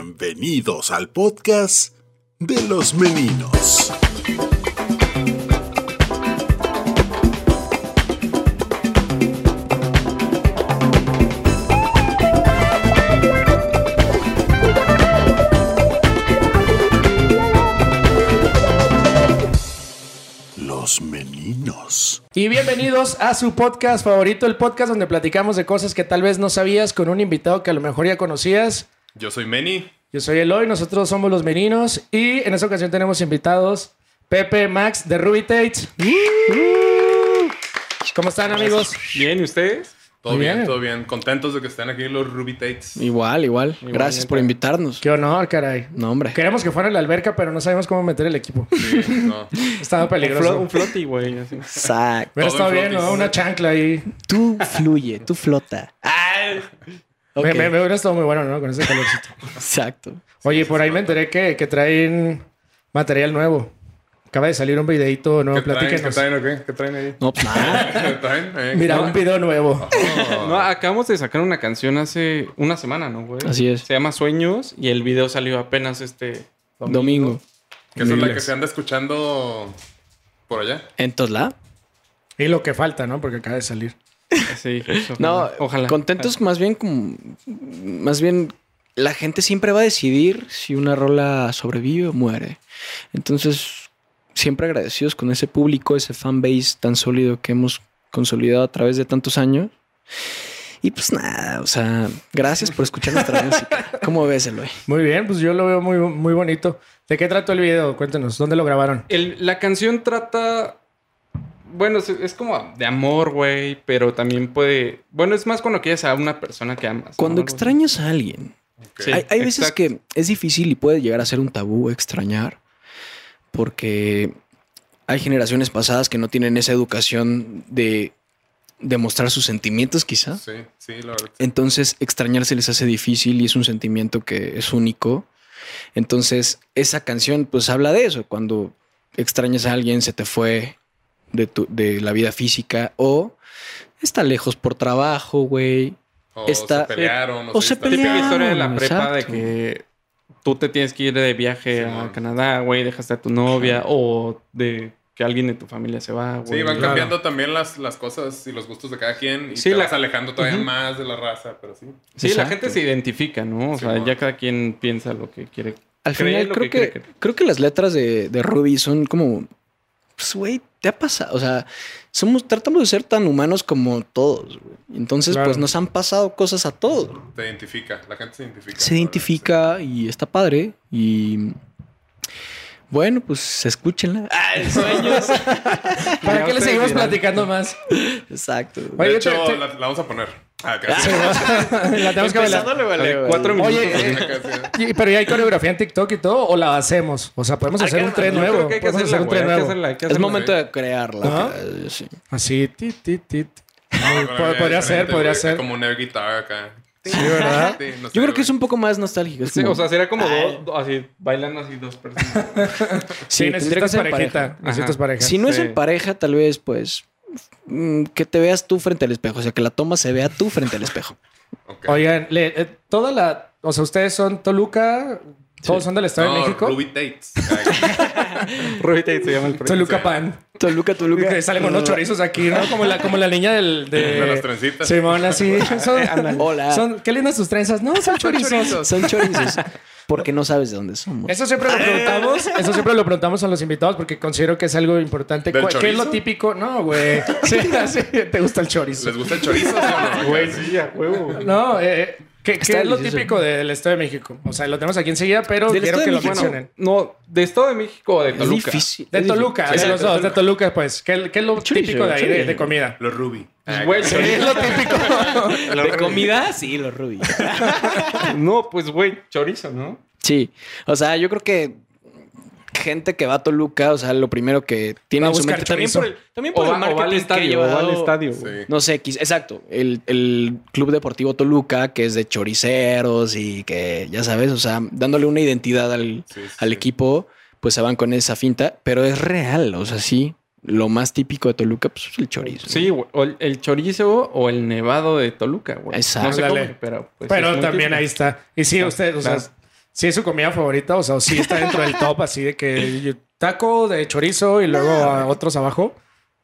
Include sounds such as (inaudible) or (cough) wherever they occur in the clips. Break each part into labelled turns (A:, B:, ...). A: Bienvenidos al podcast de los meninos. Los meninos.
B: Y bienvenidos a su podcast favorito, el podcast donde platicamos de cosas que tal vez no sabías con un invitado que a lo mejor ya conocías.
C: Yo soy Meni.
B: Yo soy Eloy, nosotros somos los meninos y en esta ocasión tenemos invitados Pepe Max de Ruby Tates. ¿Cómo están amigos?
D: Bien, ¿y ustedes?
C: Todo
B: Muy
C: bien,
B: bien.
C: todo bien. Contentos de que estén aquí los Ruby Tates.
D: Igual, igual. Gracias por invitarnos.
B: Qué honor, caray.
D: No,
C: eh.
D: hombre.
B: Queremos que fuera en la alberca, pero no sabemos cómo meter el equipo.
C: Sí,
B: (laughs)
C: no.
B: Estaba peligroso.
D: floaty,
B: (laughs)
D: güey. Exacto.
B: Pero
C: Todo
B: está
C: en
B: bien,
C: flotis.
B: ¿no? Una chancla ahí.
D: Tú fluye, tú flota. Ah. Ok,
B: Me, me- me hubiera estado muy bueno, ¿no? Con ese calorcito.
D: Exacto.
B: Oye, por ahí me enteré que, que traen material nuevo. Acaba de salir un videito nuevo.
C: ¿Qué traen? ¿Qué
B: Platíquenos.
C: traen o qué? ¿Qué
B: (laughs)
C: traen ahí?
D: No,
C: (laughs)
D: pues nada.
C: ¿Qué traen? Eh,
B: Mira, un video nuevo.
E: (laughs) No, acabamos de sacar una canción hace una semana, ¿no, güey?
D: Así es.
E: Se llama Sueños y el video salió apenas este domingo.
D: Domingo.
C: Que esa es la
B: (laughs)
C: que
B: miles.
C: se anda escuchando por allá.
D: ¿En Tosla?
B: Y lo que falta, ¿no? Porque acaba de salir.
E: Sí, ojalá.
D: No,
E: ojalá.
D: Contentos más bien como... Más bien, la gente siempre va a decidir si una rola sobrevive o muere. Entonces, siempre agradecidos con ese público, ese fan base tan sólido que hemos consolidado a través de tantos años. Y pues nada, o sea, gracias por escuchar
E: (laughs)
D: nuestra música. ¿Cómo ves, Eloy?
B: Muy bien, pues yo lo veo muy, muy bonito. ¿De qué trató el video? Cuéntenos, ¿dónde lo grabaron?
E: El- la canción trata. Bueno, es, es como de amor, güey, pero también puede. Bueno, es más cuando quieres a una persona que amas. ¿no?
D: Cuando
E: Algo así.
D: extrañas a alguien,
C: Ok.
E: Sí.
D: hay, hay veces
E: exacto.
D: que es difícil y puede llegar a ser un tabú extrañar, porque hay generaciones pasadas que no tienen esa educación de demostrar sus sentimientos, quizá.
C: Sí, sí, la verdad.
D: Entonces, extrañar se les hace difícil y es un sentimiento que es único. Entonces, esa canción pues habla de eso, cuando extrañas a alguien, se te fue de, tu- de la vida física o está lejos por trabajo, güey.
C: O
D: Está-
C: se pelearon.
D: o se
C: están-
D: pelearon.
E: Típica historia de la
D: Claro,
E: prepa
D: exacto.
E: de que tú te tienes que ir de viaje a
C: Simón.
E: Canadá, güey, dejaste a tu novia o de que alguien de tu familia se va, güey.
C: Sí, van
B: Claro.
C: cambiando también las, las cosas y los gustos de cada quien. Y
E: Sí,
C: te
E: la-
C: vas alejando todavía
E: Ujú.
C: más de la raza, pero sí.
E: Sí, la
D: Exacto.
E: gente se identifica, ¿no? O
C: Sí,
E: sea,
C: bueno.
E: ya cada quien piensa lo que quiere.
D: Al
E: cree
D: final
E: lo
D: creo que,
E: quiere creer.
D: creo que las letras de, de Ruby son como, pues güey, te ha pasado, o sea, somos tratamos de ser tan humanos como todos, güey. Entonces
B: Claro.
D: pues nos han pasado cosas a todos. güey.
C: Te identifica. La gente se identifica.
D: Se identifica y está padre y bueno, pues escúchenla. (laughs)
B: ¿Para qué le
E: sé,
B: seguimos
E: dirán.
B: platicando más?
D: Exacto.
B: Oye,
C: De hecho,
B: te- te-
C: La, la vamos a poner. Ah, (laughs) casi.
B: (laughs) La tenemos que bailar.
E: vale, vale. cuatro minutos.
B: Oye,
E: de-
B: eh, ¿y- pero ¿ya hay coreografía en TikTok y todo? ¿O la hacemos? O sea, podemos hacer un tren
E: Yo creo
B: nuevo.
E: que hay que
B: Podemos hacer
E: hacerla,
B: un
E: güey,
B: tren
E: hay que
B: nuevo.
E: hacerla, hay que
D: es
E: hacerla.
D: momento de crearla.
B: Ajá.
D: eh, sí.
B: Así, tit, tit, tit.
C: Para mí es
B: podría ser,
C: diferente,
B: podría
C: güey.
B: ser.
C: Como un air guitar acá.
B: Sí, ¿verdad?
C: Sí, no sé,
D: Yo creo que
C: güey.
D: es un poco más nostálgico. es
E: Sí,
D: como-
E: o sea, será como dos, do- así, bailando así dos personas.
D: (laughs)
B: Sí,
D: tendría que
B: necesitas
D: ser
B: parejita.
D: pareja.
B: Necesitas
E: Ajá.
B: pareja.
D: Si no es
E: Sí.
D: en pareja, tal vez, pues, mm, que te veas tú frente al espejo. O sea, que la toma se vea tú frente al espejo.
C: Ok.
B: Oigan, le- eh, toda la... O sea, ustedes son Toluca... Todos son del Estado de
C: No,
B: México.
C: Ruby Tates. Ay,
E: Ruby Tate se llama el proyecto.
B: Toluca
C: Sí.
B: Pan.
D: (laughs) Toluca, Toluca.
B: Que (laughs) sale con unos chorizos aquí, ¿no? Como la, como la niña del, de,
C: (laughs) De las trencitas.
B: Simón, así. Son,
D: (laughs) Hola.
B: son- qué lindas tus trenzas. No, son chorizos.
D: Son
B: (laughs)
D: chorizos. Porque no sabes de dónde somos.
B: Eso siempre lo preguntamos, eso siempre lo preguntamos a los invitados porque considero que es algo importante.
C: ¿Del
B: ¿Cuál- ¿Qué es
C: chorizo?
B: lo típico? No,
D: (laughs)
B: güey. Sí, así, te gusta el chorizo.
C: ¿Les gusta el chorizo? sí o no?
E: Güey, sí, a huevo.
B: No, eh, ¿qué,
D: Está
B: qué es lo
D: delicioso.
B: típico del Estado de México? O sea, lo tenemos aquí enseguida, pero
D: Del
B: quiero
D: Estado
B: que
D: de
B: lo
D: México.
B: mencionen.
E: No, de Estado de México o de
D: es
E: Toluca.
D: difícil.
B: De
D: es difícil. (laughs)
B: Toluca, de
C: Sí,
B: los
C: de
B: dos, de Toluca, pues. ¿Qué, qué es lo
D: Chorizo,
B: típico de ahí de,
D: chorizo.
B: de
E: Pues
B: comida?
C: Los Ruby. Ay,
E: Güey,
B: ¿Qué es lo (laughs) típico?
D: De comida, sí, los rubí.
E: No, pues, güey, chorizo, ¿no?
D: Sí. O sea, yo creo que gente que va a Toluca, o sea, lo primero que tiene
B: Va a
D: en su
B: buscar
D: mente también
B: chorizo.
D: por el, también
E: O
D: por el
E: va, o va al
D: marketing que ha
E: estadio, o va al
D: llevado-
E: estadio. güey.
C: Sí.
D: No sé, quiz- exacto. El, el Club Deportivo Toluca, que es de choriceros y que, ya sabes, o sea, dándole una identidad al,
C: Sí, sí,
D: al
C: sí.
D: equipo, pues se van con esa finta, pero es real, o sea, sí. lo más típico de Toluca, pues es el chorizo.
E: Sí, güey. O el, el chorizo o el nevado de Toluca, güey.
D: Exacto.
E: No sé
B: Ándale.
E: cómo, pero pues, es
B: Pero
E: muy
B: también
E: típico.
B: ahí está. Y sí,
E: Ah,
B: usted, o sea,
E: claro.
B: sí es su comida favorita, o sea, sí está dentro del top, así de que yo- taco de chorizo y luego a otros abajo,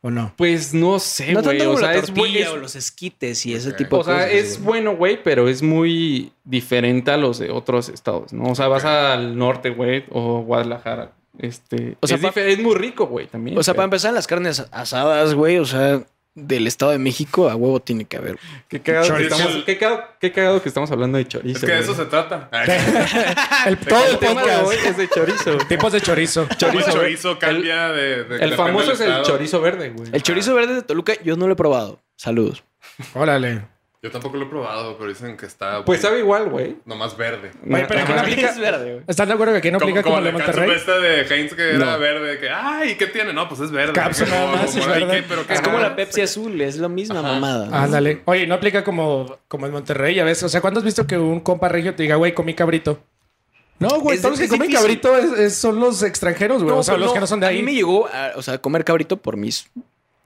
B: ¿o no?
E: Pues no sé,
D: No
E: güey.
D: tanto como
E: o sea,
D: la
E: es, bu-
D: tortilla
E: es-
D: o los esquites y ese
C: Ok.
D: tipo de
E: o sea,
D: cosas.
E: es
D: güey.
E: bueno, güey, pero es muy diferente a los de otros estados, ¿no? O sea, vas al norte, güey, o Guadalajara. Este,
D: O sea,
E: es,
D: pa-
E: dife- es muy rico, güey, también.
D: O sea, para
E: pero-
D: empezar, las carnes asadas, güey, o sea, del Estado de México a huevo tiene que haber.
E: Qué cagado, que
C: Chorizo.
E: estamos, qué cagado- qué cagado que estamos hablando de chorizo.
C: Es que de
E: güey.
C: eso se trata. Ay,
B: Ah, El, todo el
E: El tema de hoy
B: podcast.
E: es de
C: (laughs)
E: chorizo.
B: Tipos de chorizo.
C: cómo el
E: chorizo,
C: chorizo cambia de, de-
E: El
C: depende
E: famoso
C: del
E: es el
C: estado.
E: chorizo verde, güey.
D: El chorizo verde de Toluca yo no lo he probado. Saludos.
B: Órale.
C: Yo tampoco lo he probado, pero dicen que está.
E: Pues sabe igual, güey.
C: Nomás verde.
B: Güey, pero que no
D: (laughs)
B: aplica-
D: verde, güey.
B: ¿Están de acuerdo que aquí no
C: como
B: aplica como,
C: como
B: el de
C: la cápsula
B: Monterrey?
C: esta de Heinz que era
D: No.
C: verde. Que, ay, ¿qué tiene? No, pues es verde.
B: Cápsula
C: Como-
B: nada más,
C: como,
B: es
C: ay,
B: verde.
C: ¿qué? Pero qué
D: Es como la
C: raro.
D: Pepsi azul, es la misma
C: Ajá.
D: mamada.
E: Ah, este.
D: ¿no?
B: Ándale. Oye, no aplica como, como el Monterrey, ya ves. O sea, ¿cuándo has visto que un compa regio te diga, güey, comí cabrito? No, güey,
D: Es-
B: todos los que
D: es
B: comen
D: difícil.
B: cabrito es- es- son los extranjeros, güey. o sea,
D: pero
B: los que no son de
D: A mí
B: ahí.
D: me llegó, a, o sea, comer cabrito por mis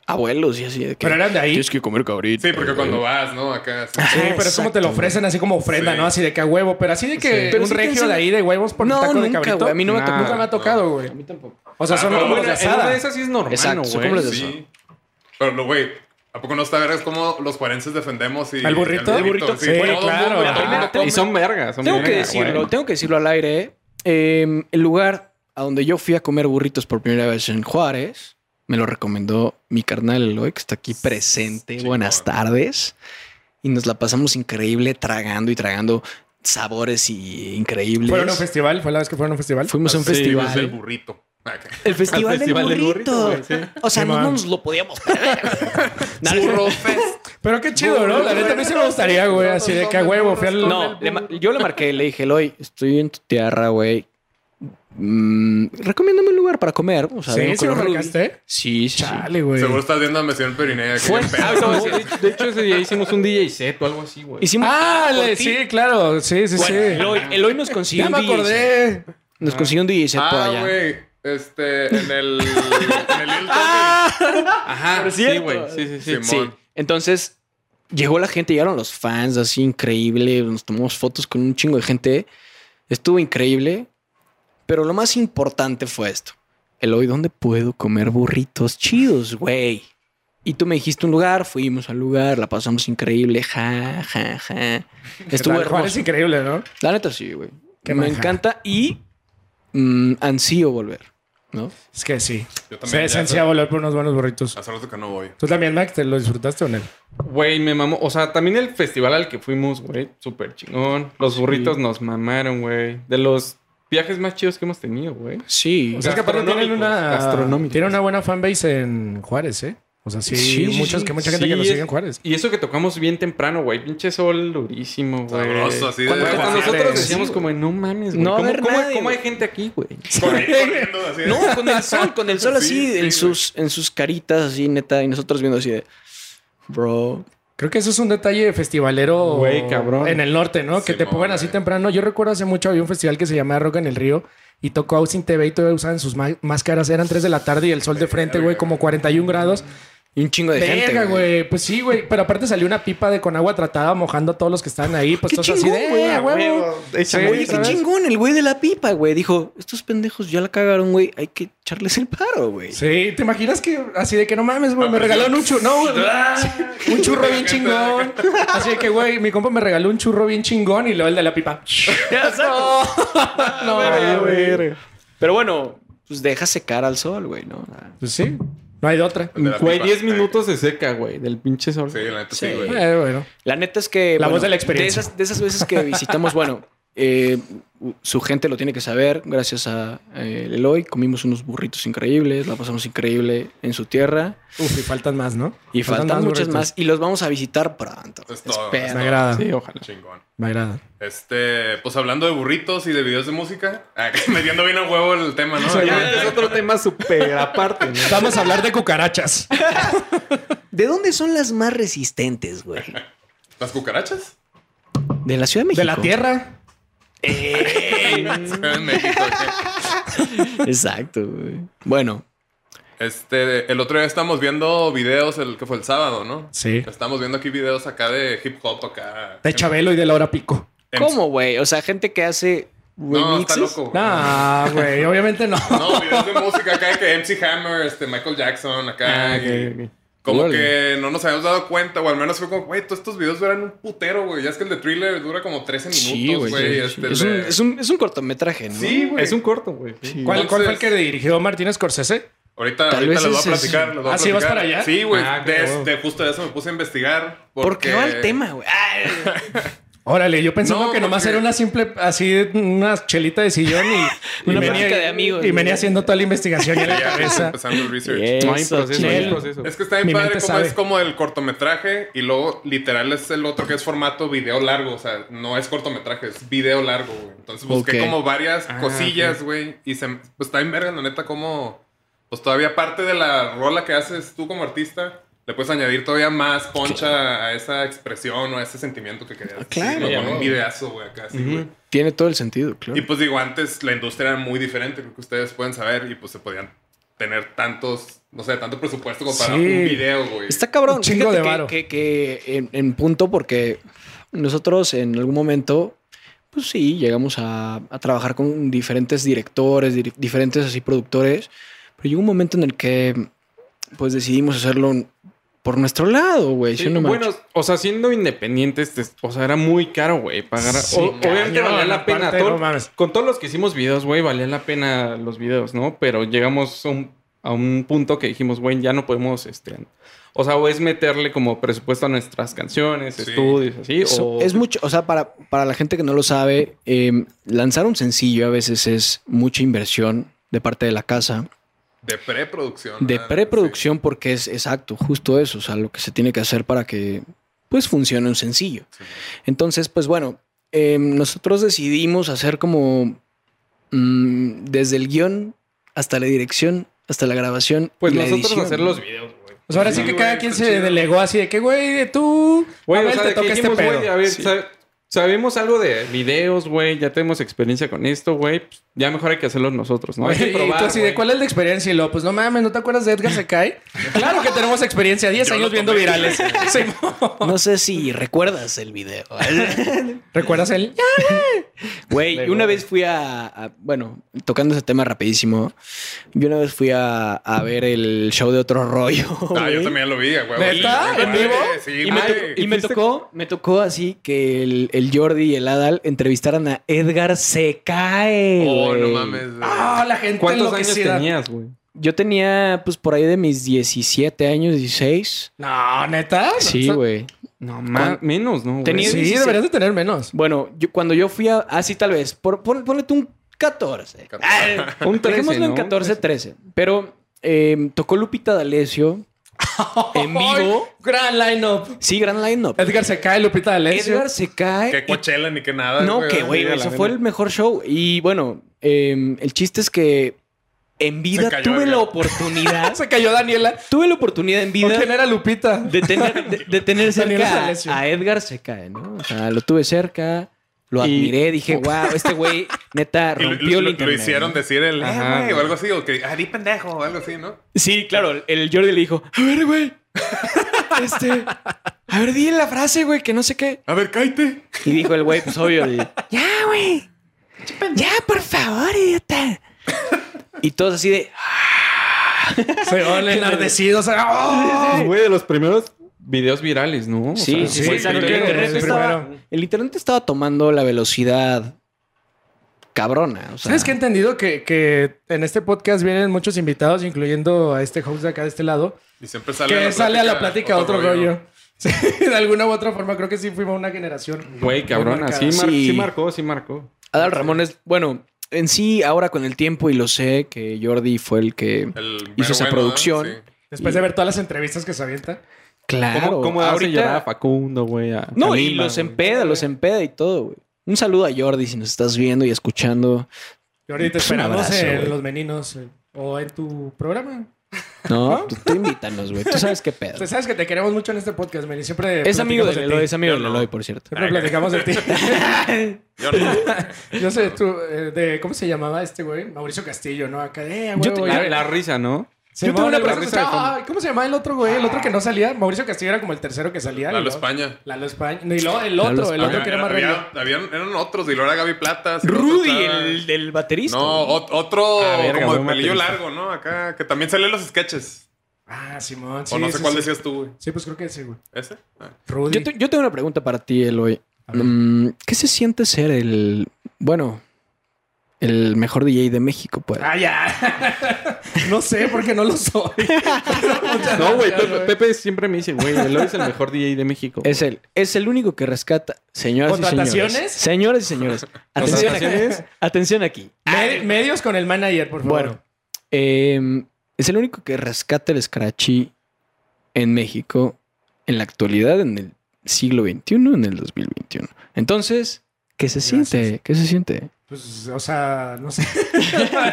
D: abuelos y así. De que,
B: Pero eran de ahí.
D: Tienes que comer cabrito.
C: Sí, porque
D: güey".
C: cuando vas, ¿no? Acá. sí.
B: Sí, pero es como te lo ofrecen así como ofrenda,
C: Sí.
B: ¿no? Así de que a huevo, pero así de que
D: Pero
B: un
D: sí te
B: regio de
D: enseñan-
B: ahí de huevos por
D: No,
B: un taco de
D: nunca,
B: cabrito.
D: güey. A mí no me
E: Nah.
D: tocó.
B: Nunca me ha tocado, güey.
D: A mí tampoco.
B: O sea,
C: Ah,
B: son
C: pero
B: como
E: Bueno,
B: de
E: en una
B: asada.
E: de esas sí es normal,
D: Exacto,
E: ¿no,
D: son
E: güey?
D: como las de-
C: Sí. Pero, lo, güey, ¿a poco no está vergas cómo los cuarenses defendemos y.
B: ¿Al burrito?
C: al
B: ¿Al burrito? Sí,
C: todo
B: claro.
C: el mundo,
B: La
C: todo el
B: primera-
C: mundo come.
E: Y son vergas. son
D: Tengo que
E: vergas,
D: decirlo,
E: güey.
D: tengo que decirlo al aire. ¿eh? Eh, el lugar a donde yo fui a comer burritos por primera vez en Juárez, me lo recomendó mi carnal Eloy, que está aquí presente.
C: Chingón.
D: Buenas tardes. Y nos la pasamos increíble tragando y tragando sabores y increíbles.
B: Fueron a un festival, fue la vez que fueron a un festival.
D: Fuimos a un
E: Sí,
D: festival.
C: Es el burrito. Ah, Acá.
D: El festival,
E: Al festival
D: del
E: del
D: burrito.
E: burrito, güey, sí.
D: O sea,
B: Sí,
D: no
B: man.
D: nos lo podíamos
B: (laughs)
D: perder. Nada.
B: Pero qué chido, ¿no? La neta a mí sí me gustaría, güey. Así de que a huevo, fui al.
D: No, le ma- yo le marqué, le dije, Eloy, estoy en tu tierra, güey. Mm, recomiéndame un lugar para comer. O sea,
B: Sí,
D: de
B: sí lo
D: color rubí.
B: marcaste.
D: Sí, sí, sí.
B: Chale, güey.
C: Seguro estás viendo a Mesión Periné.
E: Fue- Ah, no,
D: No,
E: sí, de, de hecho, ese día hicimos un DJ set o algo así, güey.
D: Hicimos.
B: Ah, le-
D: por ti.
B: sí, claro. Sí, sí,
D: Bueno,
B: sí.
D: Eloy, Eloy nos consiguió
B: Ya
D: un
B: me
D: DJ set.
B: acordé.
D: Nos consiguió un DJ set por
C: Ah,
D: allá.
C: güey. Este, en el. En el Little Tommy.
E: Ajá, sí,
D: cierto.
E: güey. Sí, sí, sí.
C: Simón.
D: Sí. Entonces, llegó la gente, llegaron los fans, así increíble. Nos tomamos fotos con un chingo de gente. Estuvo increíble. Pero lo más importante fue esto. Eloy, ¿dónde puedo comer burritos chidos, güey? Y tú me dijiste un lugar, fuimos al lugar, la pasamos increíble, ja, ja, ja. Estuvo hermoso.
B: Es increíble, ¿no?
D: La neta sí, güey.
B: Qué
D: me
B: manja.
D: encanta y mm, ansío volver, ¿no?
B: Es que sí.
C: Yo también.
B: Se
C: ya
B: esencia volar por unos buenos burritos.
C: hace- Hace rato que no voy.
B: ¿Tú también, Max, te lo disfrutaste o no?
E: Güey, me mamó. O sea, también el festival al que fuimos, güey, súper chingón. Los burritos nos mamaron, güey. De los viajes más chidos que hemos tenido, güey.
D: Sí.
B: O sea, es que aparte tienen
E: Gastronómicos,
B: una,
E: gastronómicos.
B: tienen una buena fanbase en Juárez, ¿eh? O sea, sí,
D: Sí, sí,
B: muchos,
D: sí.
B: que mucha gente
E: Sí,
B: que lo
E: es-
B: sigue en Juárez.
E: Y eso que tocamos bien temprano, güey. Pinche sol durísimo, güey.
C: Sabroso, así de
E: Cuando hasta
B: guajarete.
E: nosotros
B: Sí,
E: decíamos
D: güey.
E: como, no mames, güey.
D: No va a
E: ¿Cómo,
D: haber
E: cómo-
D: nadie,
E: cómo hay
D: güey.
E: gente aquí, güey?
C: Corri- Corriendo así. de-
D: No, con el sol, con el sol
C: Sí,
D: así
C: sí,
D: en
C: güey.
D: sus en sus caritas así neta y nosotros viendo así de bro.
B: Creo que eso es un detalle festivalero
E: Güey, cabrón.
B: en el norte, ¿no? que te
C: Simón,
B: pongan así
C: güey.
B: temprano. Yo recuerdo hace mucho había un festival que se llamaba Rock en el Río y tocó Austin TV y todavía usaban sus ma- máscaras. Eran 3 de la tarde y el sol de frente, güey, como 41 grados.
D: Y un chingo de
B: Verga,
D: gente.
B: güey. Pues sí, güey. Pero aparte salió una pipa de con agua tratada mojando a todos los que estaban ahí. Pues
D: Qué
B: todos así
D: chingón,
B: de,
D: güey,
B: "Eh, a huevo".
E: Sí,
D: Oye, qué
E: ¿sabes?
D: chingón el güey de la pipa, güey. Dijo, estos pendejos ya la cagaron, güey. Hay que echarles el paro, güey.
B: Sí, ¿te imaginas que así de que no mames, güey? Me regalaron un churro.
D: (laughs)
B: No, güey, sí, un churro bien chingón. Así de que, güey, mi compa me regaló un churro bien chingón y luego el de la pipa. (laughs) No,
D: Ay,
B: güey.
D: güey. Pero bueno, pues deja secar al sol, güey, ¿no?
B: Pues sí, no hay de otra.
C: El de la
E: Güey,
C: pipa.
E: 10 minutos se seca, güey, del pinche sol.
C: Sí, la neta
D: Sí.
C: sí, güey.
B: Eh, bueno.
D: La neta es que.
B: La
D: bueno,
B: voz de la experiencia.
D: De esas, de esas
B: (laughs)
D: veces que visitamos, bueno, eh, u- su gente lo tiene que saber. Gracias a eh, Eloy, comimos unos burritos increíbles, la pasamos increíble en su tierra.
B: Uf, y faltan más, ¿no?
D: Y faltan, muchas
B: burritos.
D: más. Y los vamos a visitar pronto.
C: Es todo.
D: Espera.
C: es
B: Me
C: todo.
B: agrada,
E: Sí, ojalá.
C: Chingón.
B: me agrada.
C: Este, pues hablando de burritos y de videos de música, ah, (laughs) metiendo bien a huevo el tema, ¿no?
E: Ya es otro tema súper aparte, ¿no?
B: Vamos a hablar de
D: (laughs)
B: cucarachas.
D: ¿De dónde son las más resistentes, güey?
C: ¿Las cucarachas?
D: De la Ciudad de México.
B: De la
D: (laughs)
B: tierra.
C: (laughs) En México, ¿qué?
D: Exacto, güey. Bueno,
C: Este, el otro día estamos viendo videos, el que fue el sábado, ¿no?
B: Sí.
C: Estamos viendo aquí videos acá de hip hop acá.
B: De Chabelo y de Laura Pico.
C: En-
D: ¿Cómo, güey? O sea, gente que hace
C: Em, No, está
D: remixes.
C: loco. güey.
B: Nah, güey, obviamente
D: (laughs)
B: no.
C: No, videos de música acá de que MC Hammer, este, Michael Jackson acá.
E: Ah,
C: y-
E: ok, ok.
C: Como
D: Órale.
C: que no nos habíamos dado cuenta, o al menos fue como, güey, todos estos videos duran un putero, güey. Ya es que el de thriller dura como 13
D: Sí,
C: minutos,
D: güey.
C: güey.
D: sí, sí.
C: este,
D: Es,
C: el
D: un,
C: de-
D: es un- es un cortometraje, ¿no?
C: Sí, güey.
E: Es un corto, güey.
B: ¿Cuál, cuál fue el que
C: Entonces-
B: dirigió Martín Scorsese?
C: Ahorita,
D: Tal
C: ahorita les
D: vez
C: voy a
D: ese es-
C: platicar. les voy a
B: Ah, ¿sí vas
C: platicar.
B: para allá?
C: Sí, güey.
E: Ah, qué
C: de,
E: huevo.
C: de justo de eso me puse a investigar.
D: ¿Por
C: Porque
D: qué va el tema, güey? Ay,
B: Órale, yo pensando
C: No,
B: que nomás
C: porque-
B: era una simple, así, una chelita de sillón y,
D: Una
B: y venía-
D: plática de amigos,
B: Y venía
D: güey.
B: haciendo toda la investigación
E: (laughs)
B: en la
C: Ya estoy
E: pues,
B: cabeza.
C: empezando el research.
D: eso,
E: No hay proceso,
D: chel.
E: hay proceso.
C: Es que está bien
B: Mi
C: padre
B: mente
C: como
B: sabe.
C: es como el cortometraje y luego literal es el otro que es formato video largo. O sea, no es cortometraje, es video largo, güey. Entonces busqué
D: Ok.
C: como varias
E: Ah,
C: cosillas, güey. Y se, pues, está bien verga, la neta, como... Pues todavía parte de la rola que haces tú como artista, le puedes añadir todavía más poncha a esa expresión o a ese sentimiento que querías.
D: Ah, claro,
C: decir, ¿no? Con
E: güey.
C: un videazo, güey, acá, así, güey.
D: Tiene todo el sentido, claro.
C: Y pues digo, antes la industria era muy diferente, creo que ustedes pueden saber, y pues se podían tener tantos, no sé, tanto presupuesto como para
B: Sí.
C: un video, güey.
D: Está cabrón.
B: Un chingo
D: Fíjate
B: de
D: que-
B: varo.
D: Que, que en, en punto, porque nosotros en algún momento, pues sí, llegamos a, a trabajar con diferentes directores, dir- diferentes así productores, pero llegó un momento en el que, pues decidimos hacerlo por nuestro lado, güey.
E: Sí,
D: Sí, no manches.
E: bueno, o sea, siendo independientes, te- o sea, era muy caro, güey, pagar.
D: Sí,
E: o- obviamente
B: cañón,
E: valía la pena.
B: aparte,
E: todo-
B: no mames.
E: con todos los que hicimos videos, güey, valía la pena los videos, ¿no? Pero llegamos a un, a un punto que dijimos, güey, ya no podemos, este, o sea, o es meterle como presupuesto a nuestras canciones,
C: Sí.
E: estudios, así,
D: So-
E: o
D: Es mucho, o sea, para, para la gente que no lo sabe, eh, lanzar un sencillo a veces es mucha inversión de parte de la casa,
C: De preproducción.
D: de
C: ¿no?
D: preproducción, porque es exacto, justo eso, o sea, lo que se tiene que hacer para que pues funcione un sencillo.
C: Sí,
D: Entonces, pues bueno, eh, nosotros decidimos hacer como mm, desde el guión hasta la dirección, hasta la grabación.
E: pues
D: y la
E: nosotros
D: edición.
E: hacer los videos, güey.
B: O sea, Pues ahora sí, que
C: güey,
B: cada quien
C: está
B: se
C: chido.
B: delegó así de que, güey, tú,
E: Güey,
B: a
E: o
B: ver,
E: sea,
B: te
E: de que
B: toca este
E: dijimos,
B: pedo.
E: güey, a ver,
D: Sí.
E: sab- sabemos algo de videos, güey, ya tenemos experiencia con esto, güey, pues, ya mejor hay que hacerlos nosotros, ¿no? Hay que
B: Oye, (laughs) y tú así,
E: güey.
B: ¿de cuál es la experiencia? Y lo, pues no mames, ¿no te acuerdas de Edgar se
E: (laughs)
B: cae? Claro que tenemos experiencia, 10
C: Yo lo
B: años viendo
C: tomé.
B: virales. Sí, mo-
D: No sé si recuerdas
C: (laughs)
D: el video.
B: ¿Recuerdas el?
D: Güey,
E: Luego.
D: una vez fui a, a- Bueno, tocando ese tema rapidísimo. Yo una vez fui a, a ver el show de otro rollo.
C: Ah, yo
D: güey.
C: también lo vi, güey.
B: ¿Neta?
C: Sí,
B: ¿En
C: güey.
B: vivo?
C: Sí,
D: Y me,
C: güey.
D: tocó, y me tocó, me tocó así que el, el Jordi y el Adal entrevistaran a Edgar Se Cae.
C: Oh, no
D: güey.
C: mames. güey.
B: Ah, la gente
E: ¿Cuántos años
B: enloquecida.
E: tenías, güey?
D: Yo tenía, pues, por ahí de mis 17 años, 16.
B: No, neta.
D: Sí,
B: O sea,
D: güey.
E: No, más, menos, ¿no? güey?
D: Tenía-
B: Sí,
D: 17.
B: deberías de tener menos.
D: Bueno, yo, cuando yo fui a... Así tal vez. Por, pon- ponle tú un 14.
C: Catorce.
D: Ah,
E: Un 13,
D: Dejémoslo en
E: ¿no?
D: 14, 13. Pero eh, tocó Lupita D'Alessio en vivo.
B: Ay, Gran line-up.
D: Sí, gran line-up.
B: Edgar se cae, Lupita D'Alessio.
D: Edgar se cae.
C: Que
D: y-
C: Coachella ni que nada.
D: No, que güey,
E: sí, a la
D: eso
E: verga.
D: fue el mejor show. Y bueno, eh, el chiste es que en vida
C: cayó
D: tuve
C: Edgar. (laughs)
D: la oportunidad.
B: Se cayó Daniela.
D: tuve la oportunidad en
B: ¿O
D: vida.
B: quién era Lupita?
D: de tener, de, de
C: (laughs)
D: tener
B: Daniel
D: cerca
B: Salesio.
D: a, a Edgar se cae, ¿no? O sea, lo tuve cerca, lo
E: Y-
C: (laughs)
D: admiré, dije, wow, este güey neta
C: Y lo-
D: rompió el
C: lo,
D: internet. Ah,
C: lo hicieron decir el eh,
E: Ajá,
C: güey, o
E: güey.
C: algo así, o que ah, di pendejo, o algo así, ¿no?
D: Sí, claro, el Jordi le dijo, a ver, güey. (laughs) Este, a ver, di la frase, güey, que no sé qué.
C: A ver, cállate.
D: Y dijo el güey, pues obvio, de, ya, güey. Ya, por favor, idiota. Y todos así de,
B: Se van enardecidos. ¡Ah!
D: Oh.
E: Güey, de los primeros videos virales, ¿no? O sea,
D: Sí, sí,
B: sí,
D: sí,
B: creo
D: exacto. El
B: que
D: internet,
B: el
D: estaba,
B: primero.
D: el internet estaba tomando la velocidad cabrona. O sea,
B: ¿Sabes qué he entendido? Que, que en este podcast vienen muchos invitados, incluyendo a este host de acá de este lado,
C: Y siempre sale
B: que sale a la plática otro, rollo. (laughs) Sí, de alguna u otra forma, creo que sí fuimos una generación.
E: Güey, cabrón,
B: muy
E: así
B: marcada.
E: mar-
D: Sí.
E: sí marcó, sí marcó.
D: Adal Ramones, bueno, en sí, ahora con el tiempo, y lo sé, que Jordi fue el que
C: El mero
D: hizo esa
C: bueno,
D: producción.
C: ¿no? Sí.
B: Después de ver todas las entrevistas que se avienta.
D: Claro.
E: ¿Cómo, cómo hace
D: ahorita-
E: llorar a Facundo, güey? a
D: No, y
E: Kalimba,
D: los
E: güey?
D: empeda, los empeda y todo, güey. Un saludo a Jordi si nos estás viendo y escuchando.
B: Y ahorita
D: Pues un
B: esperamos
D: abrazo,
B: en
D: güey.
B: Los Meninos eh, o en tu programa.
D: No,
B: (laughs)
D: tú, tú invítanos, güey. Tú sabes qué pedo.
B: Tú Pues sabes que te queremos mucho en este podcast, Meni. Siempre
D: Es amigo
B: platicamos
D: de Eloy,
B: ti.
D: es amigo
C: Yo
D: de
C: no.
D: Eloy, por cierto.
B: Siempre platicamos de ti.
C: Yo
D: (laughs)
C: no.
B: (laughs) Yo sé, tú, eh, de, ¿cómo se llamaba este güey? Mauricio Castillo, ¿no? Acá, eh, a
D: Yo
B: huevo,
D: te-
B: ya-
E: La, la risa, ¿no?
B: Yo tuve una
E: el
B: pregunta.
E: risa de fondo.
B: estaba- ay, ¿Cómo se llamaba el otro güey? El otro que no salía. Mauricio Castillo era como el tercero que salía.
C: Lalo
B: y luego-
C: España.
B: Lalo España. No, y luego el otro, el
D: España.
B: otro que era más
C: Había-
B: raro.
C: habían- eran otros, y luego era Gaby Plata. y luego
D: Rudy,
C: estaba-
D: el, el baterista.
C: No, ot- otro
E: Ah, verga,
C: como de
E: muy
C: pelillo
E: materialista.
C: largo, ¿no? Acá, que también sale en los sketches.
B: Ah, Simón. Sí,
C: o no sé
B: sí,
C: cuál
B: sí.
C: decías tú, güey.
B: Sí, pues creo que ese, güey.
C: ¿Ese? Ah.
B: Rudy.
D: Yo, te- yo tengo una pregunta para ti, Eloy.
B: A ver.
D: Mm, ¿Qué se siente ser el, bueno, el mejor DJ de México, pues?
B: Ah, ya. (laughs) no sé, porque no lo soy.
D: (laughs)
E: No, güey, Pepe, Pepe siempre me dice, güey, Eloy es el mejor DJ de México.
D: Es él. Es el único que rescata. Señoras y señores.
B: ¿Contrataciones?
D: Señoras
B: (laughs)
D: y señores. Atención aquí.
E: ¿Contrataciones?
D: Atención aquí.
B: Med- medios con el manager, por favor.
D: Bueno. Eh, es el único que rescata el Scratchy en México en la actualidad, en el siglo XXI, en el 2021. Entonces, ¿qué se
B: Gracias.
D: siente? ¿Qué se siente?
B: Pues, o sea, (laughs) no sé. (laughs)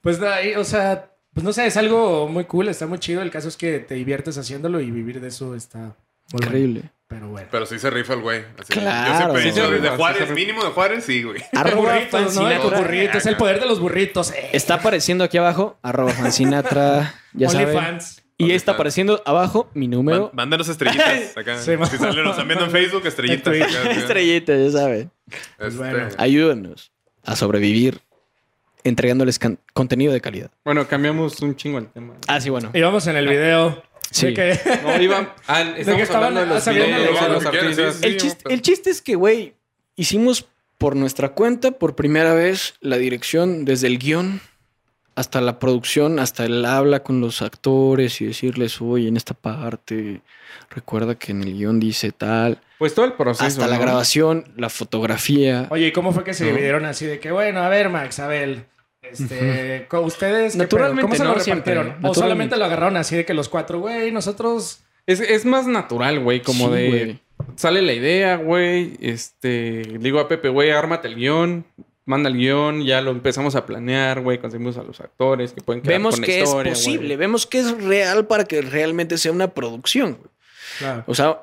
B: pues nada, y, o sea, pues no sé, es algo muy cool, está muy chido. El caso es que te diviertes haciéndolo y vivir de eso está muy bueno.
D: Increíble.
B: Pero bueno.
C: Pero sí se rifa el güey. Así,
D: Claro,
C: Yo siempre he
D: sí
C: dicho
E: se rifa,
C: de
E: sí se
C: Juárez,
E: rifa.
C: mínimo de Juárez, sí, güey.
D: Arroba
B: Burritos,
D: Fan
B: ¿no?
D: Sinatra.
B: Con burritos, el poder de los burritos. eh.
D: Está apareciendo aquí abajo, arroba fancinatra, ya saben.
B: OnlyFans.
D: Y está
C: OnlyFans.
D: apareciendo abajo mi número.
C: Man- Mándanos estrellitas acá.
B: Sí,
C: si salen, nos están viendo en Facebook, estrellitas.
B: En
C: acá, acá.
D: Estrellita, ya saben.
C: Este,
B: bueno.
D: Ayúdenos a sobrevivir entregándoles can- contenido de calidad.
E: Bueno, cambiamos un chingo el tema.
D: Ah, sí, bueno.
B: Y vamos en el video.
D: Sí.
B: De que- (laughs)
E: No, iba... Ah,
B: que
E: estamos
B: estaban-
E: hablando de los
B: sabían de
E: videos, de
C: lo
E: los
C: que quieras,
E: artistas.
C: sí, sí.
D: El chiste, el chiste es que, güey, hicimos por nuestra cuenta, por primera vez, la dirección desde el guión hasta la producción, hasta el habla con los actores y decirles, oye, en esta parte, recuerda que en el guión dice tal,
E: Pues todo el proceso,
D: hasta la
E: ¿no?
D: grabación, la fotografía.
B: Oye, ¿y cómo fue que se dividieron así de que, bueno, a ver, Max, Abel, este, co- ustedes, qué
D: Naturalmente,
B: pedo? ¿cómo se
D: ¿no?
B: lo
D: Siempre,
B: repartieron? o
D: naturalmente.
B: solamente lo agarraron así de que los cuatro, güey, nosotros.
E: Es, es más natural, güey, como
D: Sí,
E: de...
D: güey.
E: Sale la idea, güey. Este, le digo a Pepe, güey, ármate el guión. Manda el guión, ya lo empezamos a planear, güey. Conseguimos a los actores que pueden crear
D: Vemos
E: con la
D: que
E: historia,
D: es
E: güey.
D: posible, vemos que es real para que realmente sea una producción. güey.
B: Claro.
D: O sea,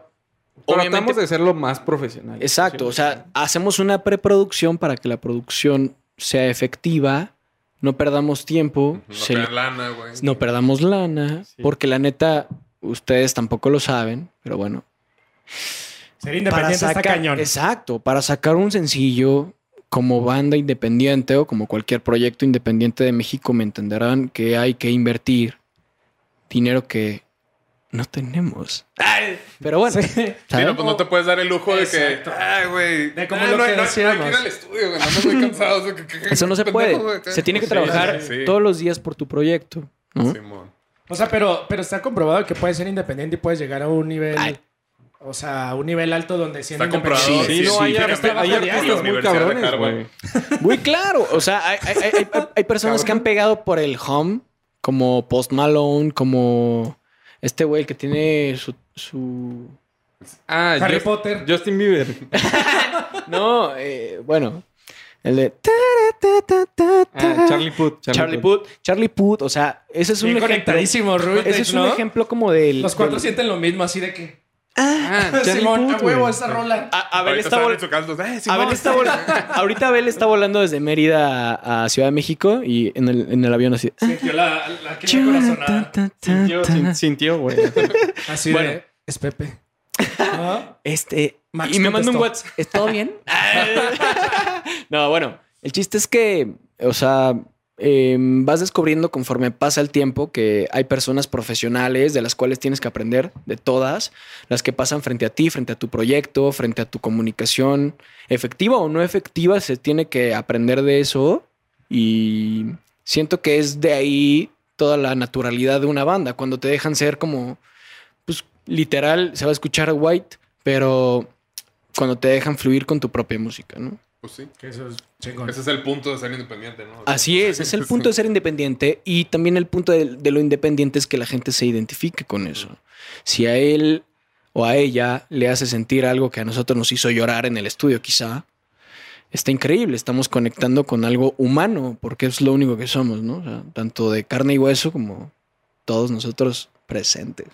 D: obviamente
E: Tratamos de ser lo más profesional.
D: Exacto, o
E: posible.
D: sea, hacemos una preproducción para que la producción sea efectiva, no perdamos tiempo,
C: No
D: se-
C: pegan lana, güey.
D: no perdamos lana,
E: Sí.
D: porque la neta, ustedes tampoco lo saben, pero bueno.
B: Ser independiente está cañón.
D: Exacto, para sacar un sencillo como banda independiente o como cualquier proyecto independiente de México, me entenderán que hay que invertir dinero que no tenemos. Pero bueno,
C: Sí,
D: (laughs) ¿saben?
C: no, pues no te puedes dar el lujo de que.
B: Exacto.
C: Ay, güey.
B: De como
C: ah,
B: lo
C: no,
B: que
C: hay- no, hay- No,
B: decíamos.
C: hay que ir al estudio, güey. Andamos muy cansados. o que- que-
D: eso no se
C: pendejo, güey,
D: puede.
C: acá.
D: Se tiene que
C: Sí,
D: trabajar
C: sí, sí.
D: todos los días por tu proyecto. ¿no?
C: Simón.
B: O sea, pero, pero está comprobado que puedes ser independiente y puedes llegar a un nivel.
D: Ay.
B: O sea, a un nivel alto donde siendo
C: Está comprobado.
D: Sí,
B: independiente.
E: Sí, no,
C: sí,
E: hay,
C: sí,
E: artistas-
C: trabajo
E: hay
C: diario.
E: artistas muy
C: Universidad de
E: cabrones,
C: Harvard.
E: güey.
D: Muy claro. O sea, hay, hay- hay- hay- hay personas que han pegado por el home, como Post Malone, como este güey que tiene su. su-
E: Ah,
B: Harry
E: Just-
B: Potter.
E: Justin Bieber.
D: No, eh, bueno. El de. (laughs)
E: Ah, Charlie Puth.
D: Charlie Puth. Charlie Puth. O sea, ese es un
B: Bien
D: ejemplo.
B: conectadísimo, Ruby.
D: Ese es un
B: ¿no?
D: ejemplo como del.
B: Los cuatro
D: del-
B: sienten lo mismo, así de que.
E: (laughs) Ah,
B: (laughs)
E: Charlie
B: Simón,
E: Puth,
B: a huevo,
E: güey.
B: esa rola.
D: A- Ah, Abel
C: Ahorita
D: está
C: estaban
D: vol-
C: en su casa, eh, Simón.
D: Abel está vol- (laughs) Ahorita Abel está volando desde Mérida a, a Ciudad de México y en el, en el avión así.
B: Sintió la, la, aquella corazonada.
E: Sintió- sin- Sintió, güey.
B: Así
D: Bueno.
B: de. Es
E: (laughs)
B: Pepe. Ah,
D: Este.
B: Max
D: y me manda un
B: contestó.
D: WhatsApp. ¿Está todo bien? (laughs) no, bueno. El chiste es que, o sea, em, vas descubriendo conforme pasa el tiempo que hay personas profesionales de las cuales tienes que aprender, de todas, las que pasan frente a ti, frente a tu proyecto, frente a tu comunicación, efectiva o no efectiva, se tiene que aprender de eso. Y siento que es de ahí toda la naturalidad de una banda, cuando te dejan ser como pues literal se va a escuchar White, pero cuando te dejan fluir con tu propia música, ¿no?
C: Pues sí.
B: que eso es chingón.
C: Ese es el punto de ser independiente, ¿no?
B: Ah,
D: Así es, es el punto de ser independiente y también el punto de, de lo independiente es que la gente se identifique con eso. Si a él o a ella le hace sentir algo que a nosotros nos hizo llorar en el estudio, quizá, está increíble, estamos conectando con algo humano, porque es lo único que somos, ¿no? O sea, tanto de carne y hueso como todos nosotros presentes.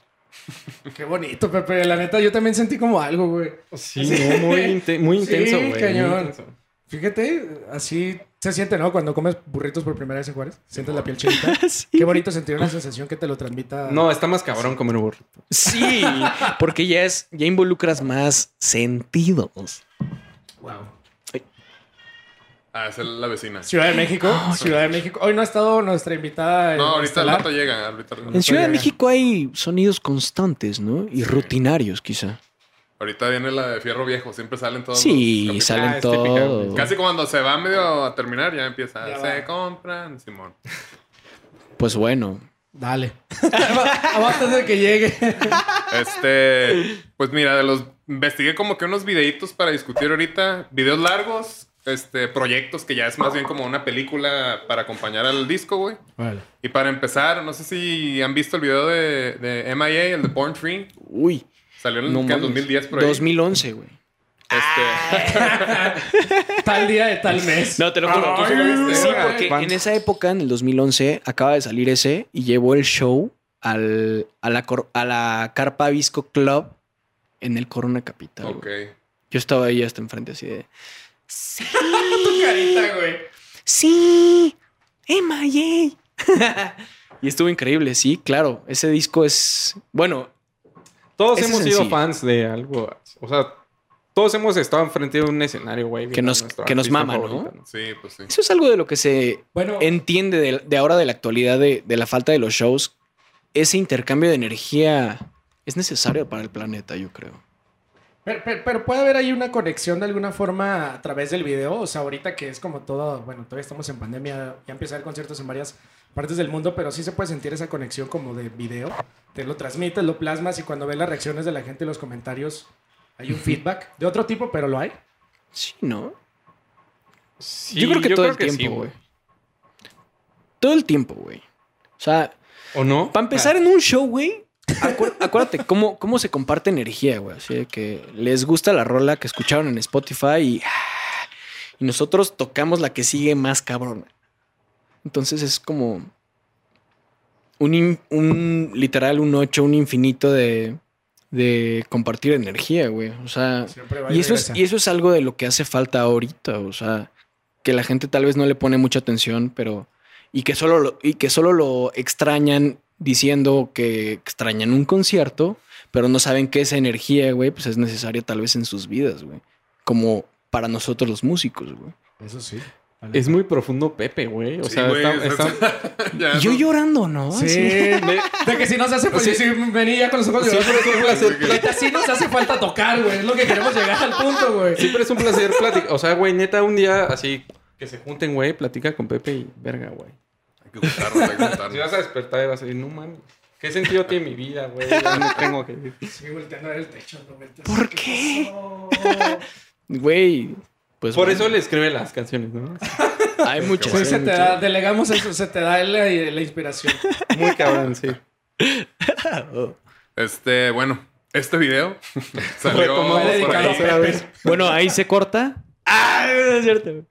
B: Qué bonito, Pepe. La neta, yo también sentí como algo, güey.
D: (laughs)
E: Sí, no, muy, inte- muy
B: Sí,
E: intenso, güey. muy
B: cañón.
E: intenso.
B: Fíjate, así se siente, ¿no? Cuando comes burritos por primera vez en Juárez, sientes la piel chinita.
E: (laughs)
B: Qué bonito sentir una sensación que te lo transmita.
E: No, está más cabrón comer un burrito.
D: Sí, porque ya es, ya involucras más sentidos.
B: Wow.
C: Ah, es el- la vecina.
B: Ciudad de México,
D: Ah,
B: Ciudad de México. Hoy no ha estado nuestra invitada.
C: No, ahorita el
B: estelar.
C: rato llega. Ahorita, al rato.
D: En Ciudad de
B: llega.
D: México hay sonidos constantes, ¿no? Y rutinarios, quizá.
C: Ahorita viene la de Fierro Viejo. Siempre salen todos. los
D: Sí,
C: capítulos.
E: Ah,
D: salen
E: es típica,
D: todos.
C: Casi cuando se va medio a terminar, ya empieza.
B: Ya
C: se
B: va.
C: compran, Simón.
D: Pues bueno,
B: Dale. (laughs) Aguanta de que llegue.
C: Este, pues mira, de los investigué como que unos videitos para discutir ahorita, videos largos, este, proyectos que ya es más bien como una película para acompañar al disco, güey.
B: Vale.
C: Y para empezar, no sé si han visto el video de, de MIA, el de Born Free.
D: uy.
C: Salió en
D: no
C: ¿qué?
D: mames.
C: 2010 por ahí.
D: 2011, güey.
C: Este,
B: Tal día de tal mes.
D: No, te lo juro.
C: Ay, ¿tú sí lo viste?
D: sí,
C: Ay,
D: porque
E: Vans.
D: en esa época, en el 2011, acaba de salir ese y llevó el show al, a, la, cor- a la Carpa Visco Club en el Corona Capital. güey.
C: ok.
D: Yo estaba ahí hasta enfrente
C: (laughs)
D: así de...
B: carita, güey.
D: ¡Sí! ¡MIA! (laughs) y estuvo increíble, sí, claro. Ese disco es... Bueno,
E: Todos
D: Ese
E: hemos
D: sencillo.
E: sido fans de algo. O sea, todos hemos estado enfrente de un escenario, güey. viendo a
D: nos-
E: nuestro
D: que nos
E: artista
D: mama, ¿no?
C: Sí, pues sí.
D: eso es algo de lo que se
B: Bueno,
D: entiende de, de ahora de la actualidad de, de la falta de los shows. Ese intercambio de energía es necesario para el planeta, yo creo.
B: pero, pero- pero puede haber ahí una conexión de alguna forma a través del video. O sea, ahorita que es como todo, bueno, todavía estamos en pandemia, ya empieza a haber conciertos en varias partes del mundo, pero sí se puede sentir esa conexión como de video. Te lo transmites, lo plasmas y cuando ves las reacciones de la gente y los comentarios, hay un feedback de otro tipo, pero lo hay.
D: Sí, ¿no?
E: Sí,
D: yo creo que todo el
E: sí,
D: tiempo, güey. todo el tiempo, güey. O sea,
E: ¿O no?
D: para empezar en un show, güey, acuer- (laughs) acuérdate cómo, cómo se comparte energía, güey. Así de que les gusta la rola que escucharon en Spotify y, y nosotros tocamos la que sigue más cabrona. Entonces es como un, in- un literal, un 8, un infinito de, de compartir energía, güey. O sea,
B: Siempre va
D: y eso, es,
B: regresa.
D: y eso es algo de lo que hace falta ahorita, o sea, que la gente tal vez no le pone mucha atención, pero... Y que solo lo, y que solo lo extrañan diciendo que extrañan un concierto, pero no saben que esa energía, güey, pues es necesaria tal vez en sus vidas, güey. Como para nosotros los músicos, güey.
B: Eso sí.
D: Ah.
B: Vale.
E: Es muy profundo Pepe, güey. O
C: Sí,
E: sea,
C: güey,
E: está-
C: o sea,
E: está-
C: (laughs) ya
D: Y yo
C: no-
D: llorando, ¿no?
B: Sí,
D: Así.
B: de, de que si nos hace falta. Sí, venía ya con los ojos de Neta, sí nos hace falta tocar, güey. Es lo que queremos llegar al punto, güey.
E: Siempre es un placer platicar. O sea, güey, neta, un día así que se junten, güey, platica con Pepe y verga, güey.
C: Hay que juntarnos, hay que
E: (laughs) Si
C: juntarnos.
E: vas a despertar y vas a decir, no mames, ¿qué sentido tiene mi vida, güey? Ya no tengo que ir.
B: Sí, volteando a ver el techo. no, volteando.
D: ¿Por qué? Güey, pues...
E: Por
D: bueno,
E: eso le escribe las canciones, ¿no?
D: Hay muchas.
B: Sí,
D: hay
B: se te
D: muchas.
B: da, delegamos eso, se te da la, la inspiración.
E: Muy cabrón, sí.
C: Este, bueno, este video salió
E: Retomado
C: por
B: Fue dedicado
C: ahí.
B: a Pepe.
D: Bueno, ahí se corta. Ah, no es cierto. güey.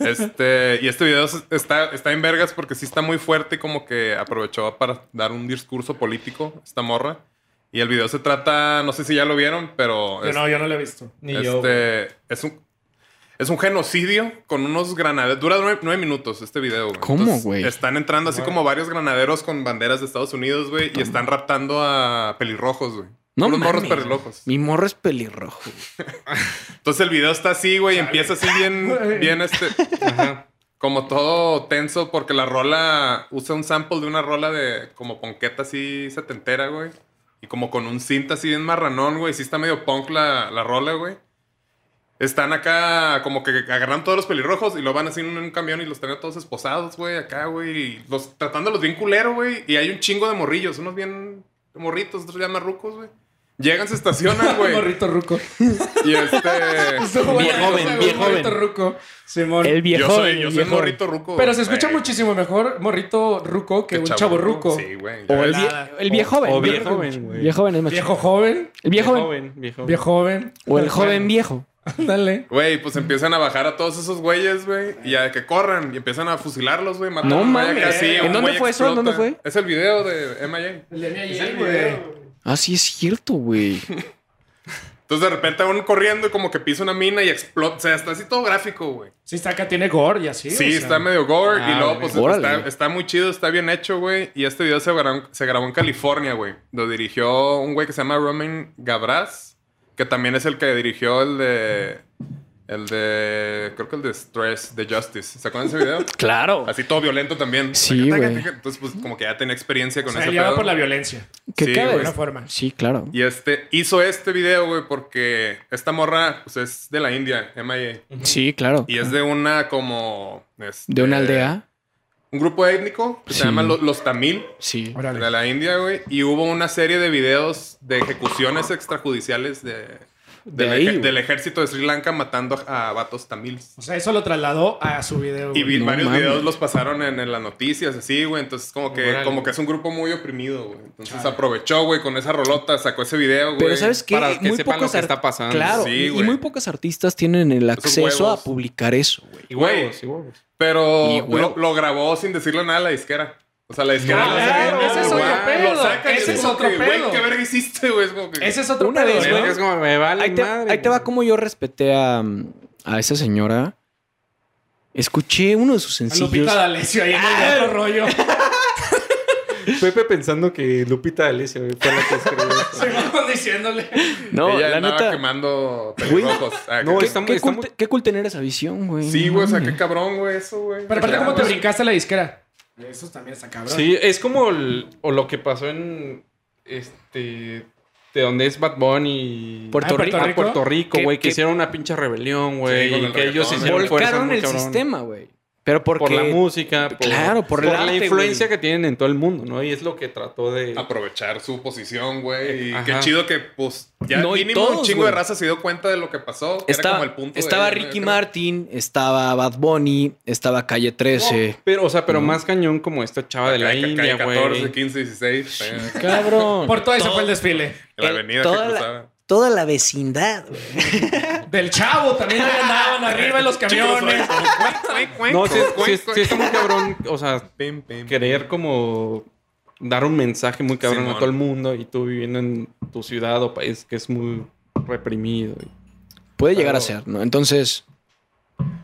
C: Este, y este video se- está, está en vergas porque sí está muy fuerte y como que aprovechó para dar un discurso político esta morra. Y el video se trata, no sé si ya lo vieron, pero
B: Yo
C: es,
B: no, yo no lo he visto.
E: Ni yo. güey.
C: este, es un es un genocidio con unos granaderos. Dura nueve, nueve minutos este video, güey.
D: ¿Cómo,
C: Entonces,
D: güey?
C: Están entrando así como varios granaderos con banderas de Estados Unidos, güey, y están raptando a pelirrojos, güey.
D: No
C: Unos morros
D: mames.
C: pelirrojos.
D: Mi morro es pelirrojo.
C: Entonces el video está así, güey, y empieza así
E: (laughs)
C: bien, bien este.
E: Ajá.
C: como todo tenso porque la rola usa un sample de una rola de como ponqueta así setentera, güey. Y como con un cinta así bien marranón, güey. Sí está medio punk la, la rola, güey. Están acá como que agarran todos los pelirrojos y lo van así en un camión y los traen a todos esposados, güey, acá, güey. Y los tratándolos bien culero, güey. Y hay un chingo de morrillos, unos bien morritos, otros ya marrucos, güey. Llegan, se
B: (laughs)
C: estacionan, güey.
B: Este Morrito ruco. (laughs)
C: y este...
B: Estuvo buena
D: joven,
B: esa, güey,
D: bien
B: Morrito
D: joven.
B: ruco. Simón.
D: El viejo.
C: Yo soy, yo
D: el
C: soy
D: viejo.
C: morrito ruco.
B: Pero se escucha
C: güey.
B: muchísimo mejor morrito ruco que
C: Qué
B: un chavo ruco.
C: Sí, güey.
D: O
C: ya
D: el,
C: ves.
D: vie- el viejo joven.
E: O viejo joven, güey.
D: Viejo joven es más
B: Viejo joven.
D: chido. El viejo joven.
E: viejo.
B: Viejo joven.
D: O el joven viejo.
B: Ándale.
C: Güey, pues empiezan a bajar a todos esos güeyes, güey. Y a que corran. Y empiezan a fusilarlos, güey. matan
D: No
C: a un güey
D: mames.
C: acá así,
D: ¿En
C: un
D: dónde
C: güey
D: fue eso? ¿En dónde
C: explota. Es el video de MIA.
B: El de mi ayer, güey.
D: Ah, sí, es cierto, güey.
C: Entonces de repente van corriendo y como que pisa una mina y explota. O sea, está así todo gráfico, güey.
B: Sí, está acá, tiene gore y así.
C: Sí,
B: o sea.
C: está medio gore
E: Ah,
C: y luego
E: güey.
C: pues
D: Órale.
C: está, está muy chido, está bien hecho, güey. Y este video se grabó, se grabó en California, güey. Lo dirigió un güey que se llama Roman Gabras, que también es el que dirigió el de... El de... Creo que el de Stress, de Justice. ¿Se acuerdan de ese
B: (laughs)
C: video?
D: (laughs) Claro.
C: Así todo violento también.
D: Sí, güey.
C: Entonces, pues como que ya tenía experiencia
B: O
C: con
B: sea,
C: ese
B: él ya va
C: pedo.
B: por la violencia.
D: Que
C: Sí,
D: cada
B: De
C: güey.
D: vez-
B: alguna forma.
D: Sí, claro.
C: Y este hizo este video, güey, porque esta morra pues, es de la India, MIA.
D: Sí, claro.
C: Y es de una como... este,
D: De una aldea.
C: Un grupo étnico que
D: Sí.
C: se llama lo- los Tamil.
D: Sí.
B: Órale.
C: De la India, güey. Y hubo una serie de videos de ejecuciones extrajudiciales de,
D: De
C: del
D: ahí,
C: ej-
D: güey.
C: del ejército de Sri Lanka matando a, a vatos tamiles.
B: O sea, eso lo trasladó a su video.
C: Y
B: güey.
C: vi-
D: No
C: varios
D: mames.
C: videos los pasaron en, en las noticias, así, güey. Entonces, como que,
E: Órale.
C: como que es un grupo muy oprimido, güey. Entonces aprovechó, güey, con esa rolota, sacó ese video, güey.
D: Pero ¿sabes qué?
E: para que
D: muy
E: sepan lo
D: pocos
E: que
D: ar-
E: está pasando.
D: Claro.
C: Sí,
D: y- y
C: güey.
D: muy pocos artistas tienen el acceso
C: huevos.
D: a publicar eso, güey.
E: Y
C: Güey.
E: huevos, y huevos.
D: Y,
C: Pero
D: güey.
C: lo, lo grabó sin decirle nada a la disquera. O sea, la disquera
B: No,
C: le hace
B: Ah, claro,
C: bien,
B: ese es
C: güey,
B: otro pedo.
C: Lo sacan y
B: Ese
C: es
B: es
C: como
B: otro
C: que, güey,
B: pedo.
C: ¿qué verga hiciste, güey? Es como que-
B: Ese es otro
D: Una
B: pedo,
D: vez,
B: ¿no?
D: güey.
E: Es como, me vale
D: Pues Ahí te,
E: madre,
D: ahí te va
E: güey.
D: como yo respeté a, a esa señora. Escuché uno de sus
B: A Lupita
D: sencillos.
B: D'Alessio ahí en el (laughs) otro
C: (laughs)
B: rollo.
E: Pepe pensando que Lupita Alicia güey, fue la que escribió esto.
B: Se vamos diciéndole.
D: No,
C: Ella
D: la
C: andaba
D: neta.
C: quemando pelirrojos. Ah,
E: No,
C: que-
D: Qué,
E: Está muy-
D: qué
E: está
D: cool,
E: muy-
D: te- qué cool tener esa visión, güey.
C: Sí,
D: No
C: güey, o sea,
D: mames.
C: qué cabrón, güey, eso, güey.
B: Pero aparte,
C: Ya,
B: ¿cómo te
C: pues,
B: brincaste a la disquera? Eso también está cabrón.
E: Sí, es como el- o lo que pasó en este de donde es Bad Bunny y-
D: Puerto
E: Ah,
B: Rico.
E: a Puerto Rico,
D: Que-
E: güey, que,
D: que-
E: hicieron una pinche rebelión, güey,
C: Sí, con
E: y
C: el
E: que ellos
C: reggaetón,
E: hicieron
C: güey.
E: fuerza
D: Volcaron
E: muy
D: el
E: cabrón.
D: sistema, güey. Pero porque
E: por la música, por,
D: Claro, por el
E: la
D: arte,
E: influencia
D: güey.
E: que tienen en todo el mundo, ¿no? Y es lo que trató de
C: Aprovechar su posición, güey. Y
E: Ajá.
C: qué chido que, pues, ya
D: No, y
C: mínimo un
D: todos,
C: chingo
D: güey.
C: de raza se dio cuenta de lo que pasó. que
D: Estaba,
C: era como el punto de-
D: estaba
C: yo
D: Ricky
C: creo.
D: Martin, estaba Bad Bunny, estaba Calle 13.
E: Pero o sea, pero más cañón como esta chava de la
C: Acá, acá,
E: India,
C: 14,
E: güey.
C: 15, 16. eh,
D: Cabrón.
B: Por todo eso fue el desfile.
C: La
D: El-
C: avenida
D: toda
C: que
D: la- (laughs)
C: cruzaba.
D: Toda la vecindad, güey.
B: Del chavo también ahí andaban arriba en los camiones.
E: No, sí, sí, sí está muy cabrón, o sea,
C: Pim, pim.
E: querer como dar un mensaje muy cabrón
C: Simón.
E: a todo el mundo y tú viviendo en tu ciudad o país que es muy reprimido. y-
D: Puede llegar a
C: Claro.
D: ser, ¿no? Entonces,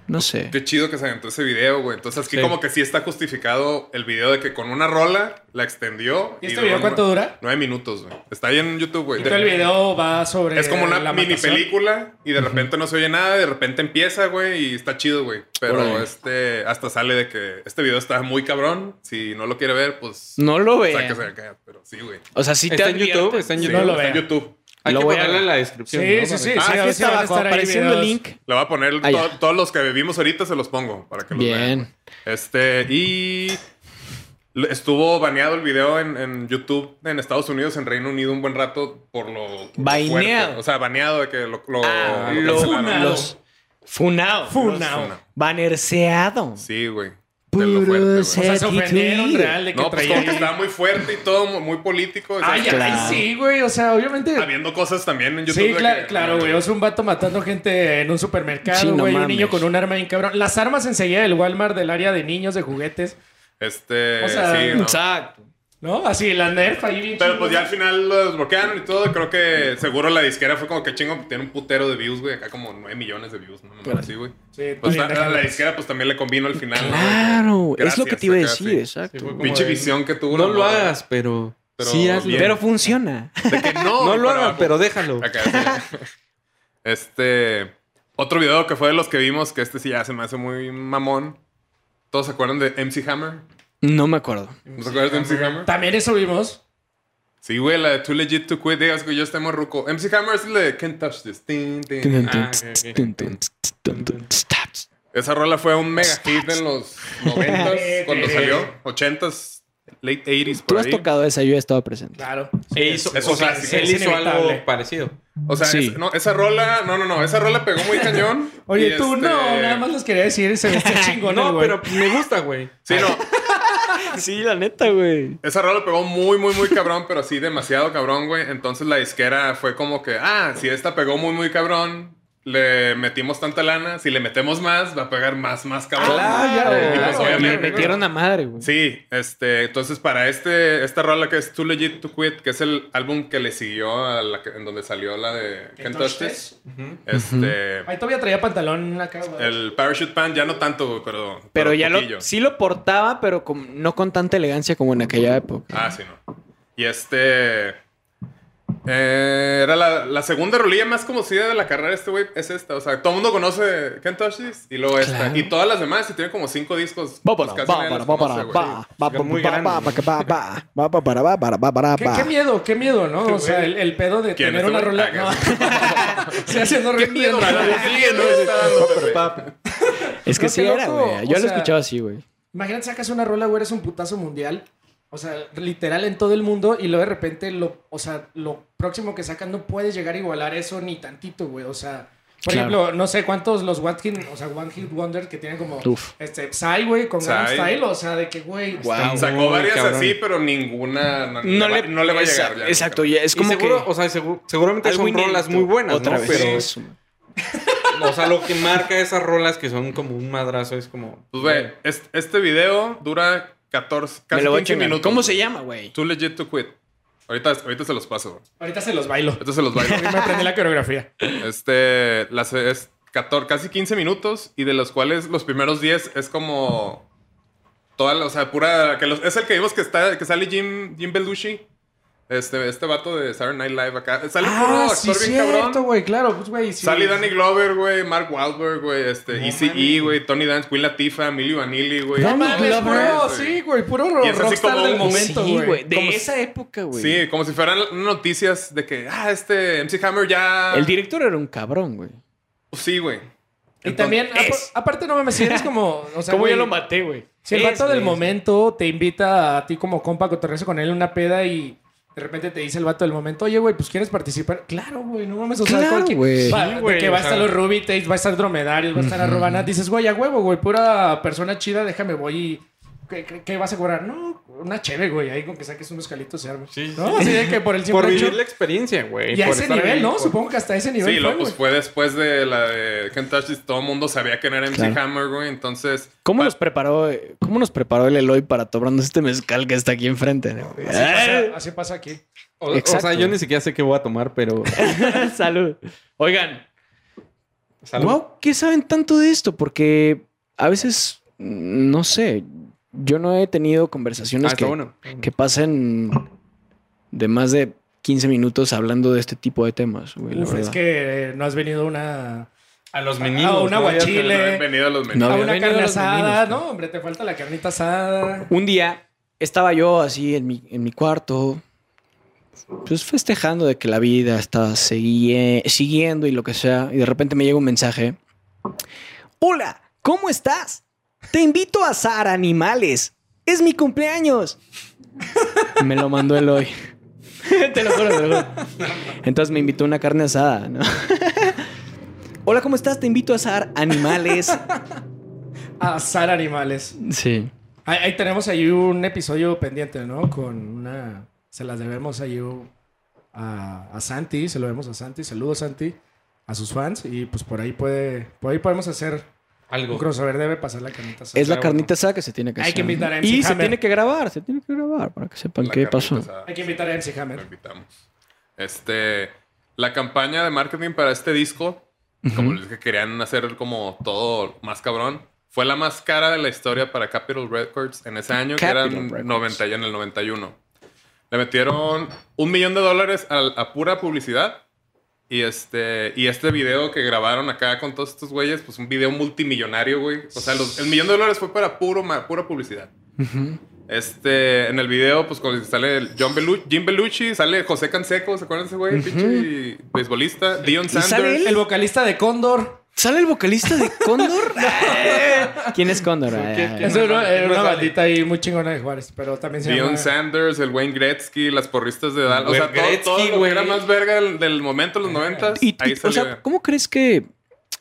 D: no sé.
C: Qué chido que se aventó ese video, güey. Entonces, aquí
E: Sí.
C: como que sí está justificado el video de que con una rola la extendió.
B: ¿Y este video cuánto dura?
C: Nueve minutos, güey. Está ahí en YouTube, güey.
B: Y todo el video va sobre.
C: Es como una
B: este, la
C: mini
B: matación.
C: película y de repente no se oye nada, de repente empieza, güey, y está chido, güey. Pero
D: Órale.
C: este hasta sale de que este video está muy cabrón. Si no lo quiere ver, pues
D: No lo vean.
C: sáquese de acá. Pero sí, güey.
D: O sea, sí te
E: ¿Está en
D: advierten.
E: YouTube? ¿Está en
B: Sí,
E: YouTube?
B: no lo
C: Está
B: vea.
C: en YouTube.
E: Hay
D: Lo
E: que
D: voy a-
E: ponerla en la descripción.
B: Sí,
E: ¿no?
B: sí,
E: Para
B: sí. sí,
E: que-
D: Aquí
B: a ver si
D: está
B: van a
D: abajo,
B: estar ahí
D: Ah, apareciendo el
B: videos.
D: link.
C: Le voy a poner
D: Ah,
C: to-
D: ya.
C: todos los que vivimos ahorita, se los pongo para que los vean.
D: Bien.
C: Este, y l- estuvo baneado el video en, en YouTube en Estados Unidos, en Reino Unido, un buen rato por lo.
D: Baneado.
C: fuerte. O sea, baneado de que lo. lo,
D: Ah,
C: lo
D: los,
C: cancelaron.
D: los funao.
B: Funao.
D: Banerseado.
C: Sí, güey. De lo fuerte,
D: Puro
C: güey.
B: O sea, se
D: ser
B: ofendieron
D: tití.
B: real de que Ah,
C: No, pues como
B: traían.
C: que Pues, estaba muy fuerte y todo, mu- muy político. o sea,
B: Ay, ay,
D: Claro.
B: sí, güey. O sea, obviamente.
C: Habiendo cosas también en YouTube.
B: Sí,
C: de
B: cla-
C: que-
B: claro, güey. O sea, un vato matando gente en un supermercado,
D: Sí, no
B: güey. un
D: mames.
B: niño con un arma bien cabrón. Las armas enseguida del Walmart, del área de niños, de juguetes,
C: Este,
B: O sea,
C: sí, no.
D: Exacto.
B: ¿no? Así, la nerf ahí bien
C: Pero
B: chingona.
C: pues ya al final lo desbloquearon y todo. Creo que seguro la disquera fue como que chingo, tiene un putero de views, güey. Acá como 9 millones de views, ¿no? Mamá,
D: Claro.
C: así, güey.
B: Sí,
C: Pues
B: también
C: a, a la
B: déjame-
C: disquera pues también le convino al final. ¿no?
D: Claro.
C: Gracias,
D: es lo que te iba a
C: acá,
D: decir,
C: sí.
D: exacto.
E: Sí, fue como-
C: Pinche
E: Güey,
C: visión que tuvo.
E: No
C: la
E: lo
C: morra.
E: hagas, pero,
C: Pero
E: sí hazlo.
C: bien.
D: Pero funciona.
C: De que
D: (laughs)
C: no.
E: no
C: güey,
E: lo
C: para
E: hagas,
C: abajo.
E: pero déjalo.
C: Acá, sí. (laughs) Este. Otro video que fue de los que vimos, que este sí ya se me hace muy mamón. ¿Todos se acuerdan de MC Hammer?
D: No me acuerdo.
C: ¿No se acuerdan de MC Hammer?
B: También eso vimos.
C: Sí, güey, la de Too Legit to Quit. Digas que yo estoy morruco. MC Hammer es la de Can't Touch This. Tin, tin.
E: Ah, ok, ok.
C: Esa rola fue un mega hit en los
B: (laughs)
C: 90s, cuando salió. 80s, late 80s, por
D: Tú has
C: ahí.
D: tocado esa, yo he estado presente.
B: Claro.
E: E hizo-
C: es
E: o
C: un
E: sea,
C: clásico.
E: él
B: Es
E: hizo
B: inevitable.
E: algo parecido.
C: O sea,
D: Sí.
C: es- no, esa rola, no, no, no, esa rola pegó muy cañón.
B: (laughs) Oye,
C: Y
B: tú
C: este-
B: no, nada más les quería decir, se
E: (laughs)
B: vestía chingón.
E: No,
B: güey.
E: pero me gusta, (laughs) güey.
C: Sí, no,
D: Sí, la neta, güey.
C: Esa rola pegó muy, muy, muy cabrón, pero sí demasiado cabrón, güey. Entonces la disquera fue como que, ah, si esta pegó muy, muy cabrón, le metimos tanta lana, si le metemos más, va a pegar más, más cabrón.
D: Ah,
B: Claro,
C: Y pues,
B: claro.
C: obviamente,
D: Le metieron a madre, güey.
C: Sí, este, entonces para este, esta rola que es Too Legit to Quit, que es el álbum que le siguió a la que- en donde salió la de Ken Touches, este,
B: Ahí todavía traía pantalón acá, güey.
C: el Parachute Pan ya no tanto, güey, pero,
D: Pero ya
C: poquillo.
D: lo, sí lo portaba, pero con- no con tanta elegancia como en aquella época.
C: Ah, sí, no. Y este, eh, era la, la segunda rolilla más conocida de la carrera de este güey, es esta, o sea, todo el mundo conoce Ken Touches y luego esta,
D: Claro.
C: y todas las demás, y tiene como cinco discos.
D: Va
C: pues
D: para,
C: casi
D: va
C: nadie
D: para,
C: las
D: va
C: conoce,
D: para,
C: güey.
D: va, va,
E: Son muy
D: va,
E: grandes.
D: va, va, que va, va, va, va, para, va, para, va, para,
B: ¿Qué,
D: va.
B: qué miedo, qué miedo, ¿no? O sea, el, el pedo de
C: ¿Quién?
B: tener
C: ¿Este
B: una
C: güey?
B: rola.
C: Ah,
B: (laughs) No. Se hace no
C: Qué miedo, la de Alien, ¿no? Está dando, Pepe.
D: Es que
B: No,
D: sí
B: qué
D: era,
B: loco.
D: güey.
B: O
D: Yo lo
B: sea-
D: escuchaba así, güey.
B: Imagínate, sacas una rola, güey, eres un putazo mundial. O sea, literal en todo el mundo y luego de repente lo, o sea, lo próximo que sacan no puedes llegar a igualar eso ni tantito, güey. O sea, por
D: Claro.
B: ejemplo, no sé cuántos los One Hit, o sea, One Hit Wonder que tienen como
D: Uf.
B: este Psy, güey, con
C: Psy.
B: Gangnam Style, o sea, de que güey,
D: Guau.
C: Sacó
E: Muy
C: varias
E: cabrón.
C: así, pero ninguna no, no le, no le va a
D: Esa-
C: llegar. ya,
D: Exacto,
C: nunca.
D: ya, es
E: Y
D: como
E: seguro,
D: que
E: o sea, segu- seguramente son
D: inédito.
E: rolas muy buenas,
D: Otra
E: ¿no?
D: vez.
E: Pero,
D: Eso, güey.
E: o sea, lo que marca esas rolas que son como un madrazo es como...
C: Pues, güey, este, este video dura 14,
D: Me
C: casi
D: lo voy a
C: 15
D: chingar.
C: minutos.
D: ¿Cómo se llama, güey?
C: Too Legit to Quit. Ahorita, ahorita se los paso. güey.
B: ahorita se los bailo.
C: Ahorita se los bailo.
B: A mí me aprendí la coreografía.
C: este, las, es 14, casi 15 minutos y de los cuales los primeros 10 es como... Toda, la- o sea, pura... Que los- es el que vimos que, está, que sale Jim, Jim Belushi. Este, este vato de Saturday Night Live acá. Sale un puro actor bien cabrón.
B: Ah, güey, claro, pues güey, sí.
C: Sale Danny Glover, güey, Mark Wahlberg, güey, este, ECE, güey, Tony Dance, Queen Latifa, Emilio Vanilli, güey.
B: No
C: No mames,
B: mames, bro,
C: güey.
B: sí, güey, puro
C: Y es así
B: rockstar
C: como
B: del
C: un-
B: momento,
D: Sí,
B: güey.
D: De
B: Como-
D: esa época, güey.
C: Sí, como si fueran noticias de que, ah, este MC Hammer ya...
D: El director era un cabrón, güey.
C: Sí, güey.
B: Y
C: Entonces,
B: también, apa-
D: es.
B: aparte, no mames, si eres como. O sea, güey,
D: maté, güey?
B: Si el vato
D: Es,
B: del
D: güey.
B: momento te invita a ti como compa a cotorrearse con él en una peda y de repente te dice el vato del momento, oye, güey, pues quieres participar. Claro, güey, no mames, o sea,
D: Claro,
B: cualquier-
D: güey.
B: Va-
E: Sí,
B: de
E: güey,
B: que va a
E: o
B: estar
E: sea.
B: los Ruby Tates, va a estar Dromedarios, va a estar Arrobana. Dices, güey, a huevo, güey, pura persona chida, déjame, voy y. ¿Qué, qué- qué vas a cobrar? No, una chévere, güey, ahí con que saques unos calitos se arma.
E: Sí, sí.
B: No, así de que por el
E: Por
B: simple hecho-
E: vivir la experiencia, güey.
B: Y a
E: por
B: ese
E: estar
B: nivel,
E: ahí,
B: ¿no?
E: por-
B: Supongo que hasta ese nivel.
C: Sí,
B: fue,
C: lo, pues
B: güey.
C: fue después de la de Can't Touch This, todo el mundo sabía quién era MC
D: Claro.
C: Hammer, güey, entonces...
D: ¿Cómo
C: pa-
D: nos preparó, eh, cómo nos preparó el Eloy para tomarnos este mezcal que está aquí enfrente? no, güey?
B: Así pasa- así pasa aquí.
E: O, o
D: Exacto.
E: sea, yo ni siquiera sé qué voy a
B: (laughs)
E: tomar, pero...
D: Ah, Salud. Oigan,
E: Salud.
D: wow, ¿qué saben tanto de esto? Porque a veces, mm, no sé, yo no he tenido
E: Ah,
D: conversaciones que,
E: está bueno.
D: que pasen de más de 15 minutos hablando de este tipo de temas. güey, la
B: Uf, es
D: verdad.
B: que eh, no has venido una,
E: A los
B: meninos, a un ¿no? aguachile.
C: pero Bienvenido a los
D: No,
B: a
C: meninos.
D: había
B: una
D: venido
B: carne
D: los
B: asada.
D: meninos,
B: No, hombre, te falta la carnita asada.
D: Un día estaba yo así en mi, en mi cuarto, pues festejando de que la vida estaba segui- siguiendo y lo que sea, y de repente me llega un mensaje. Hola, ¿cómo estás? Te invito a asar animales. Es mi cumpleaños. (laughs) Me lo mandó el hoy. (laughs) te lo juro, te lo juro. Entonces me invitó a una carne asada, (laughs) ¿no? Hola, ¿cómo estás? Te invito a asar animales.
B: Asar animales.
D: Sí.
B: Ahí, ahí tenemos ahí un episodio pendiente, ¿no? Con una. Se las debemos ahí un- a, a Santi. Se lo debemos a Santi. Saludos, Santi. A sus fans. Y pues por ahí puede. Por ahí podemos hacer un
E: Algo.
B: crossover. Debe pasar la carnita asada.
D: Es la
E: Claro.
D: carnita asada que se tiene que
B: Hay
D: hacer.
B: que invitar a MC
D: Y se
B: Hammer.
D: tiene que grabar, se tiene que grabar para que sepan
C: La
D: qué
C: carnita
D: pasó.
C: asada.
B: Hay que invitar a MC
C: Lo
B: Hammer.
C: invitamos. Este, la campaña de marketing para este disco, como les dije, querían hacer como todo más cabrón, fue la más cara de la historia para Capitol Records en ese año, que
D: Capitol Records.
C: eran 90 y en el 91. Le metieron un millón de dólares al- a, pura publicidad. Y este, y este video que grabaron acá con todos estos güeyes, pues un video multimillonario, güey. O sea, los- el millón de dólares fue para puro, ma- pura publicidad. Este, en el video, pues cuando sale el John Belushi, Jim Belushi, sale José Canseco, ¿se acuerdan de ese güey? Pinche beisbolista. Dion Sanders.
D: sale él?
B: El vocalista de Cóndor.
D: ¿Sale el vocalista de
B: (laughs)
D: Cóndor?
B: Eh.
D: ¿Quién es Cóndor? Ah,
B: Es
E: No,
B: una,
E: no,
B: era
E: no
B: una
E: sale.
B: bandita ahí muy chingona de Juárez. Pero también se
C: Dion
B: llama-
C: Sanders, el Wayne Gretzky, las porristas de Dallas. O sea, todo-
E: Gretzky,
C: todo, lo que
E: güey.
C: era más verga del, del momento, los noventas.
D: Y- y-
C: Ahí
D: o
C: salió.
D: sea, ¿cómo crees em, que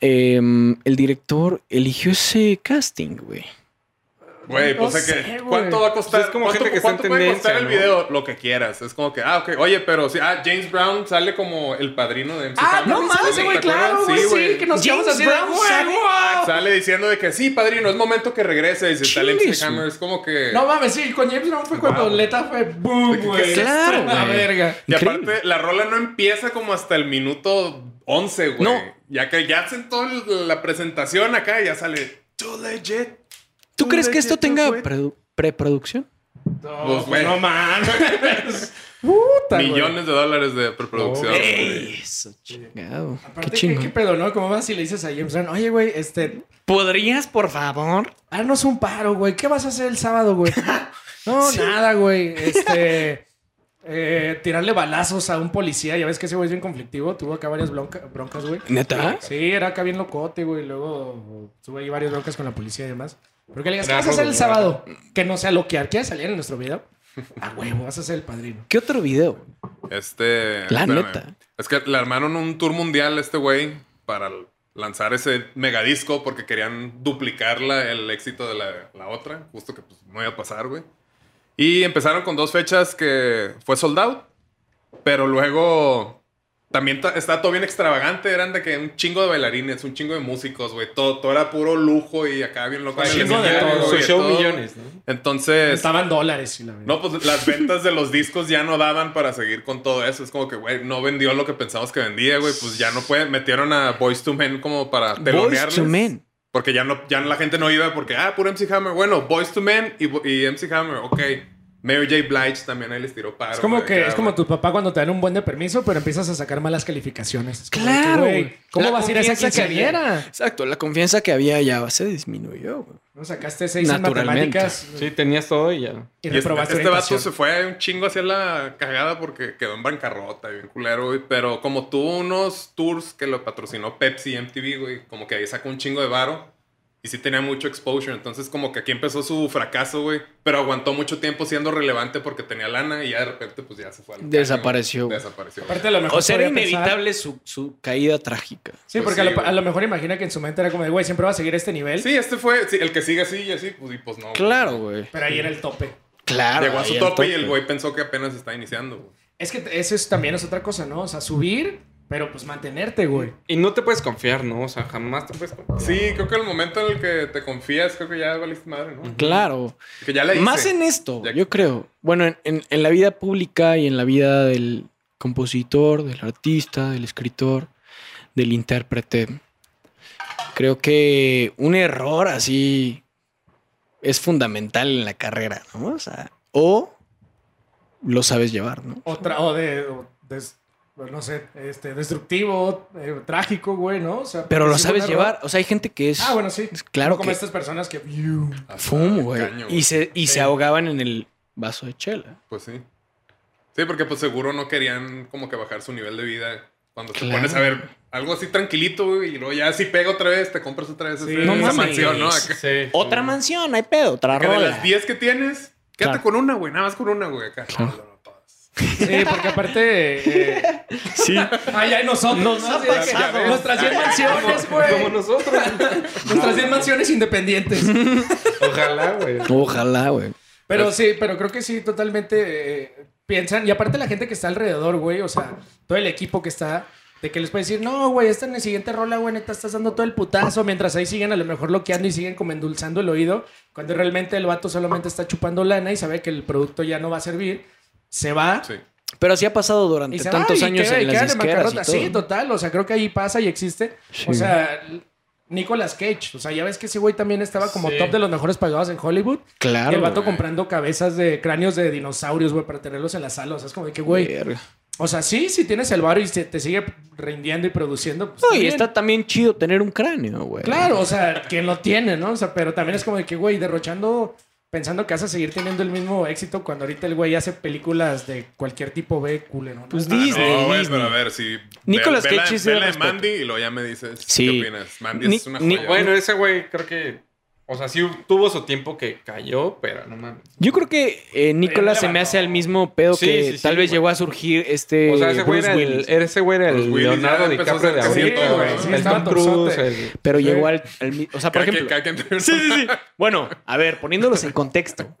D: eh, el director eligió ese casting, güey?
C: Güey,
B: No
C: pues es
B: sé,
C: que.
B: güey.
C: ¿Cuánto va a costar?
E: Pues es como
C: ¿Cuánto,
E: gente que está en
C: cuánto puede costar el
E: tendencia,
C: video? Lo que quieras. Es como que, ah, ok. Oye, pero si. Ah, James Brown sale como el padrino de MC
B: Ah,
C: Hammer.
B: no
C: ¿Te
B: mames, güey,
C: acuerdas?
B: claro, güey, sí, que nos
D: James
B: quedamos así de
D: Brown
B: güey,
D: sale-
B: wow.
C: Sale diciendo de que sí, padrino, es momento que regrese. Y se sale MC
D: Chingues,
C: Hammer.
D: güey.
C: Es como que.
B: No mames, sí, con James Brown fue cuando
C: Wow.
B: Leta fue (laughs) boom, güey.
D: Claro,
B: La
D: güey.
B: verga.
C: y aparte,
D: increíble.
C: la rola no empieza como hasta el minuto 11, güey.
D: No.
C: Ya que ya hacen toda la presentación acá y ya sale. Too legit.
D: ¿Tú
B: Pues
C: Tú
D: crees
C: le
D: que esto
C: dices,
D: tenga
C: güey.
D: produ- preproducción?
B: No,
C: Pues, güey.
B: no mames. Puta, güey.
C: Millones de dólares de preproducción.
E: No.
C: güey.
D: Eso, chingado.
B: Aparte,
D: Qué
B: ¿qué,
D: chingo.
B: qué pedo, no? ¿Cómo vas si le dices a James Brown, oye, güey, este,
D: ¿Podrías, por favor?
B: Haznos un paro, güey. ¿Qué vas a hacer el sábado,
D: (laughs)
B: güey? No, nada, güey. Este. eh, tirarle balazos a un policía. Ya ves que ese güey es bien conflictivo. Tuvo acá varias bronca- broncas, güey.
D: ¿Neta?
B: Sí, era acá bien locote, güey. Luego uh, tuve ahí varias broncas con la policía y demás. Pero que le digas, ¿qué
E: Era
B: vas a hacer el
E: robo,
B: sábado? Que no sea loquear. ¿Quieres salir en nuestro video? A huevo, vas a ser el padrino.
D: ¿Qué otro video?
C: Este.
D: La
C: espérame.
D: neta.
C: Es que le armaron un tour mundial a este güey para l- lanzar ese megadisco porque querían duplicar la- el éxito de la, la otra, justo que pues, no iba a pasar, güey. Y empezaron con dos fechas que fue sold out, pero luego también ta- está todo bien extravagante. Eran de que un chingo de bailarines, un chingo de músicos, güey. Todo, todo era puro lujo y acá bien loco. en el
B: Chingo de
C: escenario,
B: todo,
E: Su
C: güey,
E: show
C: todo.
E: millones, ¿no?
C: Entonces,
B: Estaban dólares, y la verdad.
C: no, pues las ventas de los discos ya no daban para seguir con todo eso. Es como que, güey, no vendió lo que pensamos que vendía, güey. Pues ya no puede. Metieron a Boys to Men como para
D: Voice
C: telonearles.
D: to Men.
C: Porque ya no, ya la gente no iba porque, ah, puro MC Hammer. Bueno, Boys to Men y, Bo- y MC Hammer, ok. Mary J. Blige también ahí les tiró paro.
B: Es como
C: güey,
B: que
C: acá,
B: es como
C: güey.
B: tu papá cuando te dan un buen de permiso, pero empiezas a sacar malas calificaciones. Es como de que,
D: Claro.
B: güey,
D: güey.
B: ¿Cómo
D: La
B: vas a ir a esa
D: confianza que había-
B: quinceañera?
D: Exacto, la confianza que había ya se disminuyó. güey.
B: No sacaste seis en
D: Naturalmente.
B: matemáticas
E: Sí, tenías todo y ya.
B: y
C: Y este,
B: reprobaste
C: este vato
B: orientación.
C: se fue un chingo hacia la cagada porque quedó en bancarrota, bien culero, güey. Pero como tuvo unos tours que lo patrocinó Pepsi y MTV, güey, como que ahí sacó un chingo de varo. Y sí tenía mucho exposure. Entonces, como que aquí empezó su fracaso, güey. Pero aguantó mucho tiempo siendo relevante porque tenía lana y ya de repente, pues ya se fue. al caño, güey.
D: Desapareció, güey.
C: Desapareció. güey.
B: Aparte, a lo mejor
D: O sea, era
B: podía pensar-
D: inevitable su, su caída trágica.
B: Sí,
C: Pues
B: porque a lo-
C: sí,
B: a, lo,
C: güey.
B: mejor imagina que en su mente era como de, güey, siempre va a seguir este nivel.
C: Sí, este fue sí, el que sigue así y así, pues, y pues no. güey.
D: Claro, güey.
B: Pero ahí era el tope.
D: Claro.
C: Llegó a
D: ahí
C: su
D: al
C: tope, y el güey pensó que apenas está iniciando, güey.
B: Es que eso es, también es otra cosa, ¿no? O sea, subir, pero pues mantenerte, güey.
E: Y no te puedes confiar, ¿no? O sea, jamás te puedes confiar.
C: Sí, creo que el momento en el que te confías, creo que ya valiste madre, ¿no?
D: Claro.
C: Que ya la hice.
D: Más en esto,
C: Ya-
D: yo creo. Bueno, en, en- en la vida pública y en la vida del compositor, del artista, del escritor, del intérprete. Creo que un error así es fundamental en la carrera, ¿no? O sea, o lo sabes llevar, ¿no?
B: Otra, o de, o des- no sé, este, destructivo, eh, trágico, güey, ¿no? O sea,
D: Pero
B: porque
D: lo
B: sí
D: sabes
B: fue un error.
D: llevar. O sea, hay gente que es
B: Ah, bueno, sí.
D: Es claro
B: No como
D: que-
B: estas personas que...
C: Hasta
D: fum,
C: el
D: güey.
C: caño,
D: Y, se, y
B: Sí.
D: se ahogaban en el vaso de chela.
C: Pues sí. Sí, porque pues seguro no querían como que bajar su nivel de vida. Cuando te
D: Claro.
C: pones a ver algo así tranquilito, güey, y luego ya si pega otra vez, te compras otra vez
B: Sí,
C: ese-
B: no
C: esa
D: mames.
C: mansión, ¿no? Acá.
E: Sí,
D: Otra
E: sí.
D: mansión, hay pedo, otra
C: Que de las
D: rola.
C: 10 que tienes, quédate
D: Claro.
C: con una, güey, nada más con una, güey, acá.
D: Claro.
C: No, no, no, todas.
B: Sí, porque aparte... eh,
D: Sí.
B: Ay, ay, nosotros.
D: Nos
B: ¿no?
D: ha
B: Así de que
D: pasado.
B: Nuestras 100 mansiones,
E: Como
B: güey.
E: nosotros.
B: Nuestras 100 mansiones independientes.
E: (laughs) Ojalá, güey.
D: Ojalá, güey.
B: Pero sí, pero creo que sí, totalmente eh, piensan. Y aparte la gente que está alrededor, güey, o sea, todo el equipo que está, de que les puede decir, no, güey, esta en el siguiente rola, güey, neta, estás dando todo el putazo, mientras ahí siguen a lo mejor loqueando y siguen como endulzando el oído, cuando realmente el vato solamente está chupando lana y sabe que el producto ya no va a servir, se va.
C: Sí. Ah,
D: Pero así ha pasado durante
B: Y se
D: tantos
B: va, y
D: años
B: queda- y
D: en las
B: quedan
D: disqueras y
B: bancarrota.
D: todo.
B: Sí, total. O sea, creo que ahí pasa y existe. O
D: Sí.
B: sea, Nicolas Cage. O sea, ya ves que ese güey también estaba como
E: Sí.
B: top de los mejores pagados en Hollywood.
D: Claro.
B: y el vato
D: güey.
B: comprando cabezas de cráneos de dinosaurios, güey, para tenerlos en la sala. O sea, es como de que, güey.
D: Verga.
B: O sea, sí, si tienes el barrio y se te sigue rindiendo y produciendo. Pues,
D: No,
B: está
D: y
B: bien.
D: está también chido tener un cráneo, güey.
B: Claro, o sea, quien lo tiene, ¿no? O sea, pero también es como de que, güey, derrochando. Pensando que vas a seguir teniendo el mismo éxito cuando ahorita el güey hace películas de cualquier tipo B culero, ¿no?
D: Pues
B: Ah,
C: Ah,
D: Disney,
C: no, güey,
D: Disney.
C: pero a ver, si...
D: Nicolas
C: ve- ve la-
D: Cage es
C: ve
D: de
C: la de
D: respeto.
C: Mandy y luego ya me dices
D: Sí.
C: qué opinas. Mandy
D: Ni-
C: es una
D: ni-
C: joya.
E: Bueno, ese güey creo que O sea, sí tuvo su tiempo que cayó, pero no mames.
D: Yo creo que eh, Nicolás se me hace al mismo pedo
E: Sí,
D: que
E: sí, sí,
D: tal vez
E: güey.
D: llegó a surgir este.
E: O sea, ese güey
D: Bruce
E: era el,
D: Willis.
E: era ese güey era el
C: Bruce Willis,
E: Leonardo
C: ya empezó a
E: DiCaprio de
C: hacer
E: ahorita,
B: cosito,
E: güey.
B: güey. Sí,
E: el Tom
B: estaba
E: Cruise.
B: torsote.
E: el-
D: Pero
B: Sí.
D: llegó al, al mi- O sea,
C: Cada
D: por ejemplo.
C: quien- cada quien tiene-
D: Sí, sí, sí. Bueno, a ver, poniéndolos en contexto.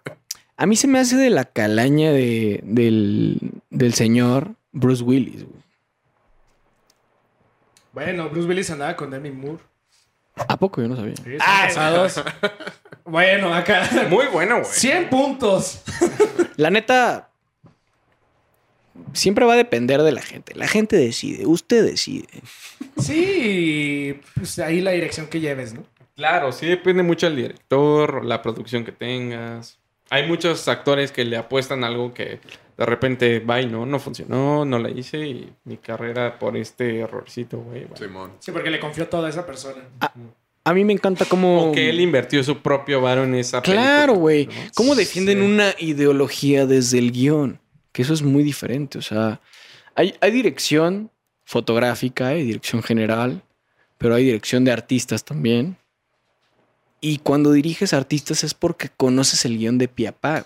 D: A mí se me hace de la calaña de, del, del señor Bruce Willis. güey.
B: Bueno, Bruce Willis andaba con Demi Moore.
D: ¿A poco? Yo no sabía.
B: Sí, son
D: (laughs)
B: casados. bueno, acá.
E: Muy bueno, güey.
B: 100 puntos.
D: La neta, siempre va a depender de la gente. La gente decide, usted decide.
B: Sí, pues ahí la dirección que lleves, ¿no?
E: Claro, sí depende mucho del director, la producción que tengas. Hay muchos actores que le apuestan algo que de repente va y no, no funcionó, no la hice y mi carrera por este errorcito, güey. vale. Mm.
C: Simón.
B: Sí, porque le confió toda a esa persona.
D: A mí me encanta cómo...
E: O que él invirtió su propio varo en esa
D: Oh. Claro,
E: película,
D: güey.
E: ¿no?
D: ¿Cómo defienden
E: Sí.
D: una ideología desde el guión? Que eso es muy diferente. O sea, hay, hay dirección fotográfica, hay dirección general, pero hay dirección de artistas también. Y cuando diriges a artistas es porque conoces el guión de Piapá.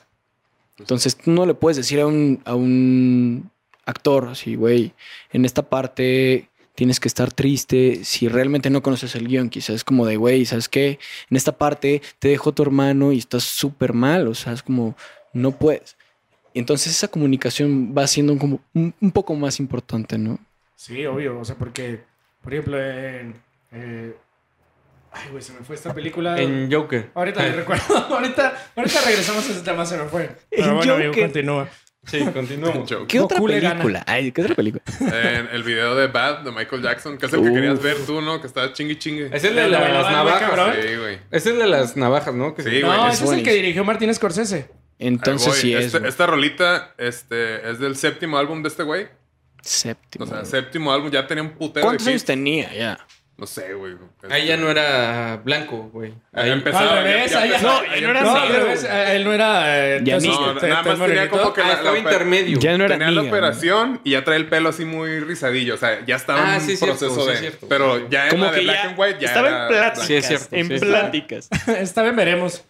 D: Entonces tú no le puedes decir a un, a un actor así, güey, en esta parte tienes que estar triste si realmente no conoces el guión. Quizás es como de, güey, ¿sabes qué? En esta parte te dejó tu hermano y estás súper mal. O sea, es como, no puedes. Y entonces esa comunicación va siendo como un, un poco más importante, ¿no?
B: Sí, obvio. O sea, porque, por ejemplo, en. eh, ay, güey, se me fue esta película.
E: En Joker.
C: (laughs)
B: Ahorita le recuerdo. (laughs) Ahorita, ahorita regresamos a ese tema, se me fue.
D: En
B: Pero bueno, amigo,
D: Joker.
B: continúa.
E: Sí,
C: (laughs)
E: continuamos.
C: Joke.
D: ¿Qué
B: No,
D: otra
B: cool le gana.
D: película? Ay, ¿qué otra película?
C: En el video de Bad de Michael Jackson, que es el que
D: Uf.
C: querías ver tú, ¿no? Que estaba chingui chingue.
E: Es el de
B: La
E: las
B: verdad, güey,
E: navajas.
B: cabrón.
C: Sí, güey.
E: Es el de las navajas, ¿no? Que
C: Sí,
E: se-
C: güey.
B: No,
C: es-
B: ese es el
D: buenísimo.
B: que dirigió Martín Scorsese.
D: Entonces
C: Ahí voy.
D: sí es
C: Este-
D: güey.
C: Esta rolita este, es del séptimo álbum de este güey.
D: séptimo.
C: O sea,
D: güey.
C: séptimo álbum, ya tenía un putero
D: ¿Cuántos
C: de
D: años
C: hits.
D: tenía ya?
C: No sé, güey.
E: Ahí ya no era blanco, güey.
C: Ahí
E: Ahí
C: empezaba.
B: Al revés, ahí-
C: empezaba,
B: no,
C: Pues, ah, ya
D: ya no era
B: No,
C: empezaba.
D: Sí,
B: al revés, eh, él no era. eh,
D: Ya
B: entonces,
D: ni-
C: No,
B: te-
C: nada
B: te
C: más tenía
B: morenito.
C: como que
E: Ah,
C: la-
E: estaba
C: la-
E: intermedio.
D: Ya no era
C: Tenía la
D: niña, güey.
C: operación y ya trae el pelo así muy rizadillo. O sea, ya estaba
E: Ah,
C: en
E: sí,
C: un
E: cierto,
C: proceso
E: sí,
C: de.
E: cierto.
C: pero ya en
D: Como
C: la de
D: que
C: Black
D: ya
C: and White ya.
D: estaba
C: era
D: en pláticas.
E: Sí, es cierto,
D: En
E: sí, es
D: pláticas.
B: (laughs) Esta vez veremos.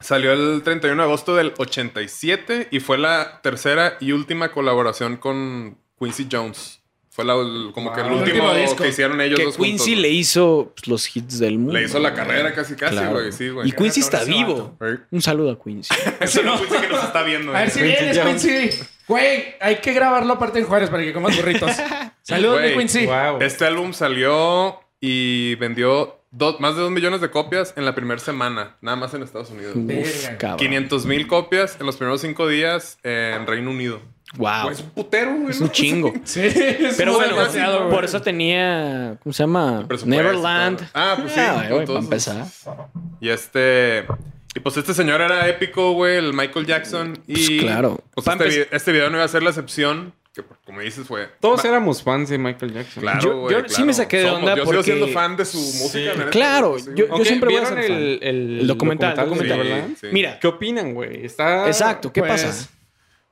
C: Salió el 31 de agosto del 87 y fue la tercera y última colaboración con Quincy Jones. Fue la, el- como que el
E: Wow. El
C: último,
B: último disco.
C: que hicieron ellos
D: Que
C: dos juntos,
D: Quincy
C: güey.
D: le hizo pues, los hits del mundo.
C: Le hizo la
D: güey.
C: carrera casi, casi,
D: Claro.
C: güey. Sí, güey.
D: Y Quincy está
B: Ese
D: vivo.
B: vato. (laughs)
C: Right.
D: Un saludo a
C: (laughs)
D: Quincy.
C: Ese no. Quincy que nos está viendo. eh.
B: A ver si
C: güey.
B: vienes,
E: Quincy
B: Quincy. Güey, hay que grabarlo aparte en Juárez para que comas
C: (laughs)
B: burritos. Saludos, mi
C: Güey.
B: Quincy.
E: Wow.
C: Este álbum salió y vendió dos- más de 2 millones de copias en la primera semana, nada más en Estados Unidos.
D: Uf,
B: Verga.
D: cabrón.
C: 500 mil copias en los primeros 5 días en Reino Unido.
D: Wow.
C: Güey, es un putero, güey.
D: Ah, Es
C: ¿no?
D: un chingo.
B: Sí, es
D: Pero
B: muy
D: bueno,
B: demasiado, güey.
D: por eso tenía. ¿Cómo se llama?
C: presupuesto,
D: Neverland.
C: todo. Ah, pues sí,
D: Ah,
C: con
D: güey,
C: todos
D: para empezar.
C: Y este. Y pues este señor era épico, güey, el Michael Jackson. Y
D: Pues claro.
C: pues
D: Pa'
C: este,
D: empezar-
C: vi- este video no iba a ser la excepción. Que como dices, fue.
E: Todos
C: Ma-
E: éramos fans de Michael Jackson.
C: Claro,
D: Yo-
C: güey,
D: yo sí
C: claro.
D: me saqué de
C: Somos-
D: onda
C: Yo
D: porque-
C: sigo siendo fan de su música. la neta,
D: Claro,
C: güey, sí,
D: yo-
C: güey.
E: Aunque,
D: siempre voy a
E: ¿vieron
D: ser fan.
E: el,
D: El documental,
E: documental,
D: el documental.
E: ¿verdad?
C: Sí.
D: Mira,
E: ¿Qué opinan, güey? Está...
D: exacto. ¿Qué
B: Pues,
D: pasa?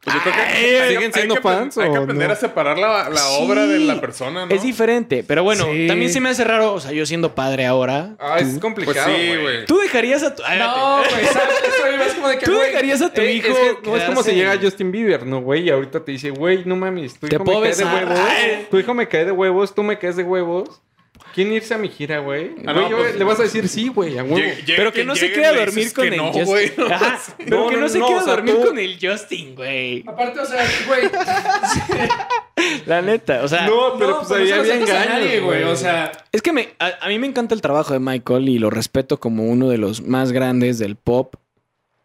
C: Pues yo creo que
E: Ay,
C: hay-
E: ¿siguen
C: hay
E: siendo
C: que
E: fans
C: aprend- Hay que
E: o
C: aprender
E: no?
C: a separar la, Pues, la obra
D: Sí,
C: de la persona, ¿no?
D: Es diferente. Pero bueno,
B: Sí.
D: también se me hace raro. O sea, yo siendo padre ahora.
E: Ah, es
C: Pues
E: complicado,
C: sí,
E: güey.
C: güey.
D: Tú dejarías a tu. ah,
B: No, güey, ¿sabes? Eso es más como de que,
D: Tú
B: güey,
D: dejarías a tu
E: Eh,
D: hijo.
E: es que no es como
D: quedarse-
E: si llega Justin Bieber, ¿no, güey? Y ahorita te dice, güey, no mames, tu
D: Te
E: hijo
D: puedo
E: me cae de
D: besar.
E: huevos.
D: Ay.
E: Tu hijo me cae de huevos, tú me caes de huevos. ¿Quién irse a mi gira, güey?
C: Ah,
E: Güey,
C: no,
E: yo-
C: pues-
E: le vas a decir sí, güey, a huevo.
C: Llega- llega
D: Pero que
C: quien
D: no se
C: llegue y
D: queda a
C: le
D: dormir
C: dices
D: con
C: que
D: el
C: no,
D: Justin.
C: güey. (laughs) no.
D: Ajá, Pero
E: No,
D: que no,
E: no,
D: se
E: no,
D: queda
E: o
D: a
E: sea,
D: dormir
E: tú-
D: con el Justin, güey.
B: Aparte, o sea, güey.
D: La neta. O sea.
E: No, (laughs) pero pues ahí
B: no
E: había
B: sacas a
E: engaños,
B: nadie, güey. O sea,
D: Es que me, a, a mí me encanta el trabajo de Michael y lo respeto como uno de los más grandes del pop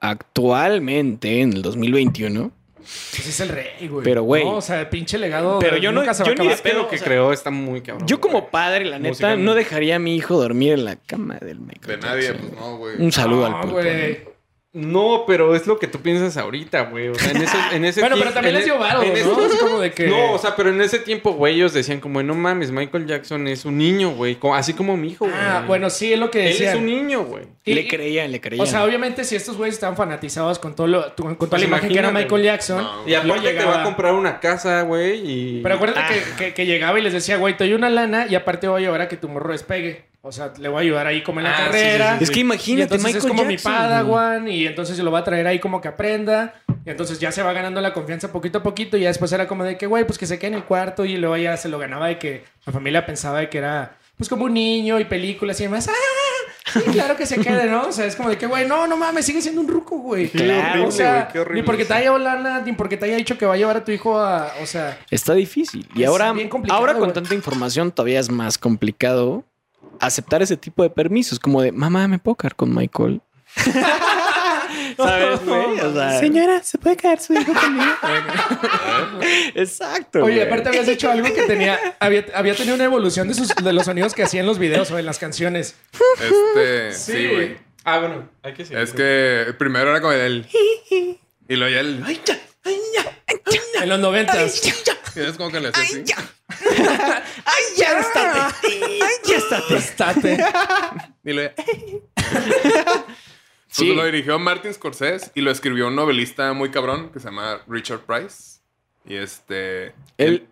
D: actualmente en el 2021.
B: pues es el rey, güey.
D: Pero, güey.
B: No, o sea, pinche legado.
D: Pero yo no-
B: nunca se va
D: yo
B: a
D: ni
E: El
B: acabar.
D: de
E: pedo
D: o
E: que
D: sea,
E: creó está muy cabrón.
D: Yo
E: güey.
D: como padre, la neta,
E: Musicalmente.
D: no dejaría a mi hijo dormir en la cama del
C: De
D: Michael.
C: nadie,
D: Jackson.
C: pues no, güey.
D: Un saludo al
B: No,
D: puto.
B: güey.
E: No, pero es lo que tú piensas ahorita, güey. O sea, en, esos- en
B: (laughs)
E: ese
B: Bueno, pero
E: tiemp-
B: también
E: en
B: les
E: e-
B: dio varo,
E: en
B: ¿no?
E: esos-
B: Es como de que.
E: No, o sea, pero en ese tiempo, güey, ellos decían como, no mames, Michael Jackson es un niño, güey. co- Así como mi hijo, güey.
B: Ah, bueno, sí, es lo que
E: Él
B: decían.
E: es un niño, güey.
B: Y-
D: Le creían, le creían.
B: O sea, obviamente, si estos güeyes estaban fanatizados con, todo lo, tu- con toda
E: Pues
B: la imagen que era
E: imagínate.
B: Michael Jackson.
C: No, güey.
E: Y aparte te
B: llegaba-
E: va a comprar una casa, güey, y...
B: Pero acuérdate
D: Ah.
B: que, que- que llegaba y les decía, güey, te doy una lana y aparte voy a llevar a que tu morro despegue. O sea, le voy a ayudar ahí como en la
E: Ah, sí, sí,
B: carrera.
E: sí,
D: Es que
B: Y
D: imagínate,
B: entonces
D: Michael
B: es como mi
D: Jackson,
B: padawan y entonces lo va a traer ahí como que aprenda. Y entonces ya se va ganando la confianza poquito a poquito y ya después era como de que, güey, pues que se quede en el cuarto y luego ya se lo ganaba de que la familia pensaba de que era pues como un niño y películas y demás. ¡Ah!
D: (laughs)
B: Sí, claro que se quede, ¿no? O sea, es como de que, güey, no, no mames, sigue siendo un ruco, güey.
E: Claro,
B: o sea,
E: güey, qué horrible
B: ni porque te
E: eso.
B: haya hablado, ni porque te haya dicho que va a llevar a tu hijo a, o sea,
D: Está difícil. Y
B: Es
D: ahora,
B: bien complicado,
D: ahora con
B: güey.
D: tanta información todavía es más complicado aceptar ese tipo de permisos, como de mamá, me puedo quedar con Michael. ¿Sabes, güey? O sea, Señora, ¿se puede quedar su hijo conmigo? (laughs) Exacto.
B: Oye,
D: güey.
B: aparte habías hecho algo que tenía, había, había tenido una evolución de, sus, de los sonidos que hacía en los videos o en las canciones.
C: Este, sí, güey.
E: Ah, bueno, hay que seguir.
C: Es que primero era como el. Y luego ya el. Ay, ya.
B: En los noventas.
C: Y es como que le hacía así.
D: ¡Ay, ya estate! ¡Ay, ya estate!
B: Estate.
C: Y luego ya.
D: Sí.
C: Pues lo dirigió Martin Scorsese y lo escribió un novelista muy cabrón que se llama Richard Price. Y este.
D: Él.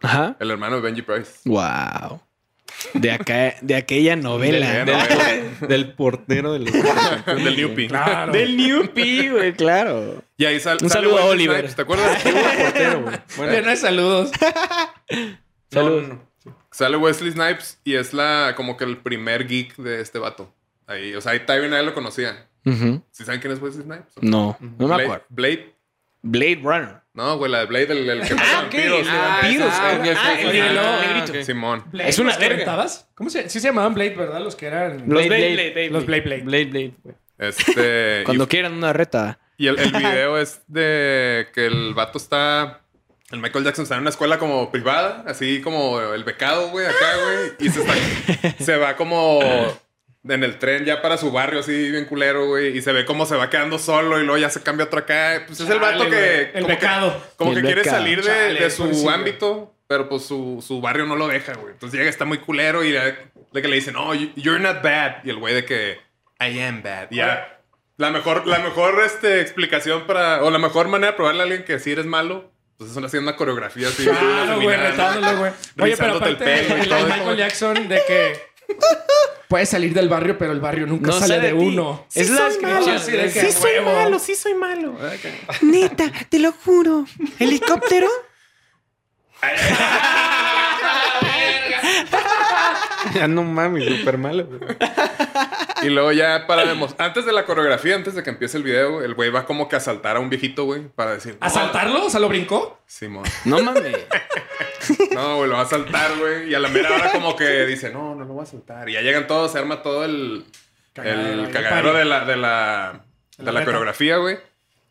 D: Ajá.
C: El hermano de Benji Price.
D: Wow. De acá, de aquella novela.
C: Del- del-
E: (laughs) Del portero (laughs) del.
C: (laughs) Del Newpie.
B: Claro.
D: Del New P, güey, claro.
C: Y ahí sal-
D: Un
C: sale
D: saludo a
C: Wesley
D: Oliver.
C: Snipes, ¿Te acuerdas? (laughs)
E: portero, güey. Bueno,
B: no hay saludos.
E: no,
D: Salud.
E: no, no.
C: Sale Wesley Snipes y es la como que el primer geek de este vato. Ahí, o sea, ahí Tywin nadie lo conocía.
D: Ujú.
C: ¿Sí saben quién es Wesley Snipes?
D: No, no me
C: Blade-
D: acuerdo.
C: Blade.
D: Blade Runner.
C: No, güey, la de Blade, el, el que mata
D: Ah, ok,
C: vampiros.
D: el vampiros,
E: ah,
D: claro.
E: ok,
D: Ah,
E: ok,
D: el
E: ok.
D: de lo-
E: Ah,
D: negrito.
E: ok.
C: Simón.
D: Es una
B: ¿Los que
D: verga.
B: rentabas? ¿Cómo se, sí se llamaban Blade, verdad? Los que eran...
D: Los Blade,
E: Blade,
D: Blade,
B: los
D: Blade.
B: Blade Blade.
E: Blade Blade, (laughs) güey.
C: Este.
D: Cuando
C: y-
D: quieran una reta.
C: Y
B: (laughs)
C: el, el video es de que el vato está. El Michael Jackson está en una escuela como privada, así como el becado, güey, acá, güey. Y se,
B: (laughs)
C: está- se va como en el tren ya para su barrio, así bien culero, güey. Y se ve cómo se va quedando solo y luego ya se cambia otro acá. Pues es el vato
B: Chale, güey.
C: que.
B: El
C: como
B: becado.
C: Que, como
D: El
C: que quiere
D: becado.
C: salir de,
B: Chale, pues
C: de su
B: pobrecito.
C: ámbito, pero pues su, su barrio no lo deja, güey. Entonces llega, está muy culero y ya- de que le dicen, no, you- you're not bad. Y el güey de que, I am bad. Y Ya. La mejor, la mejor este, explicación para. O la mejor manera de probarle a alguien que sí eres malo. Pues es una- haciendo una coreografía así.
B: Claro,
C: una
B: güey,
C: dominada,
B: retándolo, güey. Oye, pero
C: Rizándote Ah, el
B: aparte
C: pelo y
B: el,
C: todo, es como-
B: Michael Jackson de que... Puedes salir del barrio, pero el barrio nunca sale de, uno.
D: Es la descripción.
B: así de que, huevo.
F: sí soy malo.
C: ¿no? Ok.
F: Neta, te lo juro. ¿Helicóptero?
E: Ah, no mames, súper malo, güey.
C: Y luego ya para demostrar. Antes de la coreografía, antes de que empiece el video, el güey va como que a saltar a un viejito, güey, para decir. "No,
B: ¿Asaltarlo? O sea, ¿lo brincó?
C: Simón.
D: No
F: (laughs)
D: mames.
C: No, güey, lo va a saltar, güey. Y a la mera hora como que dice, no, no lo va a saltar. Y ya llegan todos, se arma todo el,
B: Cagadero,
C: el
B: el
C: cagadero
B: party.
C: de la, de la, de
B: La
C: la
B: reta.
C: coreografía, güey.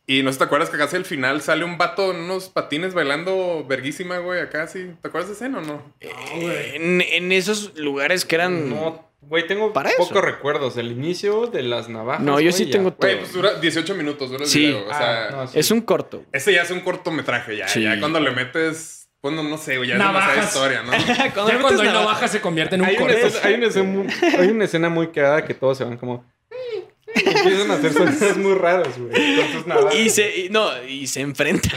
C: Y no sé si te acuerdas que casi al final sale un vato en unos patines bailando verguísima, güey, acá sí. ¿Te acuerdas de esa escena o no?
D: Eh, En, en esos lugares que eran. No,
E: No, güey, tengo
D: Mm. Para eso.
E: pocos recuerdos. El inicio de las navajas.
D: yo
E: güey,
D: sí
E: ya.
D: tengo todo.
C: Güey, pues dura 18 minutos, dura el
D: Sí.
C: video. O
E: Ah,
C: sea,
E: no, sí.
D: Es un corto.
C: ese ya es un cortometraje, ya.
D: Sí.
C: Ya cuando le metes, cuando no sé, güey, ya
B: Navajas.
C: es demasiada historia, ¿no?
B: Ya cuando no baja se convierte en un
E: Hay una,
B: corte.
E: escena, hay, una escena muy, hay una escena muy cagada que todos se van como. y Empiezan a hacer sonidos muy raros, güey. Con sus (laughs) navajas.
D: Y se, y- no, y se enfrenta.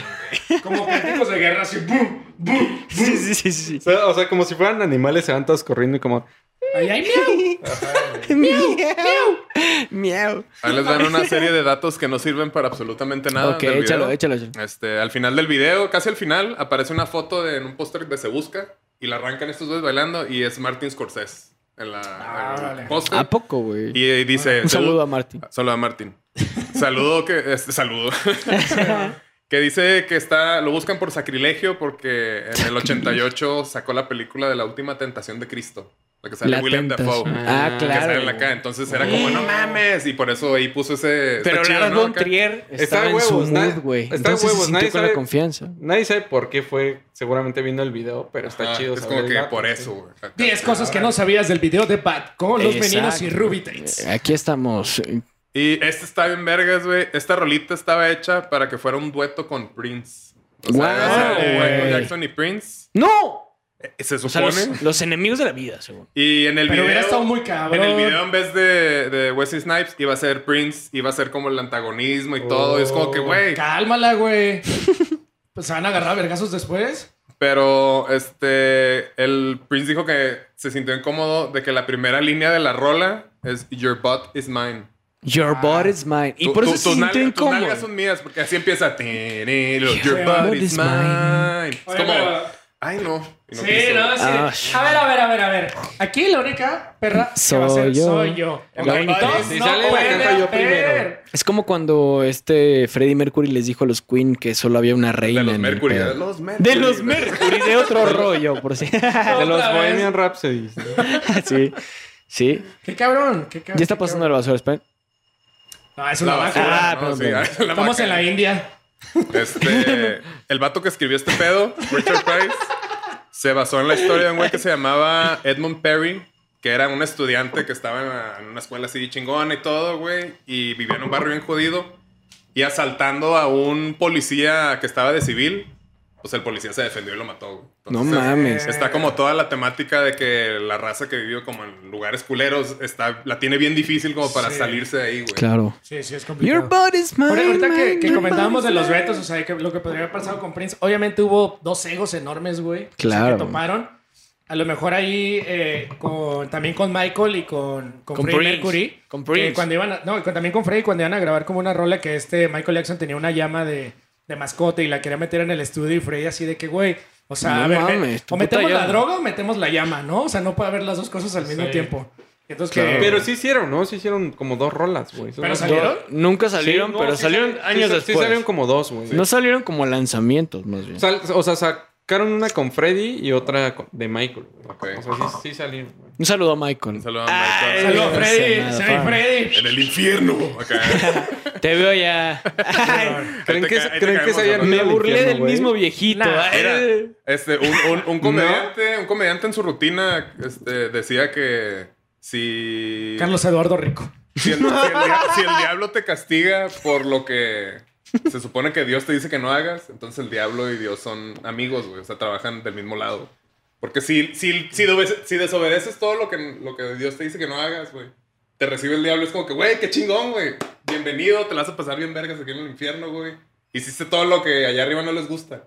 B: Como cánticos de guerra así. ¡Bum! ¡Bum!
D: Sí, sí, sí, sí.
E: O sea, o sea, como si fueran animales, se van todos corriendo y como.
B: ¡Ay, ay, miau!
F: (laughs)
D: Miau, miau.
C: Ahí les dan una serie de datos que no sirven para absolutamente nada.
D: Ok,
C: del
D: échalo,
C: video.
D: échalo, échalo.
C: Este, al final del video, casi al final, aparece una foto de, en un póster de Se Busca y la arrancan estos dos bailando y es Martin Scorsese en la
B: Ah,
C: en el
B: órale.
C: póster.
D: ¿A poco, güey?
C: Y, y dice...
D: Un
C: "Se
D: saludo
C: bu-
D: a Martín.
C: Saludo a Martin. Saludo que... Este, saludo. que dice que está... Lo buscan por sacrilegio porque en el 88 sacó la película de La Última Tentación de Cristo. La que sale
D: La
C: William
D: tentación.
C: Dafoe.
D: Ah,
E: Ah,
C: Que
D: claro.
C: salen acá. Entonces era como, no mames. Y por eso ahí puso ese... está
D: Pero
C: chido,
D: Lars
C: ¿no?
D: von
C: Acá.
D: Trier
E: Está
D: estaba
E: de
D: en su
E: huevos, nadie-
D: mood, güey.
E: está de
D: Entonces se
E: huevos, nadie
D: sintió con la
E: sabe-
D: confianza.
E: Nadie sabe por qué fue. Seguramente viendo el video, pero está
C: Ajá, Ah,
E: chido.
C: Es
E: saber
C: como
E: el
C: que
E: dato,
C: por
E: sí.
C: eso, güey. Acá.
B: Diez cosas que no sabías del video de Pat con los meninos y
D: Exacto.
B: Ruby Tates.
D: Eh, Aquí estamos. eh,
C: Y este está bien vergas, güey. Esta rolita estaba hecha para que fuera un dueto con Prince. O sea,
D: Wow,
C: iba a ser Michael
D: güey.
C: Jackson y Prince.
D: ¡No!
C: eh, Se
D: O sea,
C: supone.
D: los, los enemigos de la vida, según.
C: Y en el
B: Pero hubiera
C: video...
B: estado muy cabrón.
C: En el video, en vez de, de Wesley Snipes, iba a ser Prince. Iba a ser como el
B: Oh,
C: antagonismo y todo. Y es como que, güey...
B: Cálmala, güey. Pues se van a agarrar a vergazos después.
C: Pero este, el Prince dijo que se sintió incómodo de que la primera línea de la rola es Your butt is mine.
D: Your body is mine. Y
C: Tu-
D: por
C: tu-
D: eso se
C: tus nalgas-
D: sintió
C: Tus
D: incómodo.
C: nalgas son mías, porque así empieza. "Tiri, lo- Your
B: Yeah.
C: butt
D: Butt
C: is
D: is
C: mine.
D: mine.
C: Es
B: Oye,
C: como,
B: pero-
C: ay no. Y no
B: Sí,
C: quiso.
B: no, sí.
D: Ah,
B: a ver, a ver, a ver, a ver. Aquí la única perra que va a
D: Soy
B: ser
D: yo.
B: soy yo.
C: Ok,
E: La única.
B: Dos
E: Si
B: no
E: sale, la
B: puede
E: canto yo
B: haber.
E: primero.
D: Es como cuando este Freddie Mercury les dijo a los Queen que solo había una reina.
C: De los
D: en el
C: Mercury.
D: pedo.
C: De los Mercury.
D: De los Mercury, de otro rollo, por si. (laughs)
E: De los
B: Otra vez.
E: Bohemian (laughs) Rhapsody.
D: sí. Sí.
B: Qué cabrón, qué cabrón.
D: Ya está
B: qué
D: pasando
B: cabrón.
D: el basura, espera.
B: No, es una
C: La Ah.
B: vaca.
C: basura.
D: Ah,
C: no,
D: perdón,
C: sí, (laughs)
D: perdón.
C: la
B: Estamos
C: vaca.
B: en la India.
C: Este, el vato que escribió este pedo, Richard Price, se basó en la historia de un güey que se llamaba Edmund Perry, que era un estudiante que estaba en la- en una escuela así chingona y todo, güey, y vivía en un barrio bien jodido. Y asaltando a un policía que estaba de civil, pues el policía se defendió y lo mató, güey.
D: No
C: Entonces,
D: mames.
C: Está como toda la temática de que la raza que vivió como en lugares culeros está, la tiene bien difícil como para
B: Sí.
C: salirse de ahí, güey.
D: Claro.
B: Sí, sí, es complicado.
D: Your body's mine.
B: Ahora- Ahorita que,
D: mine,
B: que
D: your
B: comentábamos de
D: body's
B: los
D: mine.
B: retos, o sea, que lo que podría haber pasado con Prince, obviamente hubo dos egos enormes, güey. o sea,
D: Claro.
B: que toparon. A lo mejor ahí eh, con, también con Michael y con, con,
D: Con
B: Freddie
D: Prince,
B: Mercury.
D: con Prince.
B: que cuando iban a- no, y con- también con Freddie cuando iban a grabar como una rola que este Michael Jackson tenía una llama de, de mascota y la quería meter en el estudio y Freddie así de que, güey, o sea,
D: No
B: a ver, me-
D: mames, tu
B: o
D: puta
B: metemos la
D: llama.
B: droga o metemos la llama, ¿no? O sea, no puede haber las dos cosas al mismo
E: Sí.
B: tiempo. Entonces, pues,
D: Claro.
B: que,
E: Pero sí hicieron, ¿no? Sí hicieron como dos rolas, güey. Son
B: ¿Pero
E: las dos.
B: salieron?
D: Nunca
E: Sí,
D: salieron,
E: no,
D: pero
E: sí
D: salieron
E: sal- sí
D: años
E: sal-
D: después.
E: Sí salieron como dos, güey.
D: No salieron como lanzamientos, más bien.
E: Sal- o sea, sacaron una con Freddy y otra con- de Michael. güey.
C: Ok.
E: O sea, sí, sí salieron, güey.
D: Un saludo a Michael.
C: Un saludo a
D: Ah,
C: Michael.
B: Saludos,
D: no sé
B: Freddy.
D: nada,
B: Se ve
D: pa.
B: Freddy.
C: En el infierno. acá.
D: Te veo (laughs) ya.
E: ¿Creen
C: te
E: que,
C: ca- ahí te
E: ¿creen que
C: caemos,
E: se hayan
C: ¿no?
E: ido
D: Me
E: al
D: burlé
E: infierno,
D: del
E: güey?
D: mismo viejito.
B: Nah,
D: Ay.
C: Era, este, un, un- un comediante, un comediante en su rutina este, decía que si,
B: Carlos Eduardo Rico.
C: si, el, si el dia- si el diablo te castiga por lo que se supone que Dios te dice que no hagas, entonces el diablo y Dios son amigos, güey. O sea, trabajan del mismo lado. Porque si, si, si, dobe- si desobedeces todo lo que, lo que Dios te dice que no hagas, güey, te recibe el diablo. Es como que, güey, qué chingón, güey. Bienvenido, te la vas a pasar bien vergas aquí en el infierno, güey. Hiciste todo lo que allá arriba no les gusta.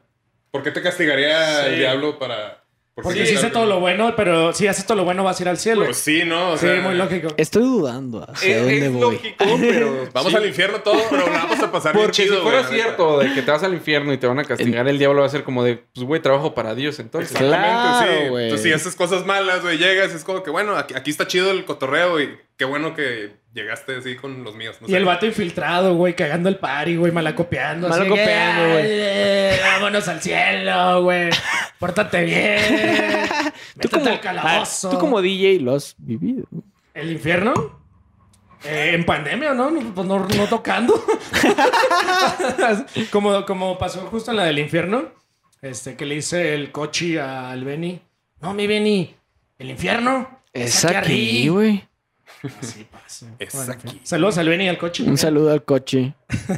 C: ¿Por qué te castigaría
B: Sí.
C: el diablo para...? por
B: Porque
C: si
B: si hice
C: sabes-
B: todo lo bueno, pero si haces todo lo bueno vas a ir al cielo.
C: Pues sí, ¿no? O
B: sí,
C: sea,
B: muy lógico.
D: Estoy dudando hacia dónde voy.
C: (laughs)
E: pero...
C: Vamos al infierno todo, pero la vamos a pasar bien
E: Porque
C: chido,
E: si fuera
C: güey, la neta.
E: cierto de que te vas al infierno y te van a castigar, el diablo va a ser como de, pues, güey, trabajo para Dios, entonces.
C: Exactamente,
D: Claro,
C: sí.
D: güey.
C: Entonces, si haces cosas malas, güey, llegas, es como que, bueno, aquí, aquí está chido el cotorreo y qué bueno que llegaste así con los míos. no
B: Y
C: sé.
B: el vato infiltrado, güey, cagando el party, güey, malacopeando. así
D: Malacopeando,
B: que,
D: güey.
B: "Ay, eh, Vámonos al cielo, güey. Pórtate bien.
D: (laughs) Tú
B: Métete
D: como,
B: al calabozo.
D: ah, tú como DJ lo has vivido.
B: ¿El infierno? Eh, en pandemia, ¿no? No, Pues no, no tocando.
D: (laughs)
B: como, como pasó justo en la del infierno, este, que le hice el cochi al Benny. No, mi Benny, el infierno.
D: Es aquí, güey.
C: (laughs)
B: Sí, pasa.
C: Es
B: Bueno, en
C: aquí.
B: fin. Saludos al Benny y al cochi.
D: Un saludo al (laughs) coche.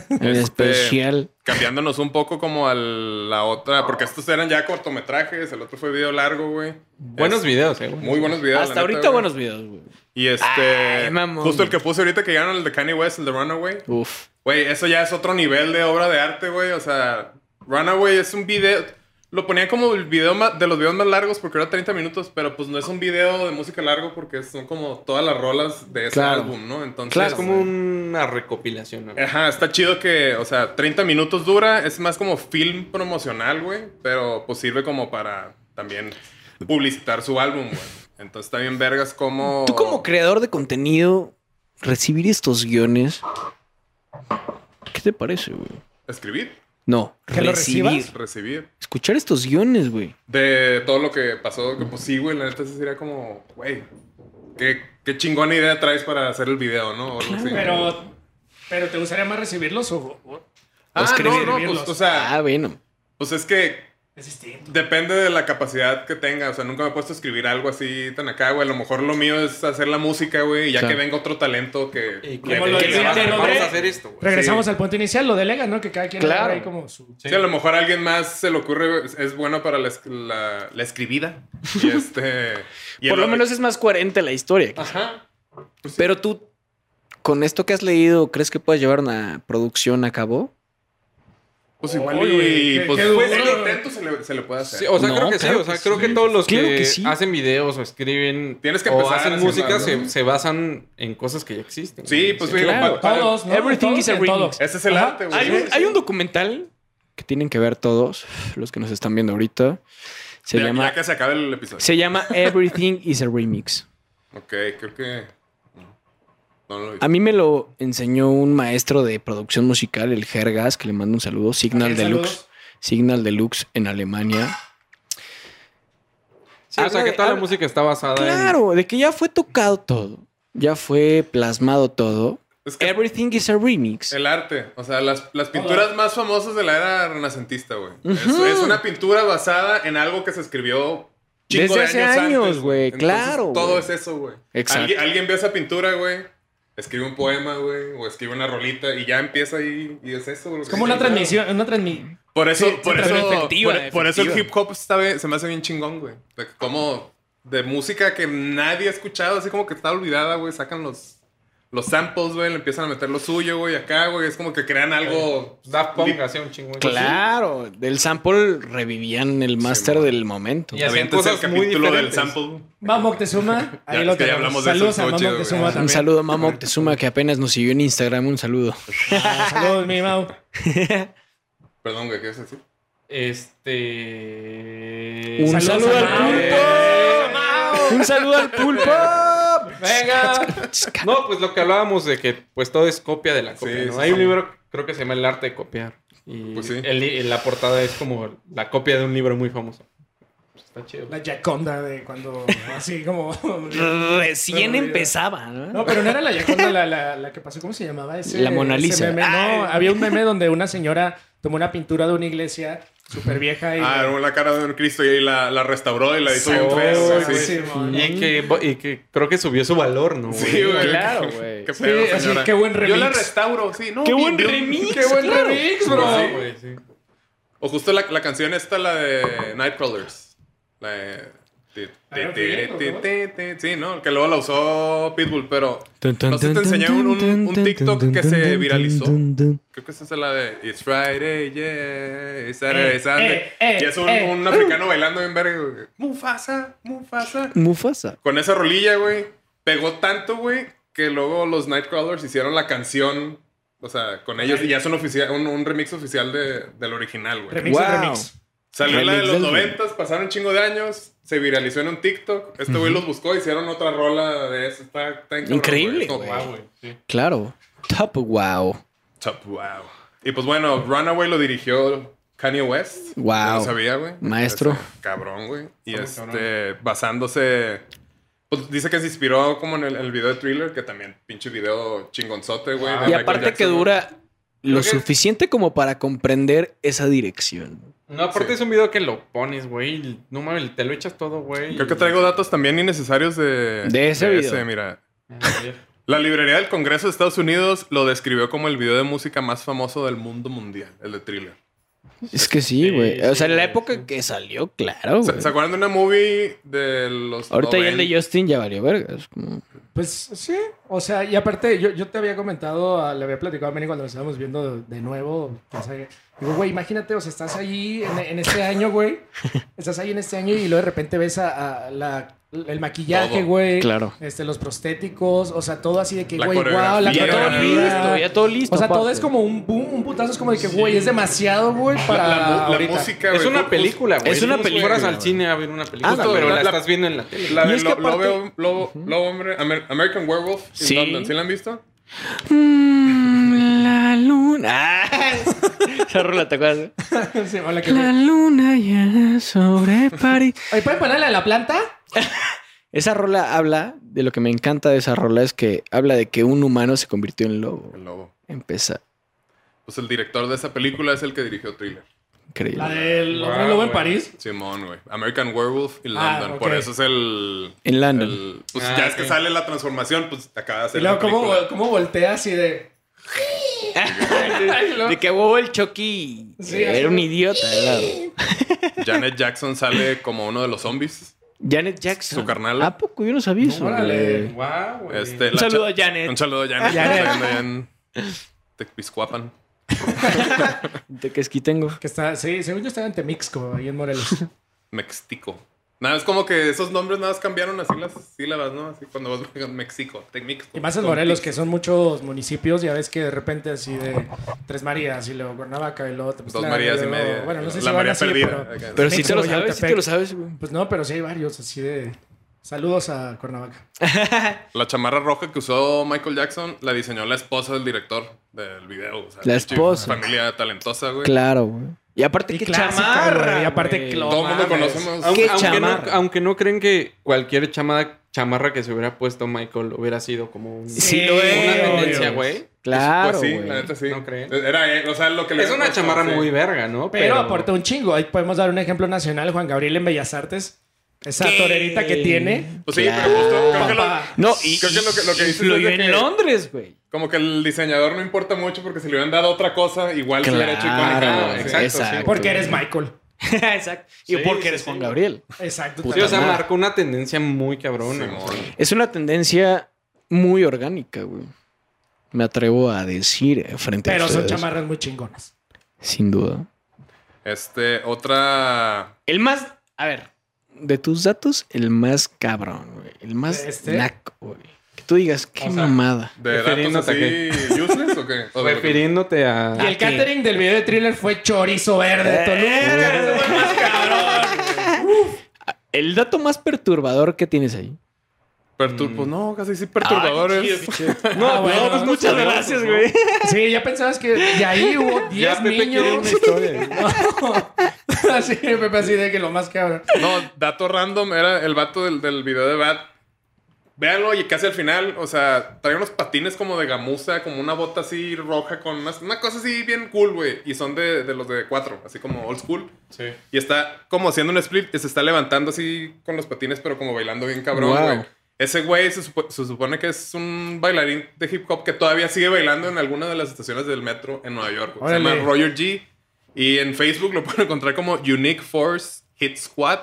D: En
C: Este-
D: especial.
C: Cambiándonos un poco como a la otra, porque estos eran ya cortometrajes, el otro fue video largo, güey.
E: Buenos
C: Es-
E: videos, eh. güey.
C: Muy buenos videos.
D: Hasta
C: la neta,
D: ahorita
C: güey.
D: buenos videos, güey.
C: Y este,
D: Ay, mamón.
C: justo el que puse ahorita que ganaron el de Kanye West, el de Runaway.
D: Uf.
C: Güey, eso ya es otro nivel de obra de arte, güey. O sea, Runaway es un video. Lo ponía como el video ma- de los videos más largos porque era 30 minutos, pero pues no es un video de música largo porque son como todas las rolas de ese
D: Claro.
C: álbum, ¿no? Entonces,
E: Es como una recopilación. ¿no?
C: Ajá, está chido que, o sea, 30 minutos dura, es más como film promocional, güey, pero pues sirve como para también publicitar su álbum, güey. Entonces también vergas como...
D: Tú como creador de contenido, recibir estos guiones. ¿Qué te parece, güey?
C: Escribir,
D: No,
B: ¿Que lo
D: recibir.
B: recibas?
C: recibir.
D: Escuchar estos guiones, güey.
C: De todo lo que pasó, que pues sí, güey, la neta sí sería como, güey, qué, qué chingona idea traes para hacer el video, ¿no? O algo así.
B: Pero, pero ¿te gustaría más recibirlos o, o-
C: Ah,
D: escribir-
C: no, no, pues,
B: escribirlos.
C: o sea,
D: Ah, bueno.
C: pues es que
B: es distinto?
C: depende de la capacidad que tenga. O sea, nunca me he puesto a escribir algo así tan acá, güey. A lo mejor lo mío es hacer la música, güey, y ya
D: Claro.
C: que venga otro talento que...
E: Y
B: como
E: que-
B: lo
E: que
B: decía
E: vamos a-
B: antes, ¿no,
E: Vamos
B: güey?
E: a hacer esto, güey.
B: Regresamos al punto inicial, lo delega, ¿no? Que cada quien
D: Claro.
B: agarra ahí como su...
C: Sí, a lo mejor a alguien más se le ocurre, es- es bueno para la, es- la, la escribida. Y este... y
D: Por
C: el-
D: lo menos es más coherente la historia.
C: Ajá.
D: Pero tú, con esto que has leído, ¿crees que puedes llevar una producción a cabo?
C: Pues igual
B: Oye,
C: y...
B: qué-
C: pues,
B: qué duro.
C: pues, el intento se le, se le puede hacer.
E: Sí, o sea,
D: No,
E: creo que
D: claro
E: sí. O sea,
D: que
E: creo
D: sí.
E: que todos los
D: Claro
E: que,
D: que sí.
E: hacen videos o escriben
C: Tienes que
E: o
C: empezar
E: hacen
C: haciendo
E: música
C: algo,
E: se,
C: ¿no?
E: se basan en cosas que ya existen.
C: Sí,
E: ¿no?
C: pues,
E: Sí.
C: digo,
D: claro.
C: pa- pa-
B: Todos, ¿no?
D: Everything
B: Todos
D: is
B: en
D: a remix.
B: todos.
C: Ese es el
B: Ajá.
C: arte, güey.
D: Hay un, hay un documental que tienen que ver todos los que nos están viendo ahorita. Se
C: ya,
D: llama
C: ya que se acabe el episodio.
D: se llama Everything is a remix.
C: Ok, creo que... No, no lo he visto.
D: A mí me lo enseñó un maestro de producción musical, el Gergas, que le mando un saludo, Signal
B: Ok,
D: Deluxe,
B: saludos.
D: Signal Deluxe en Alemania.
E: Sí, o sea, que
D: Habla-
E: toda la
D: habla-
E: música está basada en...
D: Claro, de que ya fue tocado todo, ya fue plasmado todo.
C: Es que-
D: Everything is a remix.
C: El arte, o sea, las, las pinturas más famosas de la era renacentista, güey. Es- es, una pintura basada en algo que se escribió chingo
D: Desde
C: de
D: hace
C: años,
D: años,
C: antes,
D: güey,
C: Entonces,
D: claro,
C: Todo
D: güey.
C: es eso, güey.
D: Exacto.
C: Alguien, alguien ve esa pintura, güey, escribe un poema, güey, o escribe una rolita y ya empieza ahí y es eso, güey.
B: Es como una transmisión, una transmisión.
C: Por eso,
B: Sí,
C: por,
B: sí,
C: eso
B: transmisión
D: efectiva,
C: por, por eso el hip
D: efectiva.
C: hop esta vez se me hace bien chingón, güey. De que como de música que nadie ha escuchado, así como que está olvidada, güey, sacan los los samples, güey, le empiezan a meter lo suyo, güey, acá, güey, es como que crean algo
E: Daft Punk hacía un chingo. de cosas.
D: Claro, del sample revivían el máster
C: man.
D: del momento.
E: Y hacían
C: Aviéntense
E: cosas
C: el
E: muy
C: capítulo del
E: diferentes.
C: sample.
B: Mamo Moctezuma, ahí
C: Ya,
B: lo
C: es que ya
B: tenemos.
C: hablamos de eso,
B: Saludos a
C: estuvo
B: Mamo
C: chido,
B: Moctezuma
C: güey.
D: Un
B: también.
D: saludo a Mamo Moctezuma que apenas nos siguió en Instagram. Un saludo.
C: (laughs)
B: Saludos, mi Mau.
C: Perdón, güey, ¿qué es así?
E: Este...
D: Un saludo al
B: Mau.
D: pulpo. Un saludo al pulpo.
E: ¡Venga! No, pues lo que hablábamos de que pues todo es copia de la copia,
C: Sí,
E: ¿no?
C: sí,
E: Hay un
C: sí.
E: libro, creo que se llama El arte de copiar. Y
C: Pues sí.
E: el li- la portada es como la copia de un libro muy famoso. Pues está chido.
B: La Yaconda de cuando así
D: (laughs)
B: como.
D: Recién
B: Pero,
D: empezaba, ¿no?
B: No, pero no era la Yaconda la, la, la que pasó. ¿Cómo se llamaba ese?
D: La Mona
B: ese
D: Lisa.
B: meme? No, había un meme donde una señora tomó una pintura de una iglesia súper vieja y.
C: Ah, era la cara de un Cristo y ahí la, la restauró y la hizo bien
B: Oh,
C: feo, güey,
B: sí,
C: así.
B: sí, mon.
E: Y que, y que creo que subió su valor, ¿no?
C: Sí, güey. (laughs)
D: Claro,
C: qué-
D: güey.
C: Qué
B: Sí,
C: feo,
B: así,
C: señora.
B: qué buen
C: Yo la
B: remix.
C: restauro, sí, no.
D: Qué
C: bien,
D: buen
C: bien.
D: remix.
B: ¡Qué buen
D: claro.
B: remix, bro!
C: Sí,
E: Sí, güey, sí.
C: O justo la, la canción esta, la de Nightcrawlers. La de... ti, ti,
B: Claro,
C: ti,
B: bien,
C: ti,
B: ¿no?
C: ti, ti. Sí, ¿no? Que luego la usó Pitbull, pero...
D: Tun, tun,
C: No sé si te
D: tun,
C: enseñé un, un-
D: tun,
C: un
D: tun,
C: TikTok
D: tun,
C: que
D: tun,
C: se
D: tun,
C: viralizó.
D: tun, tun.
C: Creo que esa es la de It's Friday, yeah, it's Saturday,
B: Eh,
C: Sunday.
B: eh, eh,
C: y es un,
B: eh.
C: un africano bailando bien verga. güey. Mufasa, Mufasa.
D: Mufasa.
C: Con esa rolilla, güey, pegó tanto, güey, que luego los Nightcrawlers hicieron la canción, o sea, con ellos, y ya es un, oficial, un, un remix oficial de, del original, güey.
B: Remix del
D: Wow.
B: remix.
C: Salió la de
D: Remix
C: los
D: del-
C: noventas, pasaron un chingo de años, se viralizó en un TikTok, este güey los buscó, hicieron otra rola de eso, está, está bien cabrón, güey.
D: Increíble,
C: Es como,
D: güey.
C: wow,
D: Claro. Top wow.
C: Top, wow. Y pues bueno, Runaway lo dirigió Kanye West.
D: Wow.
C: Yo No sabía, güey.
D: Maestro.
C: Ese cabrón, güey. Y este, basándose. Pues dice que se inspiró como en el, el video de thriller, que también pinche video chingonzote, güey. de
D: Y
C: Michael
D: aparte que
C: Jackson, güey.
D: dura lo
E: que-
D: suficiente como para comprender esa dirección.
E: No, aparte
C: Sí.
E: es un video que lo pones, güey. y No mames, te lo echas todo, güey.
C: Creo que traigo datos también innecesarios de.
D: De ese video.
C: mira.
E: A ver.
C: La librería del Congreso de Estados Unidos lo describió como el video de música más famoso del mundo mundial, el de thriller.
D: Es que sí, güey.
E: sí,
D: o sea, en la
E: güey,
D: época
E: sí.
D: que salió, claro,
C: ¿Se,
D: Oh, güey.
C: se acuerdan de una movie de los.
D: Ahorita ya el de
C: 90?
D: Justin ya valió vergas. como-
B: Pues sí, o sea, y aparte, yo, yo te había comentado, a- le había platicado a Manny cuando lo estábamos viendo de nuevo. o sea, digo, güey, imagínate, o sea, estás ahí en, en este año,
D: (laughs)
B: güey. Estás ahí en este año y luego de repente ves a, a la- el maquillaje,
C: Todo.
B: güey.
D: Claro.
B: Este, los prostéticos, o sea, todo así de que,
C: La
B: güey, wow, la
C: coreografía.
D: Todo
B: coreografía.
D: listo, ya todo listo.
B: O sea, todo
D: aparte.
B: es como un boom, un putazo, es como de que, güey, es demasiado, güey, para
C: La, mu- la
B: ahorita.
C: música,
E: Es
C: güey,
E: una
C: ju- ju-
E: película, güey.
D: Es una
E: como si
D: película,
E: fueras al
D: güey.
E: cine a ver una película.
D: Ah,
E: Justo,
C: güey,
E: pero la
C: la-
E: estás viendo en la tele.
C: La
D: Y
C: de
D: es
C: lo,
D: que
C: lo
D: aparte-
C: veo, lo, lo hombre, Amer- American Werewolf in
D: Sí.
C: London. ¿Sí la han visto?
D: Mm, la luna. Ah, (laughs) Esa rola, ¿te acuerdas?
B: (laughs) Sí, hola, que-
D: La luna ya sobre París.
B: Oye, ¿pueden ponerla en la planta?
D: Esa rola habla de lo que me encanta de esa rola es que habla de que un humano se convirtió en lobo.
C: El lobo.
D: Empieza
C: Pues el director de esa película es el que dirigió Thriller.
D: increíble.
B: La del
E: Wow,
B: hombre lobo en
E: güey.
B: París.
C: Simón, güey. American Werewolf in
B: Ah,
C: London.
B: ok.
C: Por eso es el.
D: En London.
C: el- pues
E: Ah,
C: ya es
E: ok.
C: que sale la transformación, pues te acaba de hacer.
B: Y luego,
C: la
B: ¿cómo,
C: película.
B: cómo voltea así
E: (laughs)
B: de.
D: De que huevo el Chucky
B: Sí, así
D: era un
B: de-
D: idiota. ¿verdad?
C: Janet Jackson sale como uno de los zombies.
D: Janet Jackson.
C: Su carnala.
D: ¿A poco? Yo no sabía eso.
B: Órale.
D: güey.
E: Guau, güey.
C: Eh, Este,
D: Un
C: la
D: saludo
C: cha-
D: a Janet.
C: Un saludo a Janet.
B: Janet.
C: Janet. Te piscuapan.
D: De que aquí tengo.
B: Que está, sí, según yo estaba en Temixco, ahí en Morelos.
C: Mexico. Nada, es como que esos nombres nada más cambiaron así las sílabas, ¿no? Así cuando vas (laughs) Mexico, Texmeco.
B: Y más en Morelos, que son muchos municipios, ya ves que de repente así de Tres Marías y luego Cuernavaca y luego
C: Dos
B: Tepoztlán, y
C: Marías y
B: luego-
C: media.
B: Bueno, no sé si
C: La
B: van
C: María
B: así,
C: perdida.
B: pero-
C: Acá.
D: Pero si te lo
B: México,
D: sabes, si te
B: Yautepec.
D: lo sabes, güey.
B: Pues no, pero sí hay varios así de... Saludos a Cuernavaca.
C: La chamarra roja que usó Michael Jackson la diseñó la esposa del director del video. o sea,
D: La
C: pinche
D: esposa.
C: Familia talentosa, güey. Pues
D: Claro, güey. Y aparte,
B: Y
D: que
B: clásica,
E: chamarra,
B: güey, Y aparte,
E: güey.
B: clo-
C: Todo el mundo
B: mames.
C: conocemos.
E: Aunque,
D: ¿Qué
E: aunque no,
D: chamarra?
E: aunque no creen que cualquier chamada, chamarra que se hubiera puesto Michael hubiera sido como un-
D: Sí,
E: una
D: lo es.
E: tendencia,
B: obvio.
E: güey.
D: Claro,
C: pues sí,
D: güey.
C: la neta sí.
E: ¿No creen?
C: Era, eh, o sea, lo que le
E: Es
C: habían
E: una
C: puesto,
E: chamarra
C: sí.
E: muy verga, ¿no?
B: Pero, aporta un chingo. Ahí podemos dar un ejemplo nacional. Juan Gabriel en Bellas Artes. Esa
D: ¿Qué?
B: torerita que tiene.
C: Pues sí,
D: Claro.
C: pero justo creo que lo,
B: Papá.
D: No, y,
C: creo que lo que, lo que dices es
D: influyó
C: de
D: en
C: que
D: Londres, güey.
C: Como que el diseñador no importa mucho porque si le hubieran dado otra cosa, igual se hubiera hecho
D: Claro,
C: icónica.
D: güey,
C: Exacto.
D: exacto.
C: sí.
B: Porque eres Michael.
D: Exacto. Y
E: Sí,
D: porque
E: sí,
D: eres
E: sí.
D: Juan Gabriel.
B: Exacto.
D: Puta
E: Pues Sí, o sea,
D: madre.
E: marcó una tendencia muy cabrona.
C: Simón.
E: o sea.
D: Es una tendencia muy orgánica, güey. Me atrevo a decir eh, frente a
B: pero son
D: ustedes.
B: chamarras muy chingonas.
D: Sin duda.
C: Este, otra.
D: El más, a ver, de tus datos, el más cabrón, güey. El más
B: ¿Este?
D: naco, güey. Que tú digas, qué
E: O sea,
D: mamada.
C: ¿De datos
E: Refiriéndote a
C: así useless o qué? O de lo que-
E: Refiriéndote a...
B: Y el catering del video de thriller fue chorizo verde. de
D: Eh.
B: Toluca. Ese fue el más cabrón.
D: El dato más perturbador que tienes ahí.
C: Pertur- pues no, casi sí perturbadores.
D: No,
B: Ah, bueno,
D: pues muchas gracias, güey.
B: Sí, ya pensabas que de ahí hubo 10
E: Pepe quiere
B: niños.
E: una historia.
B: (laughs) así, Pepe, así de que lo más cabrón.
C: No, dato random era el vato del, del video de Bat. Véanlo y casi al final, o sea, trae unos patines como de gamuza, como una bota así roja con unas- una cosa así bien cool, güey. Y son de, de los de cuatro, así como old school.
E: Sí.
C: Y está como haciendo un split y se está levantando así con los patines, pero como bailando bien cabrón,
D: Wow.
C: güey. Ese güey se, supo- se supone que es un bailarín de hip hop que todavía sigue bailando en alguna de las estaciones del metro en Nueva York. güey. Se
B: Órale.
C: llama Roger G. Y en Facebook lo pueden encontrar como Unique Force Hit Squad.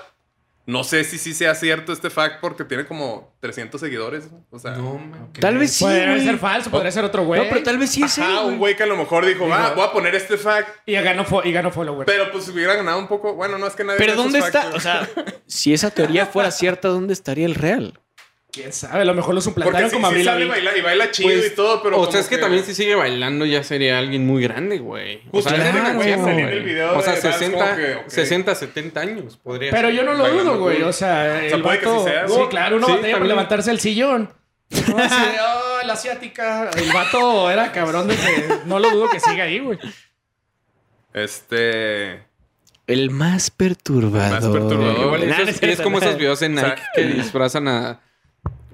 C: No sé si sí sea cierto este fact porque tiene como 300 seguidores. ¿no? O sea,
E: No, man.
D: Tal vez sí,
B: Podría
D: güey.
B: ser falso, podría ser otro güey.
D: No, pero tal vez sí es él,
C: ajá, un
D: güey.
C: güey que a lo mejor dijo, va, voy a poner este fact.
B: Y ganó, fo- y ganó followers.
C: Pero pues hubiera ganado un poco. Bueno, no es que nadie.
D: Pero
C: ve esos
D: ¿dónde
C: facts,
D: está?
C: güey.
D: O sea, si esa teoría fuera cierta, ¿dónde estaría el real?
B: ¿Quién sabe? A lo mejor lo
C: Porque
B: suplantaron
C: sí,
B: como
C: sí
B: Abril
C: sale
B: Lavigne.
C: bailar- y baila chido
E: Pues,
C: y todo, pero.
E: o
C: como
E: sea, es que, también si sigue bailando ya sería alguien muy grande, güey. O
C: Justo,
E: sea,
D: claro,
E: es de
D: güey,
E: Cancún,
D: salí en
E: güey.
C: el video
E: O
C: de
E: sea,
C: Dance,
E: 60,
C: como que, ok.
E: 60, 70 años podría
B: Pero yo no lo
C: Bailando
B: dudo, güey.
C: cool.
B: O sea, el
C: puede que
B: vato-
C: sí sea,
B: Sí,
C: ¿no?
B: claro, uno
E: Sí,
B: batalla por
E: también.
B: levantarse el
C: (laughs)
B: sillón. No, así de, "Oh, la asiática. El vato era cabrón de que no lo dudo que siga ahí, güey.
C: Este.
D: El más perturbador.
C: Más perturbador.
E: Igual
D: Nah,
E: esos-
D: no
E: es,
D: cierto,
E: como
D: no.
E: esos videos en
C: O sea,
E: Nike que disfrazan a,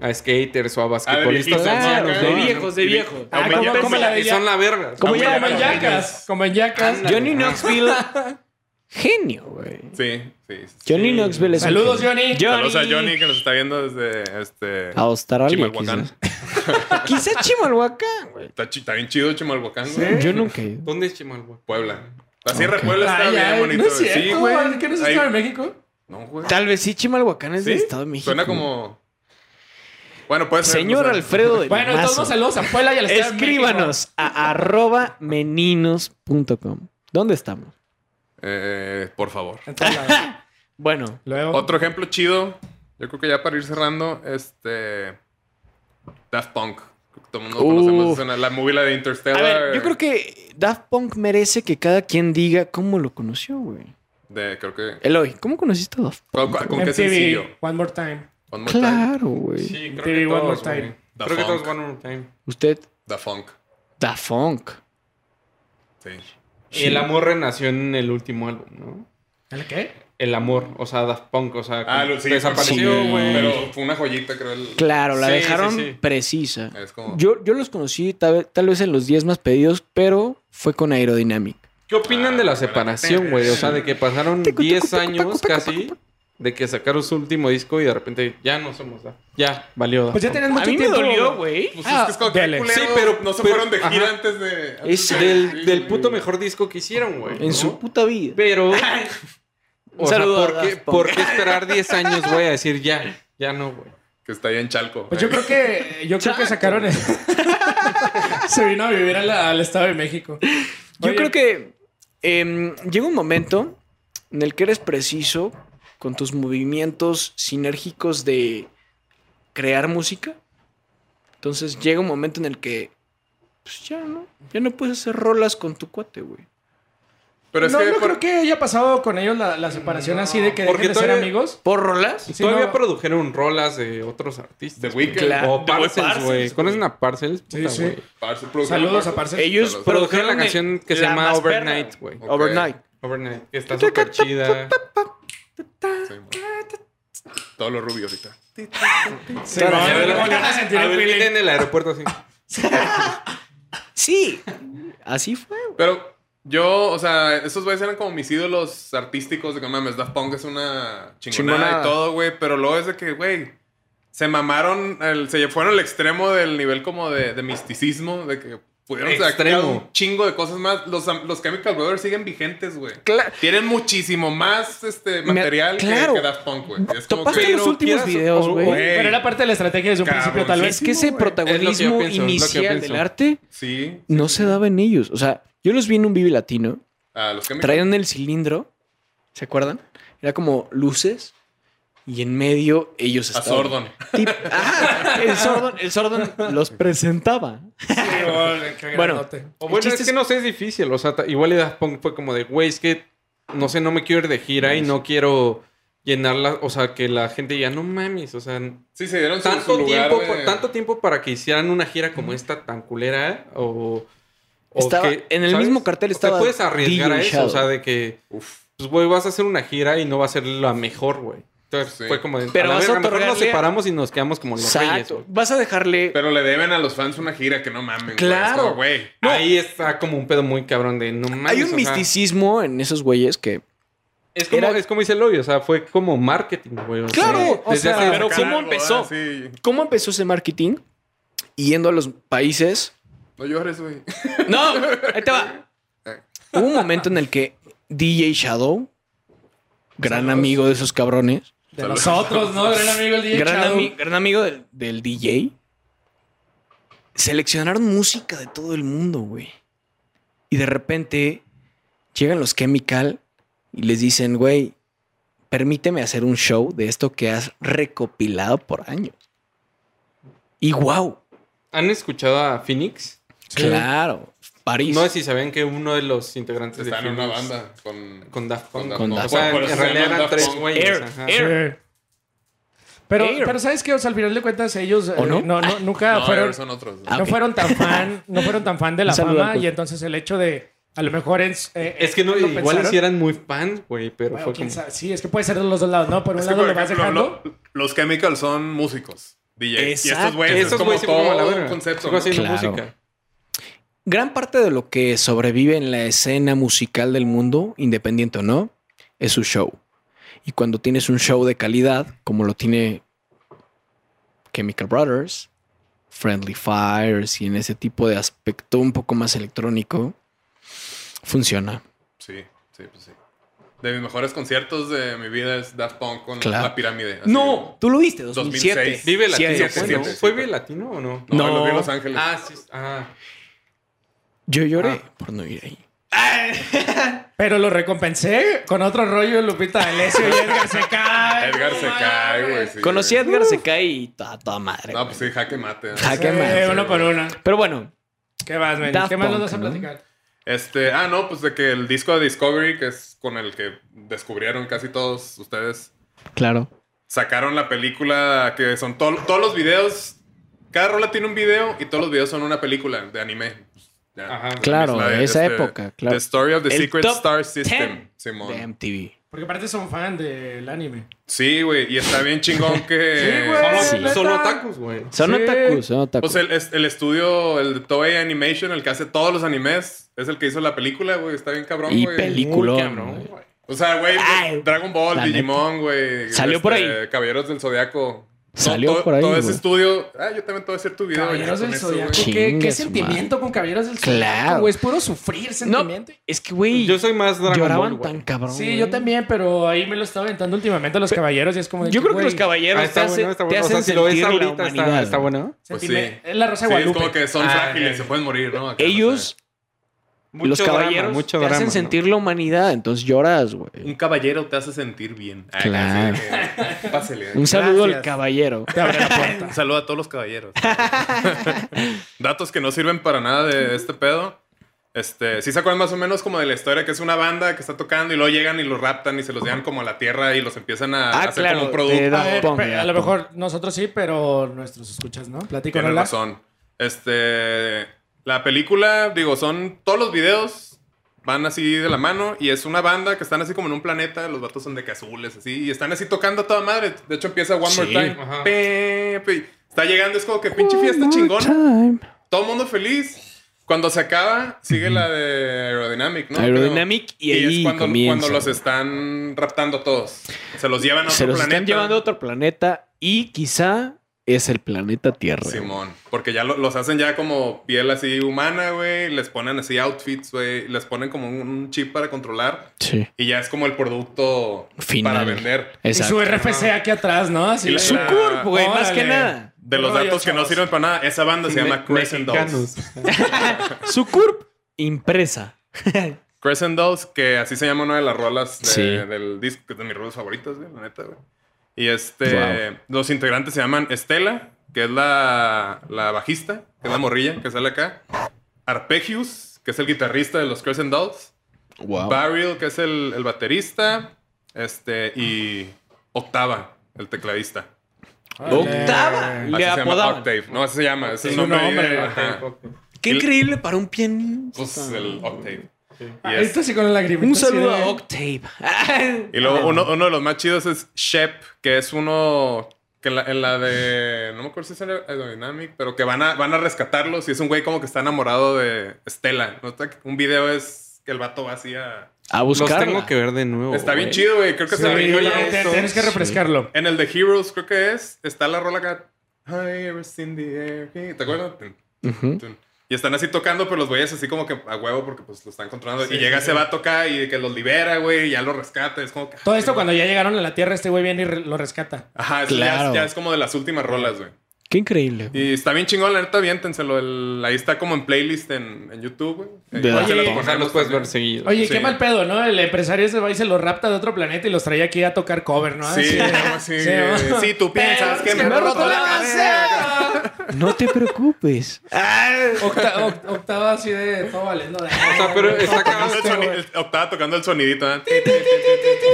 E: a skaters o a basquetbolistas
C: viejitos,
E: ancianos,
C: ¿no?
E: ¿no?
C: de viejos, de
D: viejos.
B: Ah,
E: Y-
B: como- como la de
E: y son la verga.
D: Como
E: Ah,
D: ya-
B: Como en Yacas. Como en Yacas.
D: Johnny Knoxville. genio, güey.
C: Sí, sí. sí.
D: Johnny Knoxville es un
B: Saludos,
D: genio.
B: Johnny.
C: Saludos a Johnny que nos está viendo desde este.
D: A Australia,
C: Chimalhuacán.
D: quizás. Quizá Chimalhuacán, güey.
C: Está, chi- está bien chido Chimalhuacán, güey.
D: Yo nunca he ido.
E: ¿Dónde es Chimalhuacán?
C: Puebla. La Sierra de Puebla está
B: Ay,
C: bien
B: ay,
C: bonito.
B: No es
C: güey.
B: cierto,
C: sí, güey.
B: ¿Qué no es
C: Ahí-
B: Estado de México?
C: No, güey.
D: Tal vez sí, Chimalhuacán es
C: ¿Sí?
D: del Estado de México.
C: Suena como. Bueno, puede ser.
D: Señor
C: no sé.
D: Alfredo de
B: Bueno, entonces
D: Mazo,
B: vamos saludos a Puebla y al Estado de México.
D: Escríbanos a arroba meninos.com. ¿Dónde estamos?
C: Eh, por favor.
B: En todos lados.
C: (laughs)
D: Bueno,
B: Luego.
C: Otro ejemplo chido. Yo creo que ya para ir cerrando, este. Daft Punk. Creo que Todo el mundo
D: Uh.
C: conocemos esa- la movie la de Interstellar.
D: a ver, yo creo que Daft Punk merece que cada quien diga cómo lo conoció, güey.
C: De, creo que.
D: Eloy, ¿cómo conociste a Daft Punk?
C: ¿Con, con- con qué
B: MTV,
C: sencillo?
B: One More Time.
C: One More Time.
D: Claro, güey.
E: Sí,
B: TV
E: creo
B: One
E: que todos,
B: More Time.
E: güey.
C: The
E: Creo que todos
C: Funk.
E: One More Time.
D: Usted,
C: Da Funk.
D: Daft Punk.
C: Sí.
E: Y el amor renació en el último álbum, ¿no?
B: ¿El qué?
E: El amor, o sea, Daft Punk, o sea,
C: Ah,
E: como
C: lo- sí,
E: desapareció,
C: sí,
E: güey.
C: Pero fue una joyita, creo. el-
D: Claro, la
E: Sí, sí,
D: dejaron
E: sí.
D: precisa.
C: Es como.
D: Yo, yo los conocí tal, tal vez en los 10 más pedidos, pero fue con Aerodynamic.
E: ¿Qué opinan de la separación, güey? O sea, de que pasaron 10 años casi de que sacaron su último disco y de repente ya no somos Daft. Ya, valió Daft
B: Pues ya
E: Punk.
B: tenías mucho tiempo.
D: güey.
C: Pues es que
B: Ah,
C: es como que
B: dele.
C: culero,
E: Sí, pero-
C: No se
E: pero-
C: fueron de gira
E: ajá.
C: antes de.
D: Es
C: antes de-
E: del,
C: sí,
E: del
C: güey.
E: puto mejor disco que hicieron, güey.
D: En
E: ¿no?
D: su puta vida.
E: Pero. o sea,
D: saludo
E: ¿por
D: a
E: qué,
D: Daft Punk.
E: por qué esperar 10 años, güey, a decir ya? Ya no, güey.
C: Que está ahí en Chalco.
B: Pues yo creo que yo creo que sacaron el- se vino a vivir a la- al Estado de México.
D: Yo
B: Oye.
D: creo que em, llega un momento en el que eres preciso con tus movimientos sinérgicos de crear música. Entonces llega un momento en el que pues ya no, ya no puedes hacer rolas con tu cuate, güey.
C: Pero es
B: no,
C: que,
B: no
C: por-
B: creo que haya pasado con ellos la, la separación así de que dejen
E: porque
B: de ser
E: todavía-
B: amigos.
D: ¿Por rolas?
B: Sí,
E: Todavía
B: no.
E: produjeron rolas de otros artistas.
C: The
E: güey.
C: Weeknd.
D: Claro.
E: O
C: The Weeknd.
E: Parcels, güey.
C: Parcels,
E: ¿Conocen
C: güey.
E: a Parcels?
B: Sí,
E: Puta,
B: sí.
E: güey.
C: Parcels, producción de
B: Saludos a
C: Parcels.
B: Parcel.
D: Ellos
C: Produjeron
E: Produjeron la
D: el-
E: canción que se
D: la
E: llama
D: más perra,
E: Overnight, güey.
C: Ok.
D: Overnight.
E: Overnight. que Está súper chida.
C: Sí, mo. Todos los rubios ahorita.
B: Sí,
D: Claro.
B: no,
E: A ver,
B: no, no, no, no,
E: a ver, viene en el aeropuerto así.
D: Sí. Así fue. güey.
C: Pero yo, o sea, esos güeyes eran como mis ídolos artísticos de que mames, Daft Punk es una chingonada,
D: Chingonada.
C: y todo, güey. Pero luego es de que, güey, se mamaron, el- se fueron al extremo del nivel como de, de misticismo, de que pudieron sacar
E: Extremo.
C: un chingo de cosas más. Los, los Chemical Brothers siguen vigentes, güey.
D: Cla-
C: Tienen muchísimo más este
D: Me-
C: material que-
D: claro.
C: que, Daft Punk, güey. Y es como
D: Topaste
C: que-
D: los últimos
E: quieras-
D: videos,
E: o-
D: güey.
C: güey,
B: Pero era parte de la estrategia desde un
C: Cabrón,
B: principio, tal
C: sí,
B: vez.
D: Es que ese protagonismo
E: pienso, es lo que yo
D: inicial
E: pienso.
D: del arte
C: Sí.
D: no se daba en ellos. O sea, yo los vi en un Vive Latino.
C: Ah, los Chemical
D: Traían el cilindro, ¿se acuerdan? Era como luces y en medio ellos
C: A
D: estaban.
C: Sordon.
D: Tip- Ajá, el Sordon, el Sordon los presentaba. Bueno,
E: O
D: El
E: bueno,
D: chiste
E: es que
D: es-
E: no sé, es difícil. O sea, ta- igual y Daft Punk fue como de, güey, es que no sé, no me quiero ir de gira y no quiero llenarla. O sea, que la gente ya no mames. O sea,
C: Sí, se dieron su-
E: tanto
C: su lugar
E: tiempo,
C: de-
E: por- tanto tiempo para que hicieran una gira como esta tan culera o, o
D: Estaba-
E: que,
D: en el mismo cartel
E: O te
D: estaba
E: puedes arriesgar
D: DJ
E: a eso,
D: Shadow.
E: o sea, de que
C: Uf.
E: pues güey, vas a hacer una gira y no va a ser la mejor, güey. Entonces
C: Sí.
E: fue como de,
D: Pero
E: a la
D: vas a
E: verga, mejor nos
D: otorgarle-
E: separamos y nos quedamos como los reyes,
D: Exacto.
E: güey.
D: Vas a dejarle.
C: Pero le deben a los fans una gira que no mamen. güey.
D: Claro.
C: Es como, Güey.
E: Ahí está como un pedo muy cabrón de no mames.
D: Hay
E: o
D: un
E: sea,
D: misticismo en esos güeyes que.
E: Es como,
D: Era-
E: es como dice Lobby, o sea, fue como marketing, güey. o sea,
D: Claro, o
E: desde
D: sea,
E: hace-
D: pero
C: Sacar
D: ¿cómo
C: algo,
D: empezó?
C: ah, Sí.
D: ¿Cómo empezó ese marketing? Yendo a los países.
C: No llores, güey.
D: (laughs) ¡No! Ahí te va. Hubo un momento en el que DJ Shadow, gran amigo de esos cabrones,
B: De nosotros, ¿no? Gran amigo el DJ
D: gran,
B: Shadow.
D: ami- gran amigo del, del DJ. Seleccionaron música de todo el mundo, güey. Y de repente llegan los Chemical y les dicen, güey, permíteme hacer un show de esto que has recopilado por años. Y wow,
E: ¿Han escuchado a Phoenix?
D: claro, París.
E: No sé si sabían que uno de los integrantes de
C: Está en
E: Phoenix
C: una banda con.
E: con Daft Punk.
C: Con Daft
D: Con
E: O
D: Daft
E: sea,
C: Punk.
E: en realidad eran
C: Daft
E: tres
C: Punk.
E: güeyes.
D: Air,
E: ajá.
D: Air.
B: Sí. Pero,
D: Air.
B: pero ¿sabes qué? O sea, al final de cuentas ellos eh,
D: ¿O no?
B: no? no, nunca
C: No,
B: fueron...
C: pero son otros.
D: Ah,
B: No
D: ok.
B: fueron tan
D: (laughs)
B: fan, no fueron tan fan de la
D: Un saludo
B: fama
D: al-
B: y entonces el hecho de a lo mejor es eh,
E: Es que no,
B: lo
E: igual
B: pensaron.
E: si eran muy fans, güey, pero
B: Bueno,
E: fue
B: quién
E: como...
B: sabe. Sí, es que puede ser de los dos lados, ¿no? Por un
C: Es que,
B: lado
C: por
B: lo vas
C: ejemplo,
B: dejando.
C: lo- los Chemicals son músicos. DJ. Y estos
D: Exacto.
C: güeyes Pues es
E: Esos
C: como
E: güeyes se fueron a la
C: todo
E: verga.
C: un concepto.
E: Sigo
C: ¿no?
E: haciendo
D: Claro.
E: música.
D: Gran parte de lo que sobrevive en la escena musical del mundo, independiente o no, es su show. Y cuando tienes un show de calidad, como lo tiene Chemical Brothers, Friendly Fires y en ese tipo de aspecto un poco más electrónico, funciona.
C: Sí, sí, pues sí. De mis mejores conciertos de mi vida es Daft Punk con
D: Claro.
C: la pirámide. así.
D: No, tú lo viste, 2007.
C: 2006.
E: Vive
D: Sí,
E: Latino.
D: sí,
E: fue,
D: sí,
E: ¿no?
C: sí.
E: ¿Fue Vive Latino o no?
C: No,
D: No.
C: los vi en Los Ángeles.
E: Ah, sí. Ah.
D: Yo lloré
E: Ah.
D: por no ir ahí.
B: Pero lo recompensé con otro rollo de Lupita
C: (laughs)
B: D'Alessio y Edgar se cae.
C: Edgar se cae, güey. sí,
D: Conocí a
C: güey.
D: Edgar Secai y toda, toda madre.
C: No, pues sí, jaque mate. ¿no?
D: Jaque
B: Sí,
D: mate.
B: uno por uno.
D: Pero bueno,
B: ¿Qué más, men?
D: Ah, Daft
B: ¿Qué más nos
D: Punk,
B: vas a
D: ¿no?
B: platicar?
C: Este, ah, no, pues de que el disco de Discovery, que es con el que descubrieron casi todos ustedes,
D: claro.
C: sacaron la película que son to- todos los videos. Cada rola tiene un video y todos los videos son una película de anime. Ya.
E: Ajá.
D: Claro,
C: Es la este,
D: de esa época, claro.
C: The Story of the
D: El
C: Secret
D: top
C: Star
D: 10
C: System,
D: De
C: Simón.
D: MTV.
B: Porque aparte son fan del anime.
C: Sí, güey, y está bien
D: (laughs)
C: chingón que.
B: Sí, güey.
D: Sí.
E: Solo,
B: neta.
E: solo atacos, güey.
D: Son
B: Sí.
D: otakus, son otakus.
C: Pues el, es- el estudio, el de Toei Animation, el que hace todos los animes, es el que hizo la película, güey. Está bien cabrón,
D: Y
C: güey.
D: película.
C: O sea, güey,
D: Ay,
C: Dragon Ball,
D: la
C: Digimon, güey. este,
D: Salió por ahí.
C: Caballeros del Zodiaco.
D: Salió
C: todo,
D: por ahí,
C: Todo ese
D: güey.
C: estudio. Ah, yo también te voy a hacer tu video.
B: Caballeros
C: ya, con
B: del
C: eso,
B: Zodiaco.
C: güey.
D: Sí.
B: ¿Qué,
D: Chingue
B: qué
D: su
B: sentimiento con Caballeros del Zodiaco?
D: Claro.
B: güey? Es puro sufrir
D: No,
B: sentimiento.
D: es que, güey,
E: Yo soy más Dragon
D: lloraban
E: Ball, güey.
D: tan cabrón.
B: Sí,
D: güey.
B: yo también, pero ahí me lo estaba aventando últimamente a los caballeros y es como de
D: Yo creo que los
B: güey,
E: Ah,
D: caballeros te
E: está
D: hacen,
E: bueno, está
D: te
E: bueno. O
D: hacen
E: sea, si lo ves
D: sentir la
E: ahorita, está,
D: humanidad,
E: está
D: güey.
E: bueno.
C: Pues
B: sentime-
C: sí.
B: Es la Rosa
C: Sí,
B: de
C: es
B: Guadalupe.
C: como que son
E: Ah,
C: frágiles,
E: ok.
C: se pueden morir, ¿no? Acá,
D: Ellos
E: Mucho
D: los
E: drama,
D: caballeros
E: mucho
D: te
E: drama,
D: hacen
E: ¿no?
D: sentir la humanidad, entonces lloras,
C: Un
D: güey.
C: caballero te hace sentir bien. Ah, Ay,
D: Claro.
C: así de- eh, Pásele.
D: Un saludo al
B: Gracias.
D: caballero.
B: Te abre la puerta.
C: (laughs) Un saludo a todos los
D: (laughs)
C: caballeros. Datos que no sirven para nada de este pedo. Este, sí se acuerdan más o menos como de la historia, que es una banda que está tocando y luego llegan y los raptan y se los llevan como a la tierra y los empiezan a
D: Ah,
C: hacer
D: claro,
C: como un producto.
D: de
B: A,
D: Daft
B: ver,
D: Punk,
B: pe-
D: Daft
B: a lo
D: Punk.
B: mejor nosotros sí, pero nuestros escuchas, ¿no? Platico,
C: Tienes
B: ¿no?
C: razón. Este, la película, digo, son todos los videos van así de la mano y es una banda que están así como en un planeta, los vatos son de que azules así y están así tocando a toda madre. De hecho empieza One More
D: Sí.
C: Time.
E: Ajá.
C: Pe- pe- Está llegando, es como que pinche fiesta chingona.
D: Time.
C: Todo el mundo feliz. Cuando se acaba, sigue la de Aerodynamic, ¿no?
D: Aerodynamic y
C: es
D: ahí
C: cuando,
D: comienza,
C: cuando los
D: güey.
C: están raptando a todos. Se los llevan a otro
D: Se los
C: planeta.
D: están llevando a otro planeta y quizá es el planeta Tierra.
C: Simón, porque ya lo- los hacen ya como piel así humana, güey, les ponen así outfits, güey, les ponen como un, un chip para controlar
D: Sí.
C: y ya es como el producto
D: Final.
C: para vender.
B: Y
D: Exacto.
B: su RFC aquí atrás, ¿no? Así
C: Y
B: de-
C: la-
D: Su curp, güey, más
B: Órale.
D: que nada.
C: De los
B: Rollo,
C: datos que no
B: chavos.
C: sirven para nada, esa banda se
E: Me-
C: llama Crescent
E: mexicanos.
C: Dolls.
D: Su curp impresa.
C: Crescent Dolls, que así se llama una de las rolas de-
D: Sí.
C: del disco, que es de mis rolas favoritas, güey, la neta, güey. Y este, los integrantes se llaman Estela, que es la, la bajista, que es la morrilla, que sale acá. Arpegius, que es el guitarrista de los Crescent Dolls.
D: Wow.
C: Barrel, que es el, el baterista. Este, y Octava, el tecladista.
B: Órale.
D: Octava.
C: Así
D: Le
C: se llama
D: apodaban.
C: Octave. No, así se llama. Ese es el
B: Es un
C: nombre.
B: nombre,
C: de-
B: ajá.
C: ajá.
D: Qué
C: Y-
D: increíble para un pianista.
C: Pues el Octave. Y
B: Ah,
C: es-
B: Esto sí con la lagrimita.
D: Un
B: así
D: saludo
B: de-
D: a Octave.
C: Y luego uno, uno de los más chidos es Shep, que es uno que en la, en la de. No me acuerdo si es en Aerodynamic, pero que van a, van a rescatarlos. Y es un güey como que está enamorado de Estela. ¿no? Está- Un video es que el vato va así a.
D: A
E: Los
D: buscarla.
E: tengo que ver de nuevo.
C: está bien
E: Oh, güey.
C: chido, güey. Creo que
B: Sí,
C: se rió
B: oye,
C: ya
B: te-
C: esto.
B: Tienes que refrescarlo.
C: En el de Heroes, creo que es. Está la rola acá. Hi, it's in the air. hey. ¿Te acuerdas? Tun,
D: Ujú.
C: tun. Y están así tocando, pero los güeyes así como que a huevo porque pues lo están controlando. y llega ese vato acá y de que los libera, güey. Y ya los rescata. Es como que.
B: Todo esto cuando ya llegaron a la Tierra, este güey viene y re- lo rescata.
C: Ajá, eso ya es-
D: Claro.
C: ya, es como de las últimas rolas, güey.
D: Qué increíble. güey.
C: Y está bien chingón, la neta, aviéntenselo. El- ahí está como en playlist en, en YouTube, güey.
D: De
C: Igual se
D: Oye,
C: las
E: O
C: ponemos
E: sea, los puedes
C: también.
E: ver seguido.
B: Oye, qué
C: Sí.
B: mal pedo, ¿no? El empresario ese va y se lo rapta de otro planeta y los trae aquí a tocar cover, ¿no? Así.
C: Sí, algo así.
B: Sí, ¿no?
C: Sí, tú piensas
B: (laughs) Pero
C: que
B: es
C: me he roto la cabeza.
D: No te preocupes.
B: (laughs) Octa- oc- octava así de todo valiendo de.
E: O sea, pero está cabrón.
C: Tocando el soni- el- Octava tocando el sonidito, ¿eh?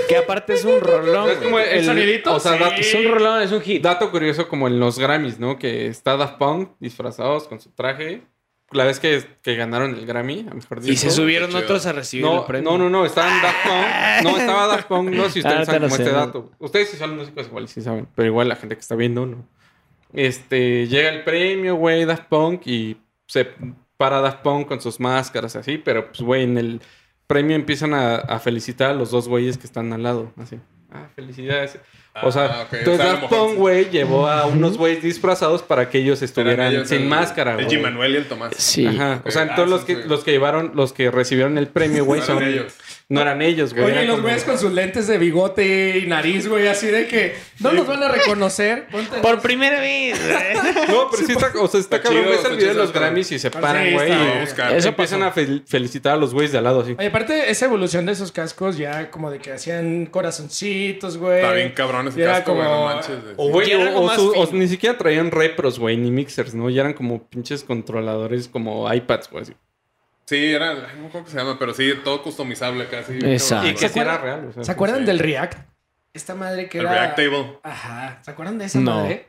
D: que aparte es un rolón.
E: Es como el,
B: ¿El sonidito?
E: O sea,
B: Sí.
E: dato,
D: Es un rolón, es un hit.
E: dato curioso como en los Grammys, ¿no? Que está Daft Punk disfrazados con su traje. La vez que, que ganaron el Grammy, a mejor dicho.
D: Y se subieron
C: Qué chido.
D: otros a recibir
E: No,
D: el premio.
E: no, no, no, estaban Daft Punk.
D: (laughs)
E: No, estaba Daft Punk, no sé si ustedes
D: Ah,
E: saben
D: te lo
E: como este
D: sé.
E: dato. Ustedes si son músicos igual sí saben, pero igual la gente que está viendo no. Este, llega el premio, güey, Daft Punk y se para Daft Punk con sus máscaras así, pero pues güey, en el premio empiezan a, a felicitar a los dos güeyes que están al lado, así. Ah, felicidades. O sea,
C: Ah, ok.
E: entonces
C: O sea, a lo
E: Daft
C: mejor
E: Punk,
C: sí.
E: güey, llevó a unos güeyes disfrazados para que ellos
C: Eran
E: estuvieran
C: ellos
E: sin
C: el-
E: máscara,
C: El
E: güey.
C: G. Manuel y el Tomás.
D: Eh, Sí.
E: Ajá. O sea,
C: Ah,
E: entonces los
C: sí,
E: que,
C: sí.
E: los que llevaron, los que recibieron el premio, güey,
C: Eran
E: son
C: ellos.
B: Eh,
E: No eran ellos, güey.
B: Oye,
E: Era
B: y los
E: como-
B: güeyes con sus lentes de bigote y nariz, güey, así de que no nos van a reconocer. Ponte-
D: Por primera vez.
E: No, pero sí está, o sea, está
C: Está
E: cabrón.
C: chido,
E: Ves el
C: está
E: video de
C: chido,
E: los
C: está
E: Grammys y se paran,
B: Sí,
E: güey.
B: está
E: y
B: bien.
C: Buscar.
E: y
D: Eso
E: empiezan a fel- felicitar a los güeyes de al lado, así.
B: Oye, aparte, esa evolución de esos cascos ya como de que hacían corazoncitos, güey.
C: Está bien cabrón ese
B: Era
C: casco, güey. No
B: como-
C: manches, güey.
E: O, güey,
D: Ya era
E: o,
D: algo
E: o
D: más
E: su- o
D: fino.
E: ni siquiera traían repros, güey, ni mixers, ¿no? Ya eran como pinches controladores como iPads, güey. así.
C: Sí, era... ay, No me acuerdo cómo se llama, pero sí, todo customizable casi.
D: Exacto.
E: Y que
B: ¿Se
E: sí era
B: acuerdan-
E: real, o sea,
B: ¿Se acuerdan
C: Sí.
B: del React? Esta madre que
C: El
B: era.
C: React Table.
B: Ajá. ¿Se acuerdan de esa
D: No.
B: madre?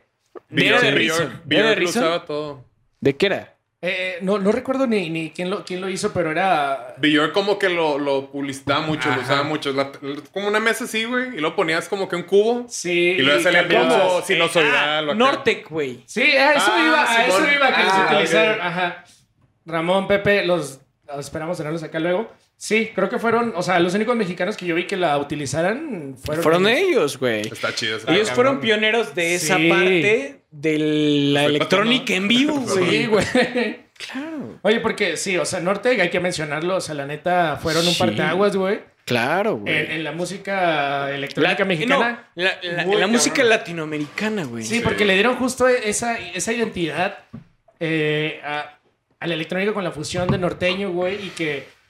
D: Era de
C: Bjork-
D: Reason.
C: Bjork-
D: Era de
C: Bjork lo
D: Reason.
C: usaba todo.
D: ¿De qué era?
B: Eh, no, no recuerdo ni, ni quién, lo, quién lo hizo, pero era.
C: Billor como que lo, lo publicitaba mucho,
E: Ajá.
C: lo usaba mucho. La- la- como una mesa así, güey. Y luego ponías como que un cubo.
B: Sí.
C: Y luego salía el
B: cambiabas.
C: pincho sinusoidal. o acá.
D: Ah, Nortec, güey.
B: Sí, a eso
C: Ah,
B: iba, a
C: Simón.
B: eso iba que
C: Ah,
B: los utilizaron.
C: ok.
B: Ajá. Ramón, Pepe, los, los esperamos tenerlos acá luego. Sí, creo que fueron, o sea, los únicos mexicanos que yo vi que la utilizaran fueron.
D: Fueron ellos, güey.
C: Está chido. ese
D: Ellos
C: programa.
D: fueron pioneros de esa
B: Sí.
D: parte de la
C: Fue
D: electrónica
C: patrón,
D: en
C: ¿no?
D: vivo,
B: Sí,
D: güey.
B: güey. (laughs) Claro. Oye, porque sí, o sea, Norte, hay que mencionarlo, o sea, la neta, fueron un
D: Sí.
B: parteaguas, güey.
D: Claro, güey.
B: En, en la música electrónica
D: La-
B: mexicana.
D: no, la, la-
E: Muy
D: la música
E: cabrón.
D: latinoamericana, güey.
B: Sí, porque le dieron justo esa, esa identidad eh, a, a la electrónica con la fusión de norteño, güey, y que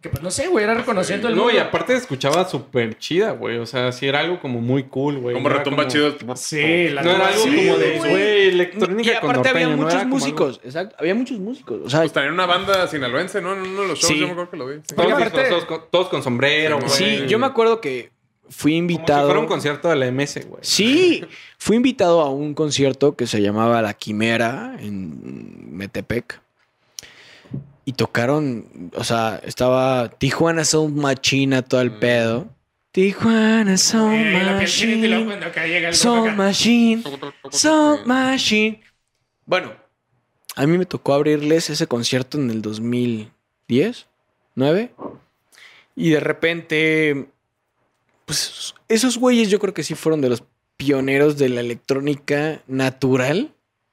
B: Que pues no sé, güey, era reconociendo el
E: No, y
B: mundo.
E: aparte escuchaba súper chida, güey. O sea, sí era algo como muy cool, güey.
C: Como
E: No era
C: retumba
E: como-
C: chido.
B: Sí, la
E: No era
B: neta,
E: algo
B: sí,
E: como de,
B: güey.
E: güey, electrónica
D: Y
E: con
D: aparte había
E: norteño, no
D: muchos
E: era como
D: músicos,
E: algo-
D: exacto. Había muchos músicos. O sea,
C: Pues también una banda sinaloense, ¿no? En uno de los shows
D: Sí.
C: yo me acuerdo que lo vi. sí.
E: Todos,
B: Porque aparte-
E: disfrazados con- todos con sombrero, güey.
D: sí, yo me acuerdo que fui
E: Como si fuera
D: invitado.
E: un concierto de la MS, güey.
D: Sí, fui invitado a un concierto que se llamaba La Quimera en Metepec. Y tocaron, o sea, estaba Tijuana Sound Machine a todo el pedo. Tijuana Sound
B: Eh, la piel chinita y luego
D: Machine.
B: cuando acá llega el
D: Sound
B: acá.
D: Machine. Sound Machine. Bueno, a mí me tocó abrirles ese concierto en el 2010, 9. Y de repente, pues esos güeyes yo creo que sí fueron de los pioneros de la electrónica natural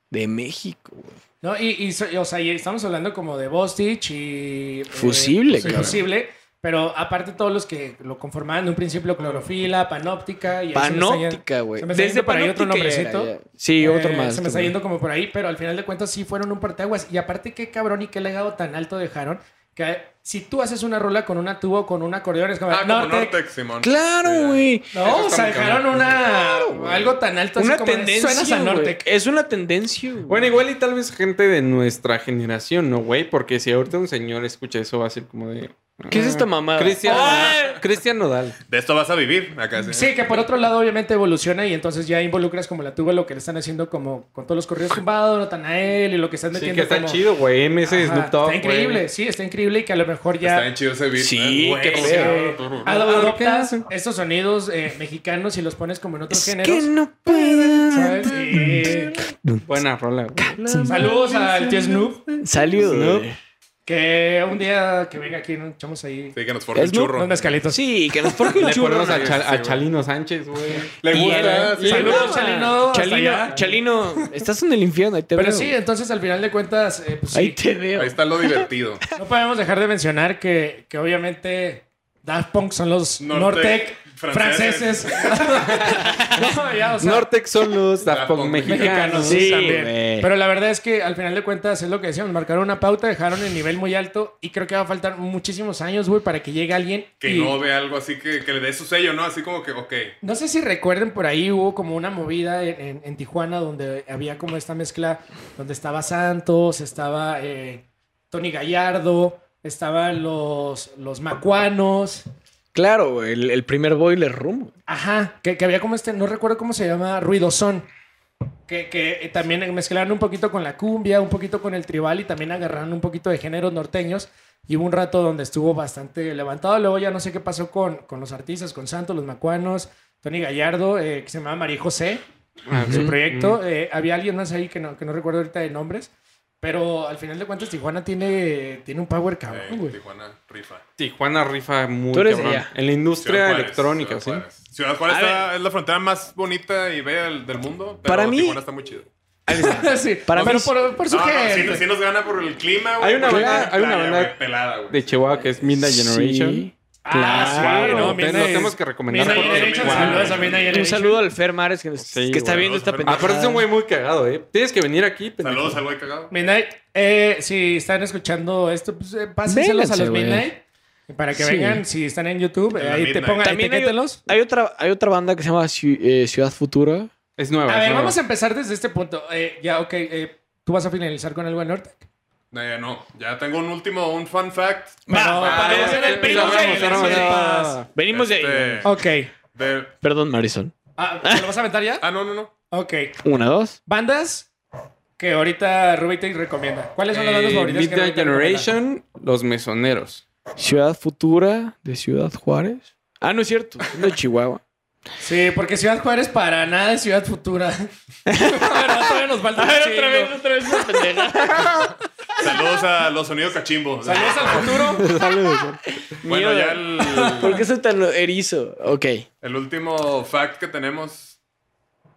D: de México. güey.
B: No, y, y so- y, o sea, y estamos hablando como de Bostich y... eh,
D: Fusible,
B: sí,
D: cabrón.
B: Fusible, pero aparte todos los que lo conformaban en un principio, Clorofila, Panóptica... Y ahí se me está yendo-
D: Panóptica, güey.
B: se me está yendo por ahí otro
D: Panóptica ya era,
B: nombrecito.
D: ya. Sí, otro
B: Eh, Se
D: más.
B: me
D: otro
B: está
D: más.
B: yendo como por ahí, pero al final de cuentas sí fueron un parteaguas. Y aparte, qué cabrón y qué legado tan alto dejaron. Que si tú haces una rola con una tubo, con un acordeón, es como.
C: Ah, como
B: Nortec.
C: Nortec, Simón.
D: Claro, güey.
B: No,
C: Eso
B: o
C: está
B: sea,
C: muy
B: dejaron
C: cabrón.
B: una, algo tan alto así
D: Una
B: como de,
D: tendencia.
B: Suenas a
D: güey.
B: Nortec.
D: Es una tendencia. güey.
E: Bueno, igual y tal vez gente de nuestra generación, ¿no, güey? Porque si ahorita un señor escucha eso, va a ser como de...
D: ¿Qué es
E: "Ah,
D: esta mamada?
E: Cristian,
D: ¡Ah!
E: Cristian Nodal.
C: De esto vas a vivir acá, sí.
B: Sí, que por otro lado obviamente evoluciona y entonces ya involucras como la tuba lo que le están haciendo como con todos los corridos tumbados, Natanael y lo que están
E: Sí,
B: metiendo
E: que está
B: como-
E: chido, güey. MS
B: Ajá,
E: Snoop Dogg,
B: Está increíble, sí, está increíble y que a lo mejor ya...
C: Está bien chido ese beat.
D: Sí,
C: ¿eh?
D: qué
C: Güey,
D: pedo.
C: sí.
B: Ad- adoptas
E: Adoptas.
B: estos sonidos eh, mexicanos y los pones como en otros
D: Es
B: géneros.
D: que no puedo.
B: ¿sabes? Eh,
E: güey. Buena rola, güey.
B: saludos al tío Snoop,
D: Saludos.
B: que un día que venga aquí nos echamos ahí
C: Sí, que nos forra un
D: Es muy-
C: churro.
B: unos mezcalitos.
D: Sí, que nos
E: (laughs)
D: forque un
E: Le
D: churro.
E: ponemos a,
D: ¿no?
E: Chal- a
C: güey.
E: Chalino
B: (laughs)
E: Sánchez, güey.
C: Le
D: Y
C: gusta.
D: el-
C: sí.
B: Saludos,
D: Sí.
B: Chalino. hasta
D: Chalino,
B: allá.
D: Chalino, estás en el infierno, ahí te
B: Pero
D: veo.
B: sí, entonces al final de cuentas, eh, pues, sí,
D: Ahí te veo.
C: Ahí está lo divertido.
B: no podemos dejar de mencionar que, que obviamente Daft Punk son los Nortec,
C: Nortec,
B: franceses.
C: franceses.
B: (laughs) no, ya, o sea,
E: Nortex son los Daft
C: Daft
E: Punk
C: Punk
E: mexicanos.
B: mexicanos
D: Sí,
B: también.
D: güey.
B: Pero la verdad es que al final de cuentas es lo que decíamos, marcaron una pauta, dejaron el nivel muy alto y creo que va a faltar muchísimos años, güey, para que llegue alguien
C: Que
B: y-
C: no ve algo así que, que le dé su sello, ¿no? Así como que, ok.
B: No sé si recuerden, por ahí hubo como una movida en, en- en Tijuana donde había como esta mezcla donde estaba Santos, estaba eh, Tony Gallardo, estaban los, los macuanos.
D: Claro, güey, el, el primer boiler room.
B: Ajá, que, que había como este, no recuerdo cómo se llama, ruidosón. Que, que eh, también mezclaron un poquito con la cumbia, un poquito con el tribal y también agarraron un poquito de géneros norteños. Y hubo un rato donde estuvo bastante levantado. Luego ya no sé qué pasó con, con los artistas, con Santos, los macuanos, Tony Gallardo, eh, que se llamaba María José,
E: Ah,
B: su
E: sí.
B: proyecto. Eh, había alguien más ahí que no, que no recuerdo ahorita de nombres. Pero al final de cuentas, Tijuana tiene, tiene un power
C: Eh,
D: Ah,
B: cabrón, güey.
C: Tijuana, rifa.
E: Tijuana rifa muy
D: Tú eres de
E: cabrón.
D: allá.
E: En la industria
C: Ciudad Juárez, Ciudad
E: electrónica, ¿sí?
C: Juárez. Ciudad Juárez
D: A
C: está- es la frontera más bonita y bella del, del mundo. Pero
D: Para mí-
C: Tijuana está muy chido.
B: (laughs) Sí,
D: Para
B: pero
D: mí-
B: por, por su
C: No, no,
B: gente.
C: sí, sí nos gana por el clima, güey.
E: Hay una
C: por la
E: banda- hay una
C: playa,
E: banda
C: güey, pelada, güey.
E: De Chihuahua, que es Midnight Generation.
D: Sí.
B: Ah,
E: Claro,
B: sí,
E: te- lo tenemos que recomendar
B: Midnight
C: por los
B: Generation,
C: amigos.
B: saludos a Midnight
D: Un
B: Generation.
D: saludo al Fer Mares que, nos-
E: Sí,
D: que está
E: güey,
D: viendo
C: los
D: esta
C: Fer-
D: pendejada.
E: Aparte Ah, es un güey muy cagado, ¿eh? Tienes que venir aquí. pendejo.
C: Saludos al güey cagado.
B: Midnight, eh, si están escuchando esto, pues eh, pásenselos
D: Vénganse,
B: a los
D: güey.
B: Midnight. Para que
D: Sí.
B: vengan, si están en YouTube, eh,
C: la
B: ahí te
C: Midnight.
B: pongan,
D: También hay,
B: etiquétenlos.
D: hay otra, hay otra banda que se llama Ciu- eh, Ciudad Futura.
E: Es nueva.
B: A
E: es
B: ver,
E: nueva.
B: vamos a empezar desde este punto. Eh, ya, ok, eh, ¿tú vas a finalizar con algo de Norte?
C: No, ya no. Ya tengo un último, un fun fact.
B: Pero para
C: ah,
B: eso era
C: eh,
B: el primo
C: la
B: que
C: vamos,
B: les
C: la vamos,
B: metas.
D: Venimos de ahí.
C: Este,
B: Ok.
C: de-
D: Perdón, Marisol.
B: Ah, ¿te lo vas a aventar ya?
C: Ah, no, no, no.
B: Ok.
D: Una, dos.
B: Bandas que ahorita Ruby te recomienda. ¿Cuáles son las bandas
E: Eh,
B: favoritas? que Ruby
E: Midnight
B: te recomienda?
E: Generation, Los Mesoneros.
D: Ciudad Futura de Ciudad Juárez. Ah, no es cierto. es de Chihuahua.
B: Sí, porque Ciudad Juárez para nada es Ciudad Futura. (laughs) Pero todavía nos falta. un chingo.
D: otra vez esa pendeja.
C: Saludos a los sonidos cachimbo.
B: Saludos al futuro.
C: Bueno,
D: Mierda.
C: ya el.
D: ¿Por qué soy tan erizo? Ok.
C: El último fact que tenemos.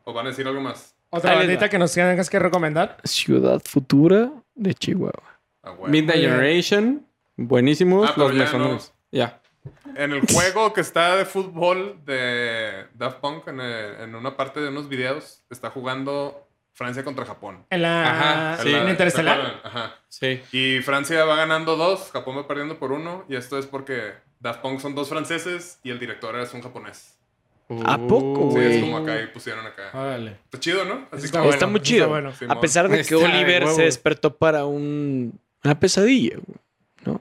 C: ¿O van a decir algo más?
B: Otra
D: Ahí les
B: bandita
D: va.
B: que nos tengas que recomendar.
D: Ciudad Futura de Chihuahua.
C: Ah, güey.
E: Midnight
B: Muy bien.
E: Generation, buenísimos.
C: Ah, pero
E: Los
C: ya
E: Mesoneros. Ya.
C: En el juego que está de fútbol de Daft Punk, en, el- en una parte de unos videos, está jugando Francia contra Japón.
B: En la.
E: Ajá,
C: En
E: sí.
C: la-
B: Ah, En Interestelar.
C: ¿se acuerdan? Ajá.
E: Sí.
C: Y Francia va ganando dos, Japón va perdiendo por uno. Y esto es porque Daft Punk son dos franceses y el director es un japonés.
D: ¿A poco,
C: Sí, es
D: Güey.
C: como acá y pusieron acá.
B: Órale.
C: Está chido, ¿no? Así
B: Está
C: como-
D: Está muy chido.
B: bueno.
C: Simón.
D: A pesar de que
E: Está de
D: Oliver
E: huevo.
D: se despertó para un, una pesadilla, güey, ¿no?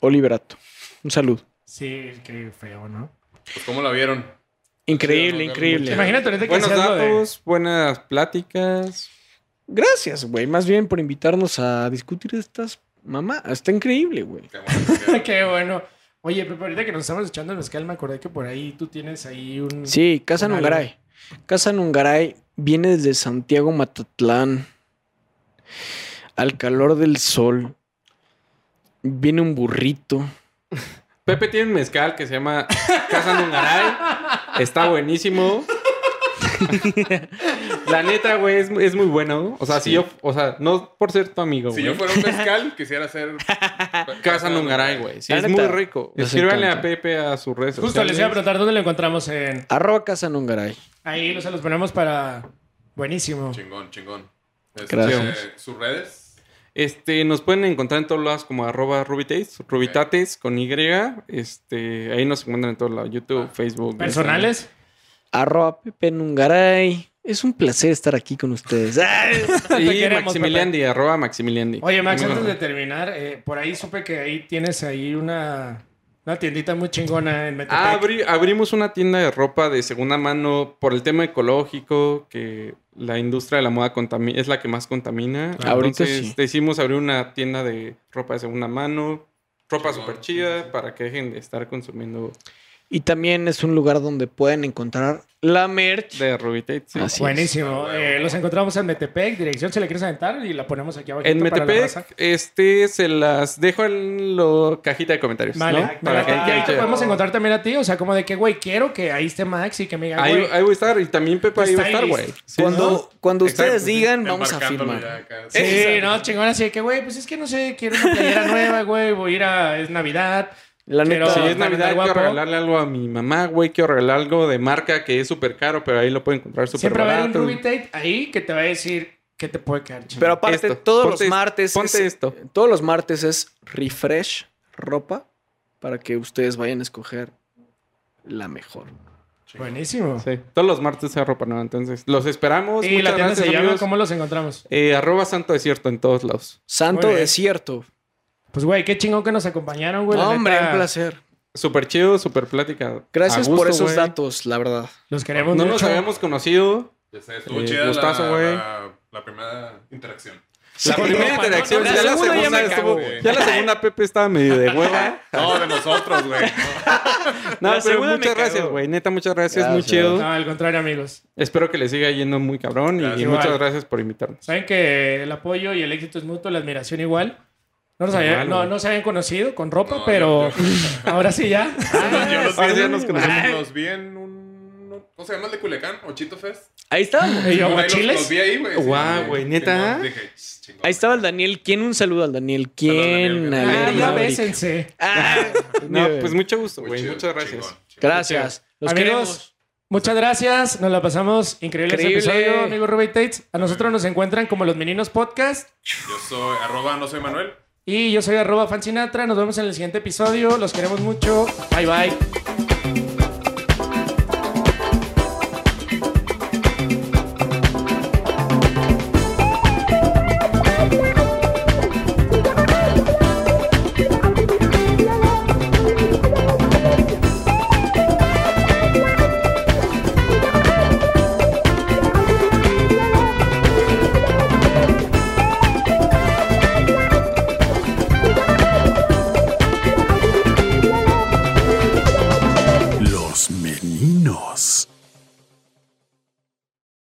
D: Oliverato. Un saludo.
B: Sí, qué feo, ¿no? (laughs)
C: Pues, ¿Cómo la vieron?
D: Increíble,
C: Sí, no,
D: increíble.
C: mucho.
B: Imagínate ahorita que
E: Buenos
B: hacías lo de-
E: datos, buenas pláticas.
D: Gracias, güey. Más bien por invitarnos a discutir estas mamás. Está increíble, güey.
C: Qué bueno.
B: Qué bueno. Oye, Pepe, ahorita que nos estamos echando el mezcal, me acordé que por ahí tú tienes ahí un.
D: Sí, Casa
B: Con algo.
D: Nungaray. Casa Nungaray viene desde Santiago Matatlán. Al calor del sol. Viene un burrito.
E: Pepe tiene un mezcal que se llama Casa Nungaray. Está buenísimo. La neta, güey, es, es muy bueno. O sea, si yo, o sea, no por ser tu
C: (laughs)
E: amigo,
C: si
E: güey.
C: yo fuera un mezcal, quisiera hacer...
E: (laughs) Casa Nungaray, güey. Sí,
D: La
E: es
D: neta,
E: muy rico.
D: nos
E: Escríbanle
D: encanta.
E: a Pepe a sus redes
B: Justo les iba a
E: sociales.
B: preguntar dónde lo encontramos en.
D: Arroba Casa Nungaray.
B: Ahí o sea, los ponemos para. Buenísimo.
C: Chingón, chingón. Este,
D: Gracias.
C: ¿Sus redes?
E: Este, nos pueden encontrar en todos lados como arroba rubitates, rubitates con Y. Este, ahí nos encuentran en todos lados. YouTube,
C: Ah.
E: Facebook.
B: ¿Personales?
D: Arroba Pepe Nungaray. Es un placer estar aquí con ustedes. ¡Ay!
E: Instagram.
B: (laughs) Te
E: Y
B: queremos,
E: Maximiliandi, arroba Maximiliandi.
B: Oye, Max,
E: Ahí nos
B: antes de terminar, eh, por ahí supe que ahí tienes ahí una, una tiendita muy chingona en Metepec.
E: Ah, abri- abrimos una tienda de ropa de segunda mano por el tema ecológico, que la industria de la moda contami- es la que más contamina.
D: Ah, ahorita
E: Entonces,
D: sí.
E: Decidimos abrir una tienda de ropa de segunda mano, ropa
C: Chingón,
E: súper
C: sí,
E: chida,
C: sí.
E: para que dejen de estar consumiendo
D: Y también es un lugar donde pueden encontrar la merch.
E: de Rubitate. sí.
D: Así es.
B: Buenísimo.
C: Ah,
B: Eh, los encontramos en Metepec, dirección si le quieres aventar y la ponemos aquí abajo.
E: En Metepec, este, se las dejo en la cajita de comentarios.
B: Vale,
E: ¿no?
B: me
E: Para
B: late.
E: que
B: Y ahí te
E: que-
B: podemos encontrar también a ti, o sea, como de que, güey, quiero que ahí esté Max y que me diga,
E: ahí,
B: güey,
E: ahí voy a estar y también Pepe ahí va a estar, güey.
B: Stylist.
E: Sí,
D: Cuando,
E: ¿no?
D: cuando ustedes
C: Exacto, sí,
D: digan, vamos a
C: embarcándolo ya
D: firmar.
C: acá.
B: Sí,
C: Sí.
B: no, chingón, así de que, güey, pues es que no sé, quiero una playera nueva, güey, voy a ir a, es Navidad.
D: La neta,
B: Pero-
E: Si
B: Sí,
E: es Navidad,
B: Navidad,
E: quiero
B: guapo.
E: regalarle algo a mi mamá, güey. Quiero regalar algo de marca que es súper caro, pero ahí lo pueden encontrar súper
B: Siempre va a haber un
E: barato.
B: Ruby Tate ahí que te va a decir que te puede quedar chingón.
D: Pero aparte,
E: Esto.
D: todos
E: Ponte-
D: los martes.
E: ponte
D: es-
E: esto.
D: Todos los martes es refresh ropa para que ustedes vayan a escoger la mejor.
B: Buenísimo.
E: Sí, todos los martes se ropa nueva. Entonces, los esperamos.
B: Y la
E: Pues Muchas
B: tienda
E: gracias,
B: se llama,
E: amigos.
B: ¿cómo los encontramos?
E: Eh, arroba Santo Desierto en todos lados.
D: Santo
B: Muy bien.
D: Desierto.
B: Pues, güey, qué chingón que nos acompañaron, güey. la
D: Hombre,
B: neta,
D: un placer.
E: Súper chido, súper plática.
D: Gracias
E: A gusto,
D: por esos
E: güey.
D: datos, la verdad.
B: Los queremos
E: No nos
B: mucho.
E: habíamos conocido.
C: Ya sé, estuvo
E: Eh,
C: chida la-
E: gustazo, güey.
C: la- la primera interacción.
E: La
B: Sí,
E: primera (laughs)
B: no,
E: interacción,
B: no, no,
E: ya
B: la
E: la
B: segunda ya
E: segunda
B: me
E: estuvo-
C: cago, güey.
E: ya
B: (laughs)
E: la segunda Pepe estaba medio de hueva.
C: No, de nosotros,
E: (laughs)
C: güey. No.
E: No,
D: La
E: pero
D: segunda me
E: muchas gracias,
D: cagó.
E: güey. Neta, muchas gracias, muy
D: Gracias.
E: chido.
B: No, al contrario, amigos.
E: Espero que les siga yendo muy cabrón y-
C: Gracias.
E: y muchas
B: Igual.
E: gracias por invitarnos.
B: Saben que el apoyo y el éxito es mutuo, la admiración igual. No, nos habían-
E: Igual,
B: no,
E: güey.
B: no se habían conocido con ropa,
C: No,
B: pero
C: yo-
B: (laughs)
C: Ah,
B: ahora sí ya. Ah,
C: Yo los,
E: ahora
C: vi,
E: ya nos conocemos.
C: los vi en un. ¿Cómo se llama el de Culiacán? ¿Ochito Fest?
D: Ahí estábamos.
B: Y yo,
C: Ahí los-
B: guachiles.
C: Los vi ahí, güey. sí,
E: Guau,
C: sí,
E: güey,
C: sí,
E: ¿neta?
C: no, dije, "Shh, chingón".
D: Ahí estaba el Daniel. ¿Quién? Un saludo al Daniel. ¿Quién?
C: Saludos, Daniel.
B: Ah,
D: Alegre
B: ya
D: Maverick.
B: bésense.
D: Ah,
E: No,
D: bien.
E: pues mucho gusto,
C: Muy
E: güey.
C: chido,
E: Muchas gracias.
C: chingón, chingón.
D: Gracias. Los
B: Amigos,
D: queremos.
B: Muchas gracias, nos la pasamos increíble, este
D: Increíble.
B: episodio, amigo Ruby Tates. A nosotros nos encuentran como los meninos podcast
C: Yo soy arroba, no soy Manuel.
B: y yo soy arroba fancinatra. Nos vemos en el siguiente episodio, los queremos mucho. Bye bye.
A: Los meninos.